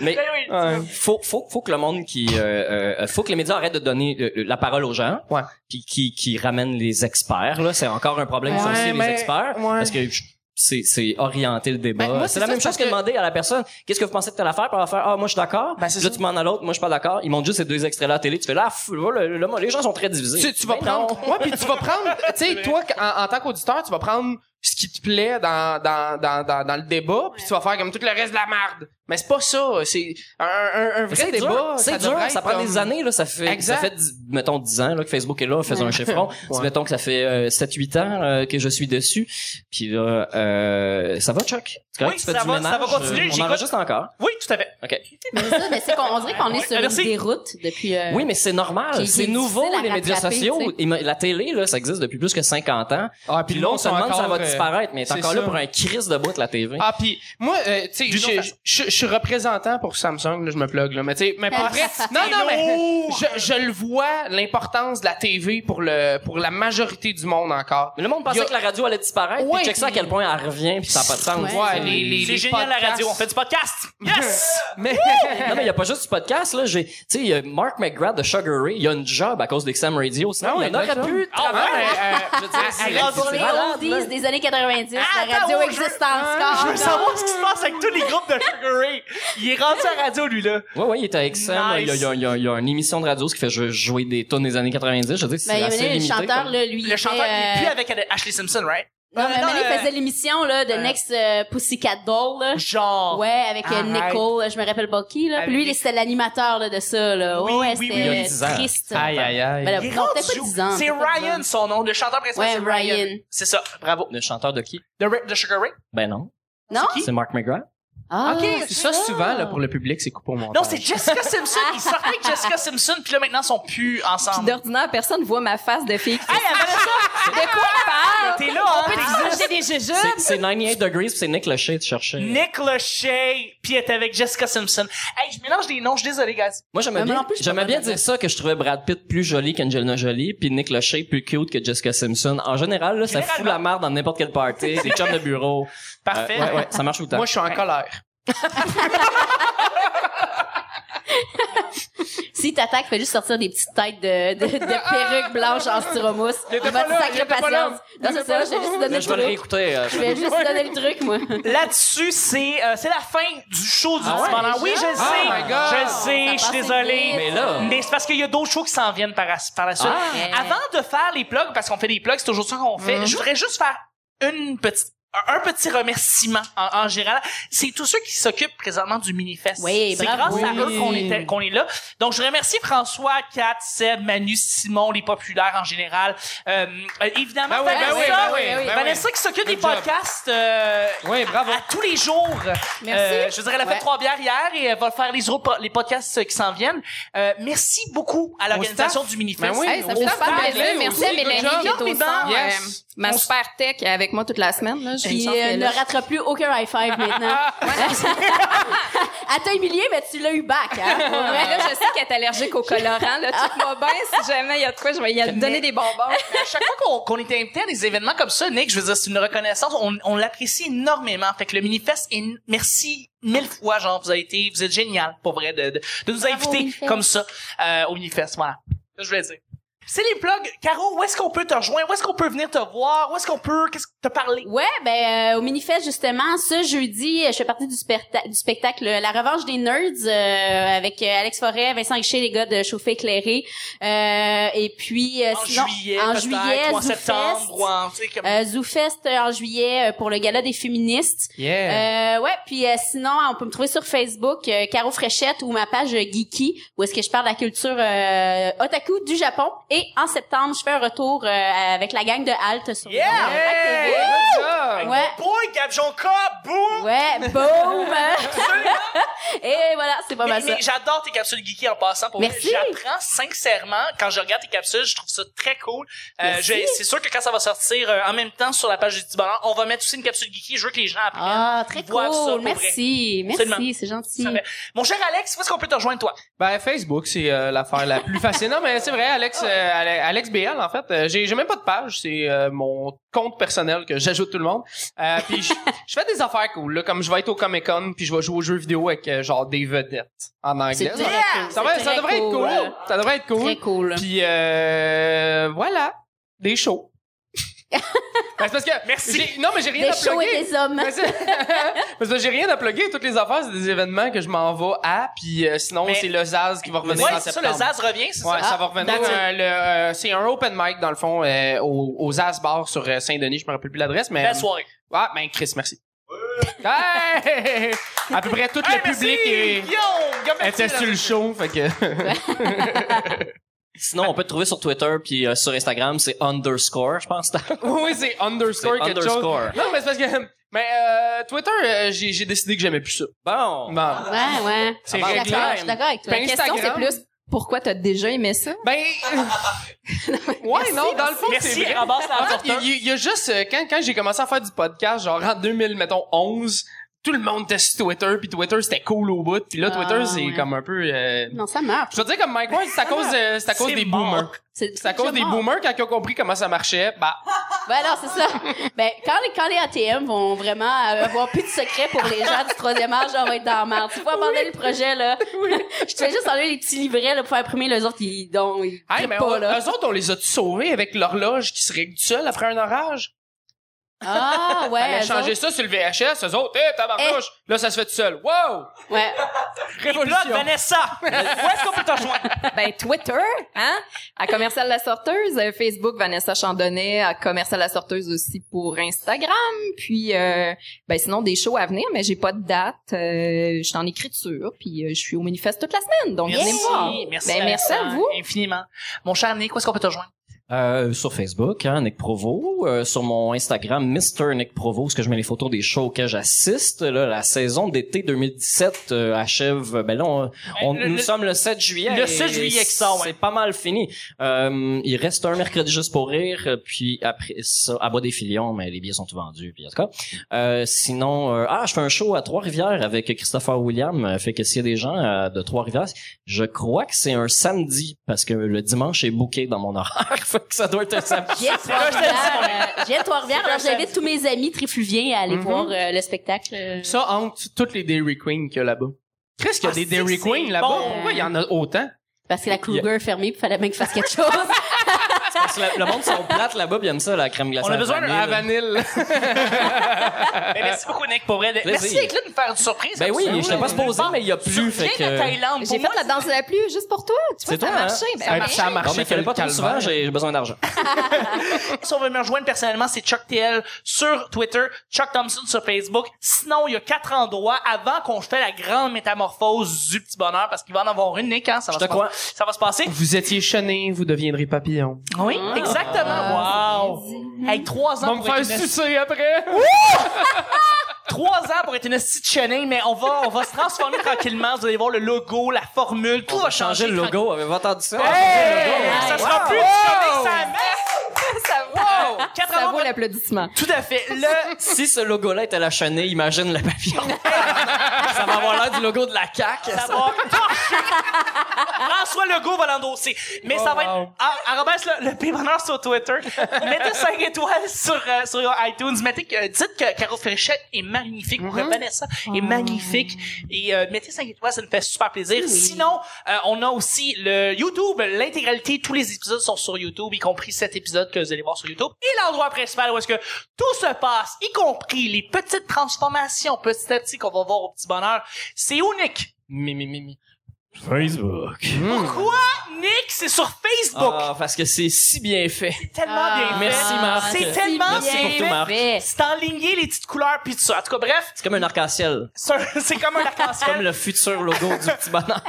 [SPEAKER 3] Mais euh,
[SPEAKER 1] Ben oui, tu
[SPEAKER 4] Ouais.
[SPEAKER 1] veux-
[SPEAKER 3] faut, faut, faut que le monde qui, euh, euh, faut que les médias arrêtent de donner euh, la parole aux gens,
[SPEAKER 4] Ouais.
[SPEAKER 3] puis qui, qui ramènent les experts. Là, c'est encore un problème ça
[SPEAKER 4] Ouais,
[SPEAKER 3] aussi les
[SPEAKER 4] mais-
[SPEAKER 3] experts,
[SPEAKER 4] ouais.
[SPEAKER 3] parce que je- c'est, c'est orienter le débat.
[SPEAKER 4] Ben, moi,
[SPEAKER 3] c'est,
[SPEAKER 4] c'est
[SPEAKER 3] la
[SPEAKER 4] ça,
[SPEAKER 3] même
[SPEAKER 4] c'est parce
[SPEAKER 3] chose que,
[SPEAKER 4] que-
[SPEAKER 3] demander à la personne, qu'est-ce que vous pensez de telle affaire, Puis elle va faire, ah moi je suis d'accord.
[SPEAKER 4] Ben, c'est
[SPEAKER 3] là
[SPEAKER 4] ça.
[SPEAKER 3] tu demandes à l'autre, moi je suis pas d'accord. Ils montrent juste ces deux extraits là à la télé, tu fais ah, là, fou, là, là, là, les gens sont très divisés.
[SPEAKER 4] tu, tu vas
[SPEAKER 3] Ben non.
[SPEAKER 4] prendre ouais, puis tu vas prendre tu sais toi en, en tant qu'auditeur tu vas prendre ce qui te plaît dans dans dans dans, dans le débat puis tu vas faire comme tout le reste de la merde mais c'est pas ça c'est un, un, un vrai
[SPEAKER 3] C'est
[SPEAKER 4] débat
[SPEAKER 3] dur, c'est dur,
[SPEAKER 4] devrait
[SPEAKER 3] ça
[SPEAKER 4] être
[SPEAKER 3] prend
[SPEAKER 4] comme-
[SPEAKER 3] des années là, ça fait
[SPEAKER 4] Exact.
[SPEAKER 3] ça fait dix- mettons 10 ans là que Facebook est là, faisons un chiffron.
[SPEAKER 4] Ouais.
[SPEAKER 3] Mettons que ça fait 7 8 ans euh, que je suis dessus. Puis là euh, ça va Chuck C'est correct,
[SPEAKER 1] Oui,
[SPEAKER 3] tu fais
[SPEAKER 1] ça
[SPEAKER 3] du
[SPEAKER 1] va,
[SPEAKER 3] ménage,
[SPEAKER 1] ça va continuer,
[SPEAKER 3] euh, on
[SPEAKER 1] j'écoute.
[SPEAKER 3] enregistre encore.
[SPEAKER 1] Oui, tout à fait.
[SPEAKER 3] OK.
[SPEAKER 2] Mais c'est ça, mais c'est qu'on on dirait qu'on est sur
[SPEAKER 1] Ah, Merci.
[SPEAKER 2] une déroute depuis. euh,
[SPEAKER 3] Oui, mais c'est normal,
[SPEAKER 2] Qui-
[SPEAKER 3] c'est
[SPEAKER 2] qui est
[SPEAKER 3] nouveau
[SPEAKER 2] difficile à
[SPEAKER 3] les médias
[SPEAKER 2] rattraper,
[SPEAKER 3] sociaux
[SPEAKER 2] tu sais.
[SPEAKER 3] et ma- la télé là, ça existe depuis plus que 50 ans.
[SPEAKER 4] ah
[SPEAKER 3] Puis là on se demande si ça va
[SPEAKER 4] encore, euh,
[SPEAKER 3] disparaître, mais t'es
[SPEAKER 4] c'est
[SPEAKER 3] encore là
[SPEAKER 4] ça.
[SPEAKER 3] pour un crise de bout la TV.
[SPEAKER 4] ah puis moi euh, tu sais
[SPEAKER 1] D'une autre
[SPEAKER 4] je- je je suis représentant pour Samsung là je me plug là mais tu sais mais pour vrai non non
[SPEAKER 1] Oh!
[SPEAKER 4] mais je je le vois l'importance de la TV pour le pour la majorité du monde encore
[SPEAKER 3] Mais le monde
[SPEAKER 4] y
[SPEAKER 3] pensait
[SPEAKER 4] a-
[SPEAKER 3] que la radio allait disparaître,
[SPEAKER 4] Ouais,
[SPEAKER 3] puis check ça à
[SPEAKER 4] puis-
[SPEAKER 3] quel point elle revient puis ça n'a pas de sens.
[SPEAKER 2] Ouais.
[SPEAKER 4] ouais les les
[SPEAKER 1] C'est
[SPEAKER 4] les
[SPEAKER 1] génial la
[SPEAKER 4] podcasts.
[SPEAKER 1] radio, on fait du podcast. Yes!
[SPEAKER 4] mais
[SPEAKER 3] non, mais il n'y a pas juste du podcast, là. J'ai, tu sais, il y a Mark McGrath de Sugar Ray, il y a une job à cause d'Exam Radio. Sinon,
[SPEAKER 4] Ah ouais,
[SPEAKER 3] il y en aurait
[SPEAKER 4] d'accord.
[SPEAKER 3] plus de
[SPEAKER 1] Ah ouais, Ah,
[SPEAKER 3] travail.
[SPEAKER 4] euh,
[SPEAKER 3] Je veux dire, c'est-
[SPEAKER 1] elle grandit.
[SPEAKER 2] Pour les
[SPEAKER 3] c'est malade, là.
[SPEAKER 2] oldies des années 90, la
[SPEAKER 1] Attends,
[SPEAKER 2] radio
[SPEAKER 1] oh, je veux-
[SPEAKER 2] existe encore.
[SPEAKER 1] Je veux savoir ce qui se passe avec tous les groupes de Sugar Ray. Il est rendu à la radio, lui, là.
[SPEAKER 3] Ouais, ouais, il est à Exam.
[SPEAKER 1] Nice.
[SPEAKER 3] Il y a, il y a- il y a une émission de radio ce qui fait jou- jouer des tonnes des années 90. Je veux dire, c'est
[SPEAKER 2] Ben, il y a un
[SPEAKER 3] assez
[SPEAKER 2] moment donné, le
[SPEAKER 3] limité,
[SPEAKER 2] chanteur,
[SPEAKER 3] quoi.
[SPEAKER 2] là, lui. euh,
[SPEAKER 1] Le chanteur, il est plus avec Ashley Simpson, right?
[SPEAKER 2] Non, mais
[SPEAKER 1] non,
[SPEAKER 2] Mané
[SPEAKER 1] euh,
[SPEAKER 2] faisait l'émission, là, de
[SPEAKER 1] euh,
[SPEAKER 2] Next euh, Pussycat Doll, là.
[SPEAKER 1] Genre.
[SPEAKER 2] Ouais, avec euh,
[SPEAKER 1] Arrête.
[SPEAKER 2] Nicole, je me rappelle pas qui, là. Puis
[SPEAKER 1] Avec-
[SPEAKER 2] lui, il- c'était l'animateur, là, de ça, là.
[SPEAKER 1] Oui,
[SPEAKER 2] ouais,
[SPEAKER 1] oui, oui,
[SPEAKER 3] il y a
[SPEAKER 2] c'était
[SPEAKER 3] 10 ans.
[SPEAKER 2] euh, triste.
[SPEAKER 4] aïe aïe aïe
[SPEAKER 2] Ben là,
[SPEAKER 1] Il est
[SPEAKER 2] non,
[SPEAKER 1] rendu-
[SPEAKER 2] c'était pas 10 ans.
[SPEAKER 1] C'est
[SPEAKER 2] c'était pas 10 ans.
[SPEAKER 1] Ryan, son nom. Le chanteur principal,
[SPEAKER 2] Ouais,
[SPEAKER 1] c'est Ryan.
[SPEAKER 2] Ryan.
[SPEAKER 1] C'est ça. Bravo.
[SPEAKER 3] Le chanteur de qui?
[SPEAKER 1] De, Ra- de Sugar Ray?
[SPEAKER 3] Ben non.
[SPEAKER 2] Non?
[SPEAKER 3] C'est Mark McGrath.
[SPEAKER 2] Ah,
[SPEAKER 4] Ok,
[SPEAKER 2] c'est
[SPEAKER 4] ça souvent là pour le public c'est coupé au montage.
[SPEAKER 1] Non, c'est Jessica Simpson. Il sortait avec Jessica Simpson, puis là, maintenant, ils sont plus
[SPEAKER 5] Puis
[SPEAKER 1] ensemble.
[SPEAKER 5] d'ordinaire, personne voit ma face de fille. qui fait
[SPEAKER 1] Hey, Vanessa,
[SPEAKER 5] De quoi elle parle?
[SPEAKER 1] t'es là, hein?
[SPEAKER 5] J'ai des jujubes.
[SPEAKER 3] C'est- C'est 98 Degrees, puis c'est Nick Lachey de chercher.
[SPEAKER 4] Mmh.
[SPEAKER 1] Nick Lachey, puis elle était avec Jessica Simpson. Hey, je mélange des noms, je suis désolé, guys.
[SPEAKER 3] Moi,
[SPEAKER 2] Mais
[SPEAKER 3] j'aimais
[SPEAKER 2] moi
[SPEAKER 3] bien,
[SPEAKER 2] non plus, je suis
[SPEAKER 3] j'aimais
[SPEAKER 2] pas
[SPEAKER 3] bien
[SPEAKER 2] bonne
[SPEAKER 3] dire ça, que je trouvais Brad Pitt plus joli qu'Angelina Jolie, puis Nick Lachey plus cute que Jessica Simpson. En général, là, ça fout
[SPEAKER 1] Généralement.
[SPEAKER 3] la merde dans n'importe quel party, des chums de bureau. Euh,
[SPEAKER 1] Parfait.
[SPEAKER 3] ouais, ouais, ça marche tout le temps.
[SPEAKER 4] Moi je suis en colère.
[SPEAKER 2] Si t'attaques, fais juste sortir des petites têtes de, de, de perruques blanches en styromousse. Il
[SPEAKER 4] était
[SPEAKER 2] va
[SPEAKER 4] pas
[SPEAKER 2] te
[SPEAKER 4] là, il
[SPEAKER 2] sacrer
[SPEAKER 4] était pas là.
[SPEAKER 2] patience. Non, c'est ça, je vais juste
[SPEAKER 3] Là,
[SPEAKER 2] donner
[SPEAKER 3] je vais le
[SPEAKER 2] le truc.
[SPEAKER 3] réécouter. euh,
[SPEAKER 2] Je vais juste donner le truc, moi.
[SPEAKER 1] Là-dessus, c'est euh, c'est la fin du show du
[SPEAKER 3] Ah ouais?
[SPEAKER 1] dimanche. Oui, je le sais.
[SPEAKER 4] Oh my God.
[SPEAKER 1] je le sais, je suis
[SPEAKER 2] Ça passe
[SPEAKER 1] désolé.
[SPEAKER 2] vite.
[SPEAKER 3] Mais là-
[SPEAKER 1] Mais c'est parce qu'il y a d'autres shows qui s'en viennent par, par la suite. Eh.
[SPEAKER 3] Ah.
[SPEAKER 1] Avant de faire les plugs, parce qu'on fait des plugs, c'est toujours ça qu'on fait, je voudrais juste faire une petite un, un petit remerciement en, en général. C'est tous ceux qui s'occupent présentement du mini-fest.
[SPEAKER 2] Oui,
[SPEAKER 1] C'est grâce
[SPEAKER 2] bravo.
[SPEAKER 1] à eux
[SPEAKER 6] Oui.
[SPEAKER 1] qu'on était- qu'on est là. Donc, je remercie François, Kat, Seb, Manu, Simon, les populaires en général. Euh, euh, évidemment,
[SPEAKER 4] Ben oui, ben
[SPEAKER 1] Vanessa,
[SPEAKER 4] oui, ben oui, ben oui.
[SPEAKER 1] Vanessa qui s'occupe des
[SPEAKER 4] Good job.
[SPEAKER 1] podcasts euh,
[SPEAKER 4] Oui, bravo.
[SPEAKER 1] à, à tous les jours. Euh,
[SPEAKER 2] Merci.
[SPEAKER 1] je dirais, elle a fait
[SPEAKER 2] Ouais.
[SPEAKER 1] trois bières hier et elle va faire les, autres, po- les podcasts euh, qui s'en viennent. Euh, merci beaucoup à l'organisation du mini-fest.
[SPEAKER 4] Ben oui.
[SPEAKER 5] Hey, ça me
[SPEAKER 4] Au
[SPEAKER 5] fait
[SPEAKER 4] staff,
[SPEAKER 5] super plaisir.
[SPEAKER 4] oui,
[SPEAKER 5] Merci
[SPEAKER 4] good
[SPEAKER 5] à Mélanie
[SPEAKER 4] job.
[SPEAKER 5] qui est au
[SPEAKER 1] Énormément.
[SPEAKER 5] centre. euh,
[SPEAKER 4] Yes.
[SPEAKER 5] ma super tech est avec moi toute la semaine. Là. J'ai une
[SPEAKER 2] Puis
[SPEAKER 5] chance
[SPEAKER 2] euh,
[SPEAKER 5] qu'elle
[SPEAKER 2] ne
[SPEAKER 5] est là.
[SPEAKER 2] rattrape plus aucun high five maintenant. Elle t'a humilié, mais tu l'as eu back. Hein? pour
[SPEAKER 5] Ouais,
[SPEAKER 2] vrai.
[SPEAKER 5] là, je sais qu'elle est allergique au colorant. Là, tout moi bien. Si jamais il y a de quoi, je vais y donner des bonbons.
[SPEAKER 1] à chaque fois qu'on- qu'on est invité à des événements comme ça, Nick, je veux dire, c'est une reconnaissance. On, on l'apprécie énormément. Fait que le Minifest, est, merci mille fois, genre, vous avez été, vous êtes génial, pour vrai, de, de, de nous inviter comme ça euh, au Minifest. Voilà. Ça, Je vais dire. C'est les plugs. Caro, où est-ce qu'on peut te rejoindre? Où est-ce qu'on peut venir te voir? Où est-ce qu'on peut qu'est-ce que te parler?
[SPEAKER 2] Ouais, ben euh, au Minifest justement, ce jeudi, euh, je fais partie du, sperta- du spectacle euh, La Revanche des Nerds euh, avec euh, Alex Forêt, Vincent Richer, les gars de Chauffer Éclairé. Euh, et puis euh,
[SPEAKER 1] En
[SPEAKER 2] sinon
[SPEAKER 1] juillet,
[SPEAKER 2] en
[SPEAKER 1] peut-être,
[SPEAKER 2] juillet,
[SPEAKER 1] ou en
[SPEAKER 2] Zoufest.
[SPEAKER 1] septembre, ou en, tu sais, comme...
[SPEAKER 2] Euh, ZooFest euh, en juillet euh, pour le gala des féministes.
[SPEAKER 4] Yeah.
[SPEAKER 2] Euh, ouais, puis euh, sinon, on peut me trouver sur Facebook, euh, Caro Fréchette ou ma page euh, Geeky, où est-ce que je parle de la culture euh, otaku du Japon. Et en septembre, je fais un retour euh, avec la gang de Halt sur
[SPEAKER 1] Yeah!
[SPEAKER 2] le Drac TV.
[SPEAKER 4] Good job.
[SPEAKER 2] ouais.
[SPEAKER 1] Boy, Gab Jonca, boum!
[SPEAKER 2] Ouais, boum! Et voilà, c'est pas
[SPEAKER 1] Mais,
[SPEAKER 2] mal ça.
[SPEAKER 1] mais j'adore tes capsules geeky en passant. Pour
[SPEAKER 2] Merci.
[SPEAKER 1] vrai. J'apprends sincèrement quand je regarde tes capsules, je trouve ça très cool. Euh,
[SPEAKER 2] Merci.
[SPEAKER 1] je- c'est sûr que quand ça va sortir euh, en même temps sur la page du Tibaran, on va mettre aussi une capsule geeky. Je veux que les gens apprennent.
[SPEAKER 2] Ah, très
[SPEAKER 1] Ils voient ça, pour
[SPEAKER 2] cool. Merci.
[SPEAKER 1] Absolument.
[SPEAKER 2] Merci, c'est gentil.
[SPEAKER 1] Ça fait- Mon cher Alex, où est-ce qu'on peut te rejoindre toi
[SPEAKER 4] Ben, Facebook, c'est euh, l'affaire la plus facile. Non, mais c'est vrai, Alex,
[SPEAKER 2] Ah.
[SPEAKER 4] euh, Ale- Alex BL, en fait, euh, j'ai j'ai même pas de page. C'est euh, mon compte personnel que j'ajoute tout le monde. Euh, puis je je fais des affaires cool, là, comme je vais être au Comic-Con, puis je vais jouer aux jeux vidéo avec euh, genre des vedettes en anglais.
[SPEAKER 2] C'est
[SPEAKER 4] Ça,
[SPEAKER 2] très-
[SPEAKER 4] ça, va-
[SPEAKER 2] c'est
[SPEAKER 4] ça
[SPEAKER 2] très
[SPEAKER 4] devrait
[SPEAKER 2] cool.
[SPEAKER 4] être cool. Ça devrait être cool.
[SPEAKER 2] Très cool.
[SPEAKER 4] Puis euh, voilà, des shows. Ben, c'est parce que
[SPEAKER 1] Merci.
[SPEAKER 4] j'ai- Non, mais j'ai rien
[SPEAKER 2] Des
[SPEAKER 4] à
[SPEAKER 2] shows
[SPEAKER 4] plugger.
[SPEAKER 2] et des hommes.
[SPEAKER 4] Mais c'est- Parce que j'ai rien à plugger. Toutes les affaires, c'est des événements que je m'en vais à. Puis euh, sinon,
[SPEAKER 1] Mais-
[SPEAKER 4] c'est le Zaz qui va
[SPEAKER 1] Ouais,
[SPEAKER 4] revenir en
[SPEAKER 1] c'est ça,
[SPEAKER 4] septembre.
[SPEAKER 1] le Zaz revient, c'est
[SPEAKER 4] Ouais,
[SPEAKER 1] ça.
[SPEAKER 4] ça va revenir.
[SPEAKER 1] that's it.
[SPEAKER 4] euh, le, euh, c'est un open mic, dans le fond, euh, au, au Zaz Bar sur euh, Saint-Denis. Je me rappelle plus l'adresse, mais...
[SPEAKER 1] Belle soirée.
[SPEAKER 4] Ah, ben Chris, merci. Hey! À peu près tout
[SPEAKER 1] Hey,
[SPEAKER 4] le public est-
[SPEAKER 1] merci! Yo, gars, merci,
[SPEAKER 4] était sur le show, fait que...
[SPEAKER 3] Sinon, on peut te trouver sur Twitter puis euh, sur Instagram, c'est underscore, je pense.
[SPEAKER 4] oui, c'est underscore
[SPEAKER 3] C'est
[SPEAKER 4] quelque
[SPEAKER 3] underscore.
[SPEAKER 4] chose. Non, mais c'est parce que... Mais euh, Twitter, euh, j'ai j'ai décidé que j'aimais plus ça.
[SPEAKER 3] Bon.
[SPEAKER 4] Bon.
[SPEAKER 2] Ouais, ouais.
[SPEAKER 4] C'est
[SPEAKER 1] Ah,
[SPEAKER 2] Je suis
[SPEAKER 4] réglé.
[SPEAKER 2] d'accord, je suis d'accord avec toi.
[SPEAKER 5] La question, c'est
[SPEAKER 4] Instagram.
[SPEAKER 5] plus pourquoi t'as déjà aimé ça?
[SPEAKER 4] Ben... ouais, non, dans le fond, c'est
[SPEAKER 1] Merci,
[SPEAKER 4] vrai.
[SPEAKER 1] ramasse la
[SPEAKER 4] En fait,
[SPEAKER 1] torteur.
[SPEAKER 4] il y, il y a juste euh, quand quand j'ai commencé à faire du podcast, genre en 2000 mettons 11, tout le monde était sur Twitter, puis Twitter c'était cool au bout, puis là
[SPEAKER 2] Ah,
[SPEAKER 4] Twitter c'est
[SPEAKER 2] ouais.
[SPEAKER 4] comme un peu euh,
[SPEAKER 2] Non, ça meurt.
[SPEAKER 4] je veux dire comme Mike Ward, c'est à cause euh, c'est à cause
[SPEAKER 1] C'est
[SPEAKER 4] des
[SPEAKER 1] mort.
[SPEAKER 4] boomers.
[SPEAKER 2] C'est
[SPEAKER 4] C'est à cause des
[SPEAKER 2] mort.
[SPEAKER 4] boomers quand ils ont compris comment ça marchait. Bah,
[SPEAKER 2] Ouais, non, c'est ça. Ben, quand les, quand les ATM vont vraiment euh, avoir plus de secret pour les gens du troisième âge, on va être dans la merde. Tu faut abandonner le projet, là. je te fais juste enlever les petits livrets, là, pour faire imprimer les autres, ils, dont, ils
[SPEAKER 4] hey,
[SPEAKER 2] trippent
[SPEAKER 4] mais
[SPEAKER 2] pas,
[SPEAKER 4] on-
[SPEAKER 2] là.
[SPEAKER 4] eux autres on les a sauvés avec l'horloge qui se règle tout seul après un orage.
[SPEAKER 2] Ah, ouais.
[SPEAKER 4] Elle a
[SPEAKER 2] eux
[SPEAKER 4] changé
[SPEAKER 2] autres- Eh.
[SPEAKER 4] ça sur le VHS, eux autres, hé, tabarnouche, là ça se fait tout seul. Wow!
[SPEAKER 2] Ouais.
[SPEAKER 1] Et là, Vanessa, où est-ce qu'on peut te rejoindre
[SPEAKER 5] Ben, Twitter, hein? À Commercial La Sorteuse, euh, Facebook, Vanessa Chandonnet, à Commercial La Sorteuse aussi pour Instagram. Puis, euh, ben, sinon, des shows à venir, mais j'ai pas de date. Euh, je suis en écriture, puis euh, je suis au manifeste toute la semaine. Donc, venez me voir.
[SPEAKER 1] merci,
[SPEAKER 5] Ben, merci à
[SPEAKER 1] Vanessa,
[SPEAKER 5] vous.
[SPEAKER 1] Infiniment. Mon cher Nick, où est-ce qu'on peut te rejoindre
[SPEAKER 3] Euh, sur Facebook, hein, Nick Provo. Euh, sur mon Instagram, Mr. Nick Provo, parce que je mets les photos des shows auxquels j'assiste. Là, la saison d'été 2017 euh, achève. euh, Ben là, on- on-
[SPEAKER 1] le-
[SPEAKER 3] nous
[SPEAKER 1] le-
[SPEAKER 3] sommes le 7 juillet.
[SPEAKER 1] Le
[SPEAKER 3] et
[SPEAKER 1] 7 juillet qui sort, ouais.
[SPEAKER 3] C'est pas mal fini. Euh, il reste un mercredi juste pour rire, euh, puis après ça, à bois des filions, mais les billets sont tous vendus. Puis en tout cas, euh, sinon, euh, ah, je fais un show à Trois-Rivières avec Christopher William. Euh, Fait que s'il y a des gens euh, de Trois-Rivières, je crois que c'est un samedi parce que le dimanche est booké dans mon horaire. fait que ça doit être un samedi.
[SPEAKER 2] J'ai Trois-Rivières. euh, J'ai Trois-Rivières. Alors,
[SPEAKER 1] un samedi.
[SPEAKER 2] j'invite tous mes amis trifluviens à aller
[SPEAKER 4] Mhm.
[SPEAKER 2] voir euh, le spectacle. euh.
[SPEAKER 4] Ça entre toutes les Dairy Queen qu'il y a là-bas. Qu'est-ce qu'il y
[SPEAKER 1] Ah,
[SPEAKER 4] a des
[SPEAKER 1] si,
[SPEAKER 4] Dairy
[SPEAKER 1] c'est
[SPEAKER 4] Queen là-bas?
[SPEAKER 1] bon.
[SPEAKER 4] Pourquoi il y en a autant?
[SPEAKER 2] Parce que la Kruger est fermée, il fallait bien qu'il fasse quelque chose.
[SPEAKER 3] Parce que la- le monde sont plates là-bas, puis aime ça, la crème glacée.
[SPEAKER 1] On a besoin
[SPEAKER 3] de
[SPEAKER 1] d'un
[SPEAKER 4] À vanille. Euh,
[SPEAKER 1] Mais Ben, merci beaucoup, Nick, pour elle. Merci,
[SPEAKER 3] Plaisir.
[SPEAKER 1] Nick, là, de nous faire une surprise.
[SPEAKER 3] Ben
[SPEAKER 1] comme
[SPEAKER 3] oui,
[SPEAKER 1] ça.
[SPEAKER 3] je t'ai pas supposé, mais il y a plus.
[SPEAKER 1] Tu viens
[SPEAKER 3] Fait que...
[SPEAKER 1] de Thaïlande.
[SPEAKER 5] J'ai
[SPEAKER 1] Pour moi,
[SPEAKER 5] fait la danse de la pluie juste pour toi. Tu vois,
[SPEAKER 3] C'est
[SPEAKER 5] ça a
[SPEAKER 3] toi, hein?
[SPEAKER 5] marché. Ben
[SPEAKER 4] Ça a
[SPEAKER 5] oui.
[SPEAKER 4] marché, ça a marché.
[SPEAKER 3] Non, mais fallait pas trop
[SPEAKER 4] Calvaire.
[SPEAKER 3] souvent, j'ai j'ai besoin d'argent.
[SPEAKER 1] si on veut me rejoindre personnellement, c'est Chuck TL sur Twitter, Chuck Thompson sur Facebook. Sinon, il y a quatre endroits avant qu'on fait la grande métamorphose du petit bonheur parce qu'il va en avoir une, Nick, hein, ça va,
[SPEAKER 3] Je
[SPEAKER 1] se,
[SPEAKER 3] te crois.
[SPEAKER 1] ça va se passer.
[SPEAKER 4] Vous étiez chené, vous deviendrez papillon.
[SPEAKER 1] Oui, Ah, exactement. Wow. Avec trois ans
[SPEAKER 4] On me
[SPEAKER 1] pour
[SPEAKER 4] faire
[SPEAKER 1] être une esti-
[SPEAKER 4] sucer après.
[SPEAKER 1] trois ans pour être une esti de chenille, mais on va, on va se transformer tranquillement. Vous allez voir le logo, la formule, tout va changer.
[SPEAKER 3] Changer le logo, avez-vous entendu ça?
[SPEAKER 1] Hey! Ça sera plus du comique, ça
[SPEAKER 5] Ça vaut,
[SPEAKER 1] Quatre
[SPEAKER 5] ça
[SPEAKER 1] endroits
[SPEAKER 5] vaut l'applaudissement.
[SPEAKER 1] Tout à fait. Le
[SPEAKER 3] Si ce logo-là était la chenille, imagine le papillon. ça va avoir l'air du logo de la CAQ.
[SPEAKER 1] ça va torcher. François Legault va l'endosser. Mais ça va être... À, le, le P-Bonheur sur Twitter. Mettez 5 étoiles sur, euh, sur your iTunes. Mettez que, dites que Caro Fréchette est magnifique. Pour que Vanessa est magnifique. Et euh, mettez 5 étoiles, ça nous fait super plaisir. Sinon, euh, on a aussi le YouTube. L'intégralité, tous les épisodes sont sur YouTube, y compris cet épisode que vous allez voir sur YouTube. Et l'endroit principal où est-ce que tout se passe, y compris les petites transformations petit à petit qu'on va voir au petit bonheur, c'est où, Nick?
[SPEAKER 3] Mi, mi, mi, mi.
[SPEAKER 1] Pourquoi, Nick, c'est sur Facebook?
[SPEAKER 3] Ah, parce que c'est si bien fait.
[SPEAKER 1] C'est tellement
[SPEAKER 2] Ah,
[SPEAKER 1] bien fait.
[SPEAKER 3] merci, Marc.
[SPEAKER 1] C'est tellement
[SPEAKER 3] Merci
[SPEAKER 1] bien
[SPEAKER 3] pour tout,
[SPEAKER 1] fait.
[SPEAKER 3] Marc.
[SPEAKER 1] C'est enligné, les petites couleurs, puis tout ça. En tout cas, bref,
[SPEAKER 3] C'est comme un arc-en-ciel.
[SPEAKER 1] c'est un- c'est comme un
[SPEAKER 3] Comme
[SPEAKER 1] arc-en-ciel.
[SPEAKER 3] le futur logo du petit bonheur.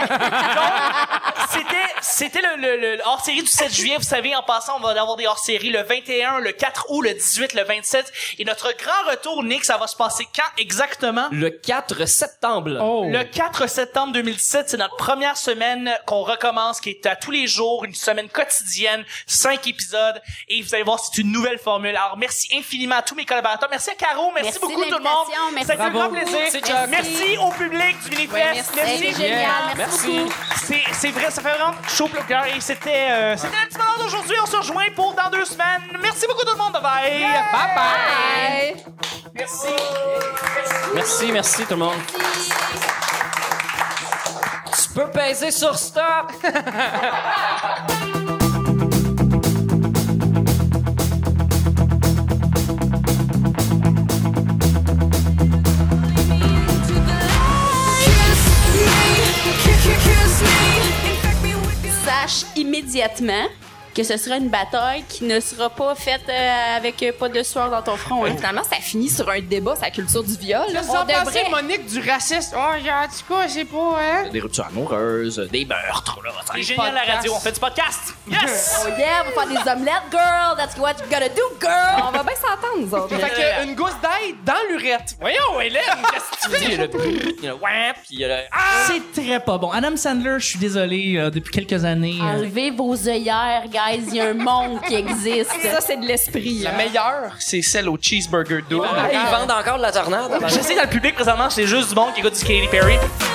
[SPEAKER 1] C'était, c'était le, le- le- le hors-série du 7 juillet. Vous savez, en passant, on va avoir des hors-séries le 21, le 4 août, le 18, le 27. Et notre grand retour, Nick, ça va se passer quand exactement?
[SPEAKER 3] Le 4 septembre.
[SPEAKER 1] Le 4 septembre 2017, c'est notre première semaine qu'on recommence, qui est à tous les jours, une semaine quotidienne, cinq épisodes, et vous allez voir, c'est une nouvelle formule. Alors, merci infiniment à tous mes collaborateurs. Merci à Caro, merci,
[SPEAKER 2] Merci
[SPEAKER 1] beaucoup tout le monde.
[SPEAKER 2] l'invitation, merci
[SPEAKER 1] Ça a été un grand
[SPEAKER 3] Bravo.
[SPEAKER 1] plaisir.
[SPEAKER 3] Merci, Chuck.
[SPEAKER 1] Merci au public du Minifest.
[SPEAKER 2] Hey,
[SPEAKER 1] merci.
[SPEAKER 2] C'est génial. Merci, beaucoup.
[SPEAKER 1] C'est, c'est vrai, ça fait vraiment chaud pour le cœur. Et c'était, euh, c'était le petit moment d'aujourd'hui. On se rejoint pour dans deux semaines. Merci beaucoup tout le monde. Bye bye. Bye
[SPEAKER 5] Bye.
[SPEAKER 1] Merci.
[SPEAKER 3] Merci, merci tout le monde. Tu peux peser sur stop.
[SPEAKER 2] Sache immédiatement que ce sera une bataille qui ne sera pas faite euh, avec euh, pas de sueur dans ton front. hein.
[SPEAKER 5] Finalement, ça finit sur un débat, sur la culture du viol.
[SPEAKER 4] Je
[SPEAKER 5] là.
[SPEAKER 4] sens
[SPEAKER 5] On
[SPEAKER 4] passer
[SPEAKER 5] devrait
[SPEAKER 4] Monique du raciste. Oh, j'ai- en tout cas, c'est pas, hein.
[SPEAKER 3] Des ruptures amoureuses, des meurtres. Là.
[SPEAKER 1] C'est génial la radio. On fait du podcast. Yes.
[SPEAKER 2] Oh yeah, on va faire des omelettes, girl. That's what you gotta do, girl.
[SPEAKER 5] On va bien s'entendre, nous autres.
[SPEAKER 1] Euh.
[SPEAKER 4] Fait que une gousse d'ail dans l'urette.
[SPEAKER 1] Voyons, Hélène, qu'est-ce que tu
[SPEAKER 3] Il y a le bruit, il y a le ouais, puis il y a le
[SPEAKER 6] C'est très pas Ah bon. Adam Sandler, je suis désolé, euh, depuis quelques années. euh,
[SPEAKER 2] Enlevez vos œillères, guys. Il y a un monde qui existe.
[SPEAKER 5] Ça, c'est de l'esprit.
[SPEAKER 4] La
[SPEAKER 5] hein.
[SPEAKER 4] meilleure, c'est celle au cheeseburger double.
[SPEAKER 3] Ah, Ils vendent encore de la tornade.
[SPEAKER 1] J'essaie dans le public présentement, c'est juste du monde qui écoute du Katy Perry.
[SPEAKER 7] Thank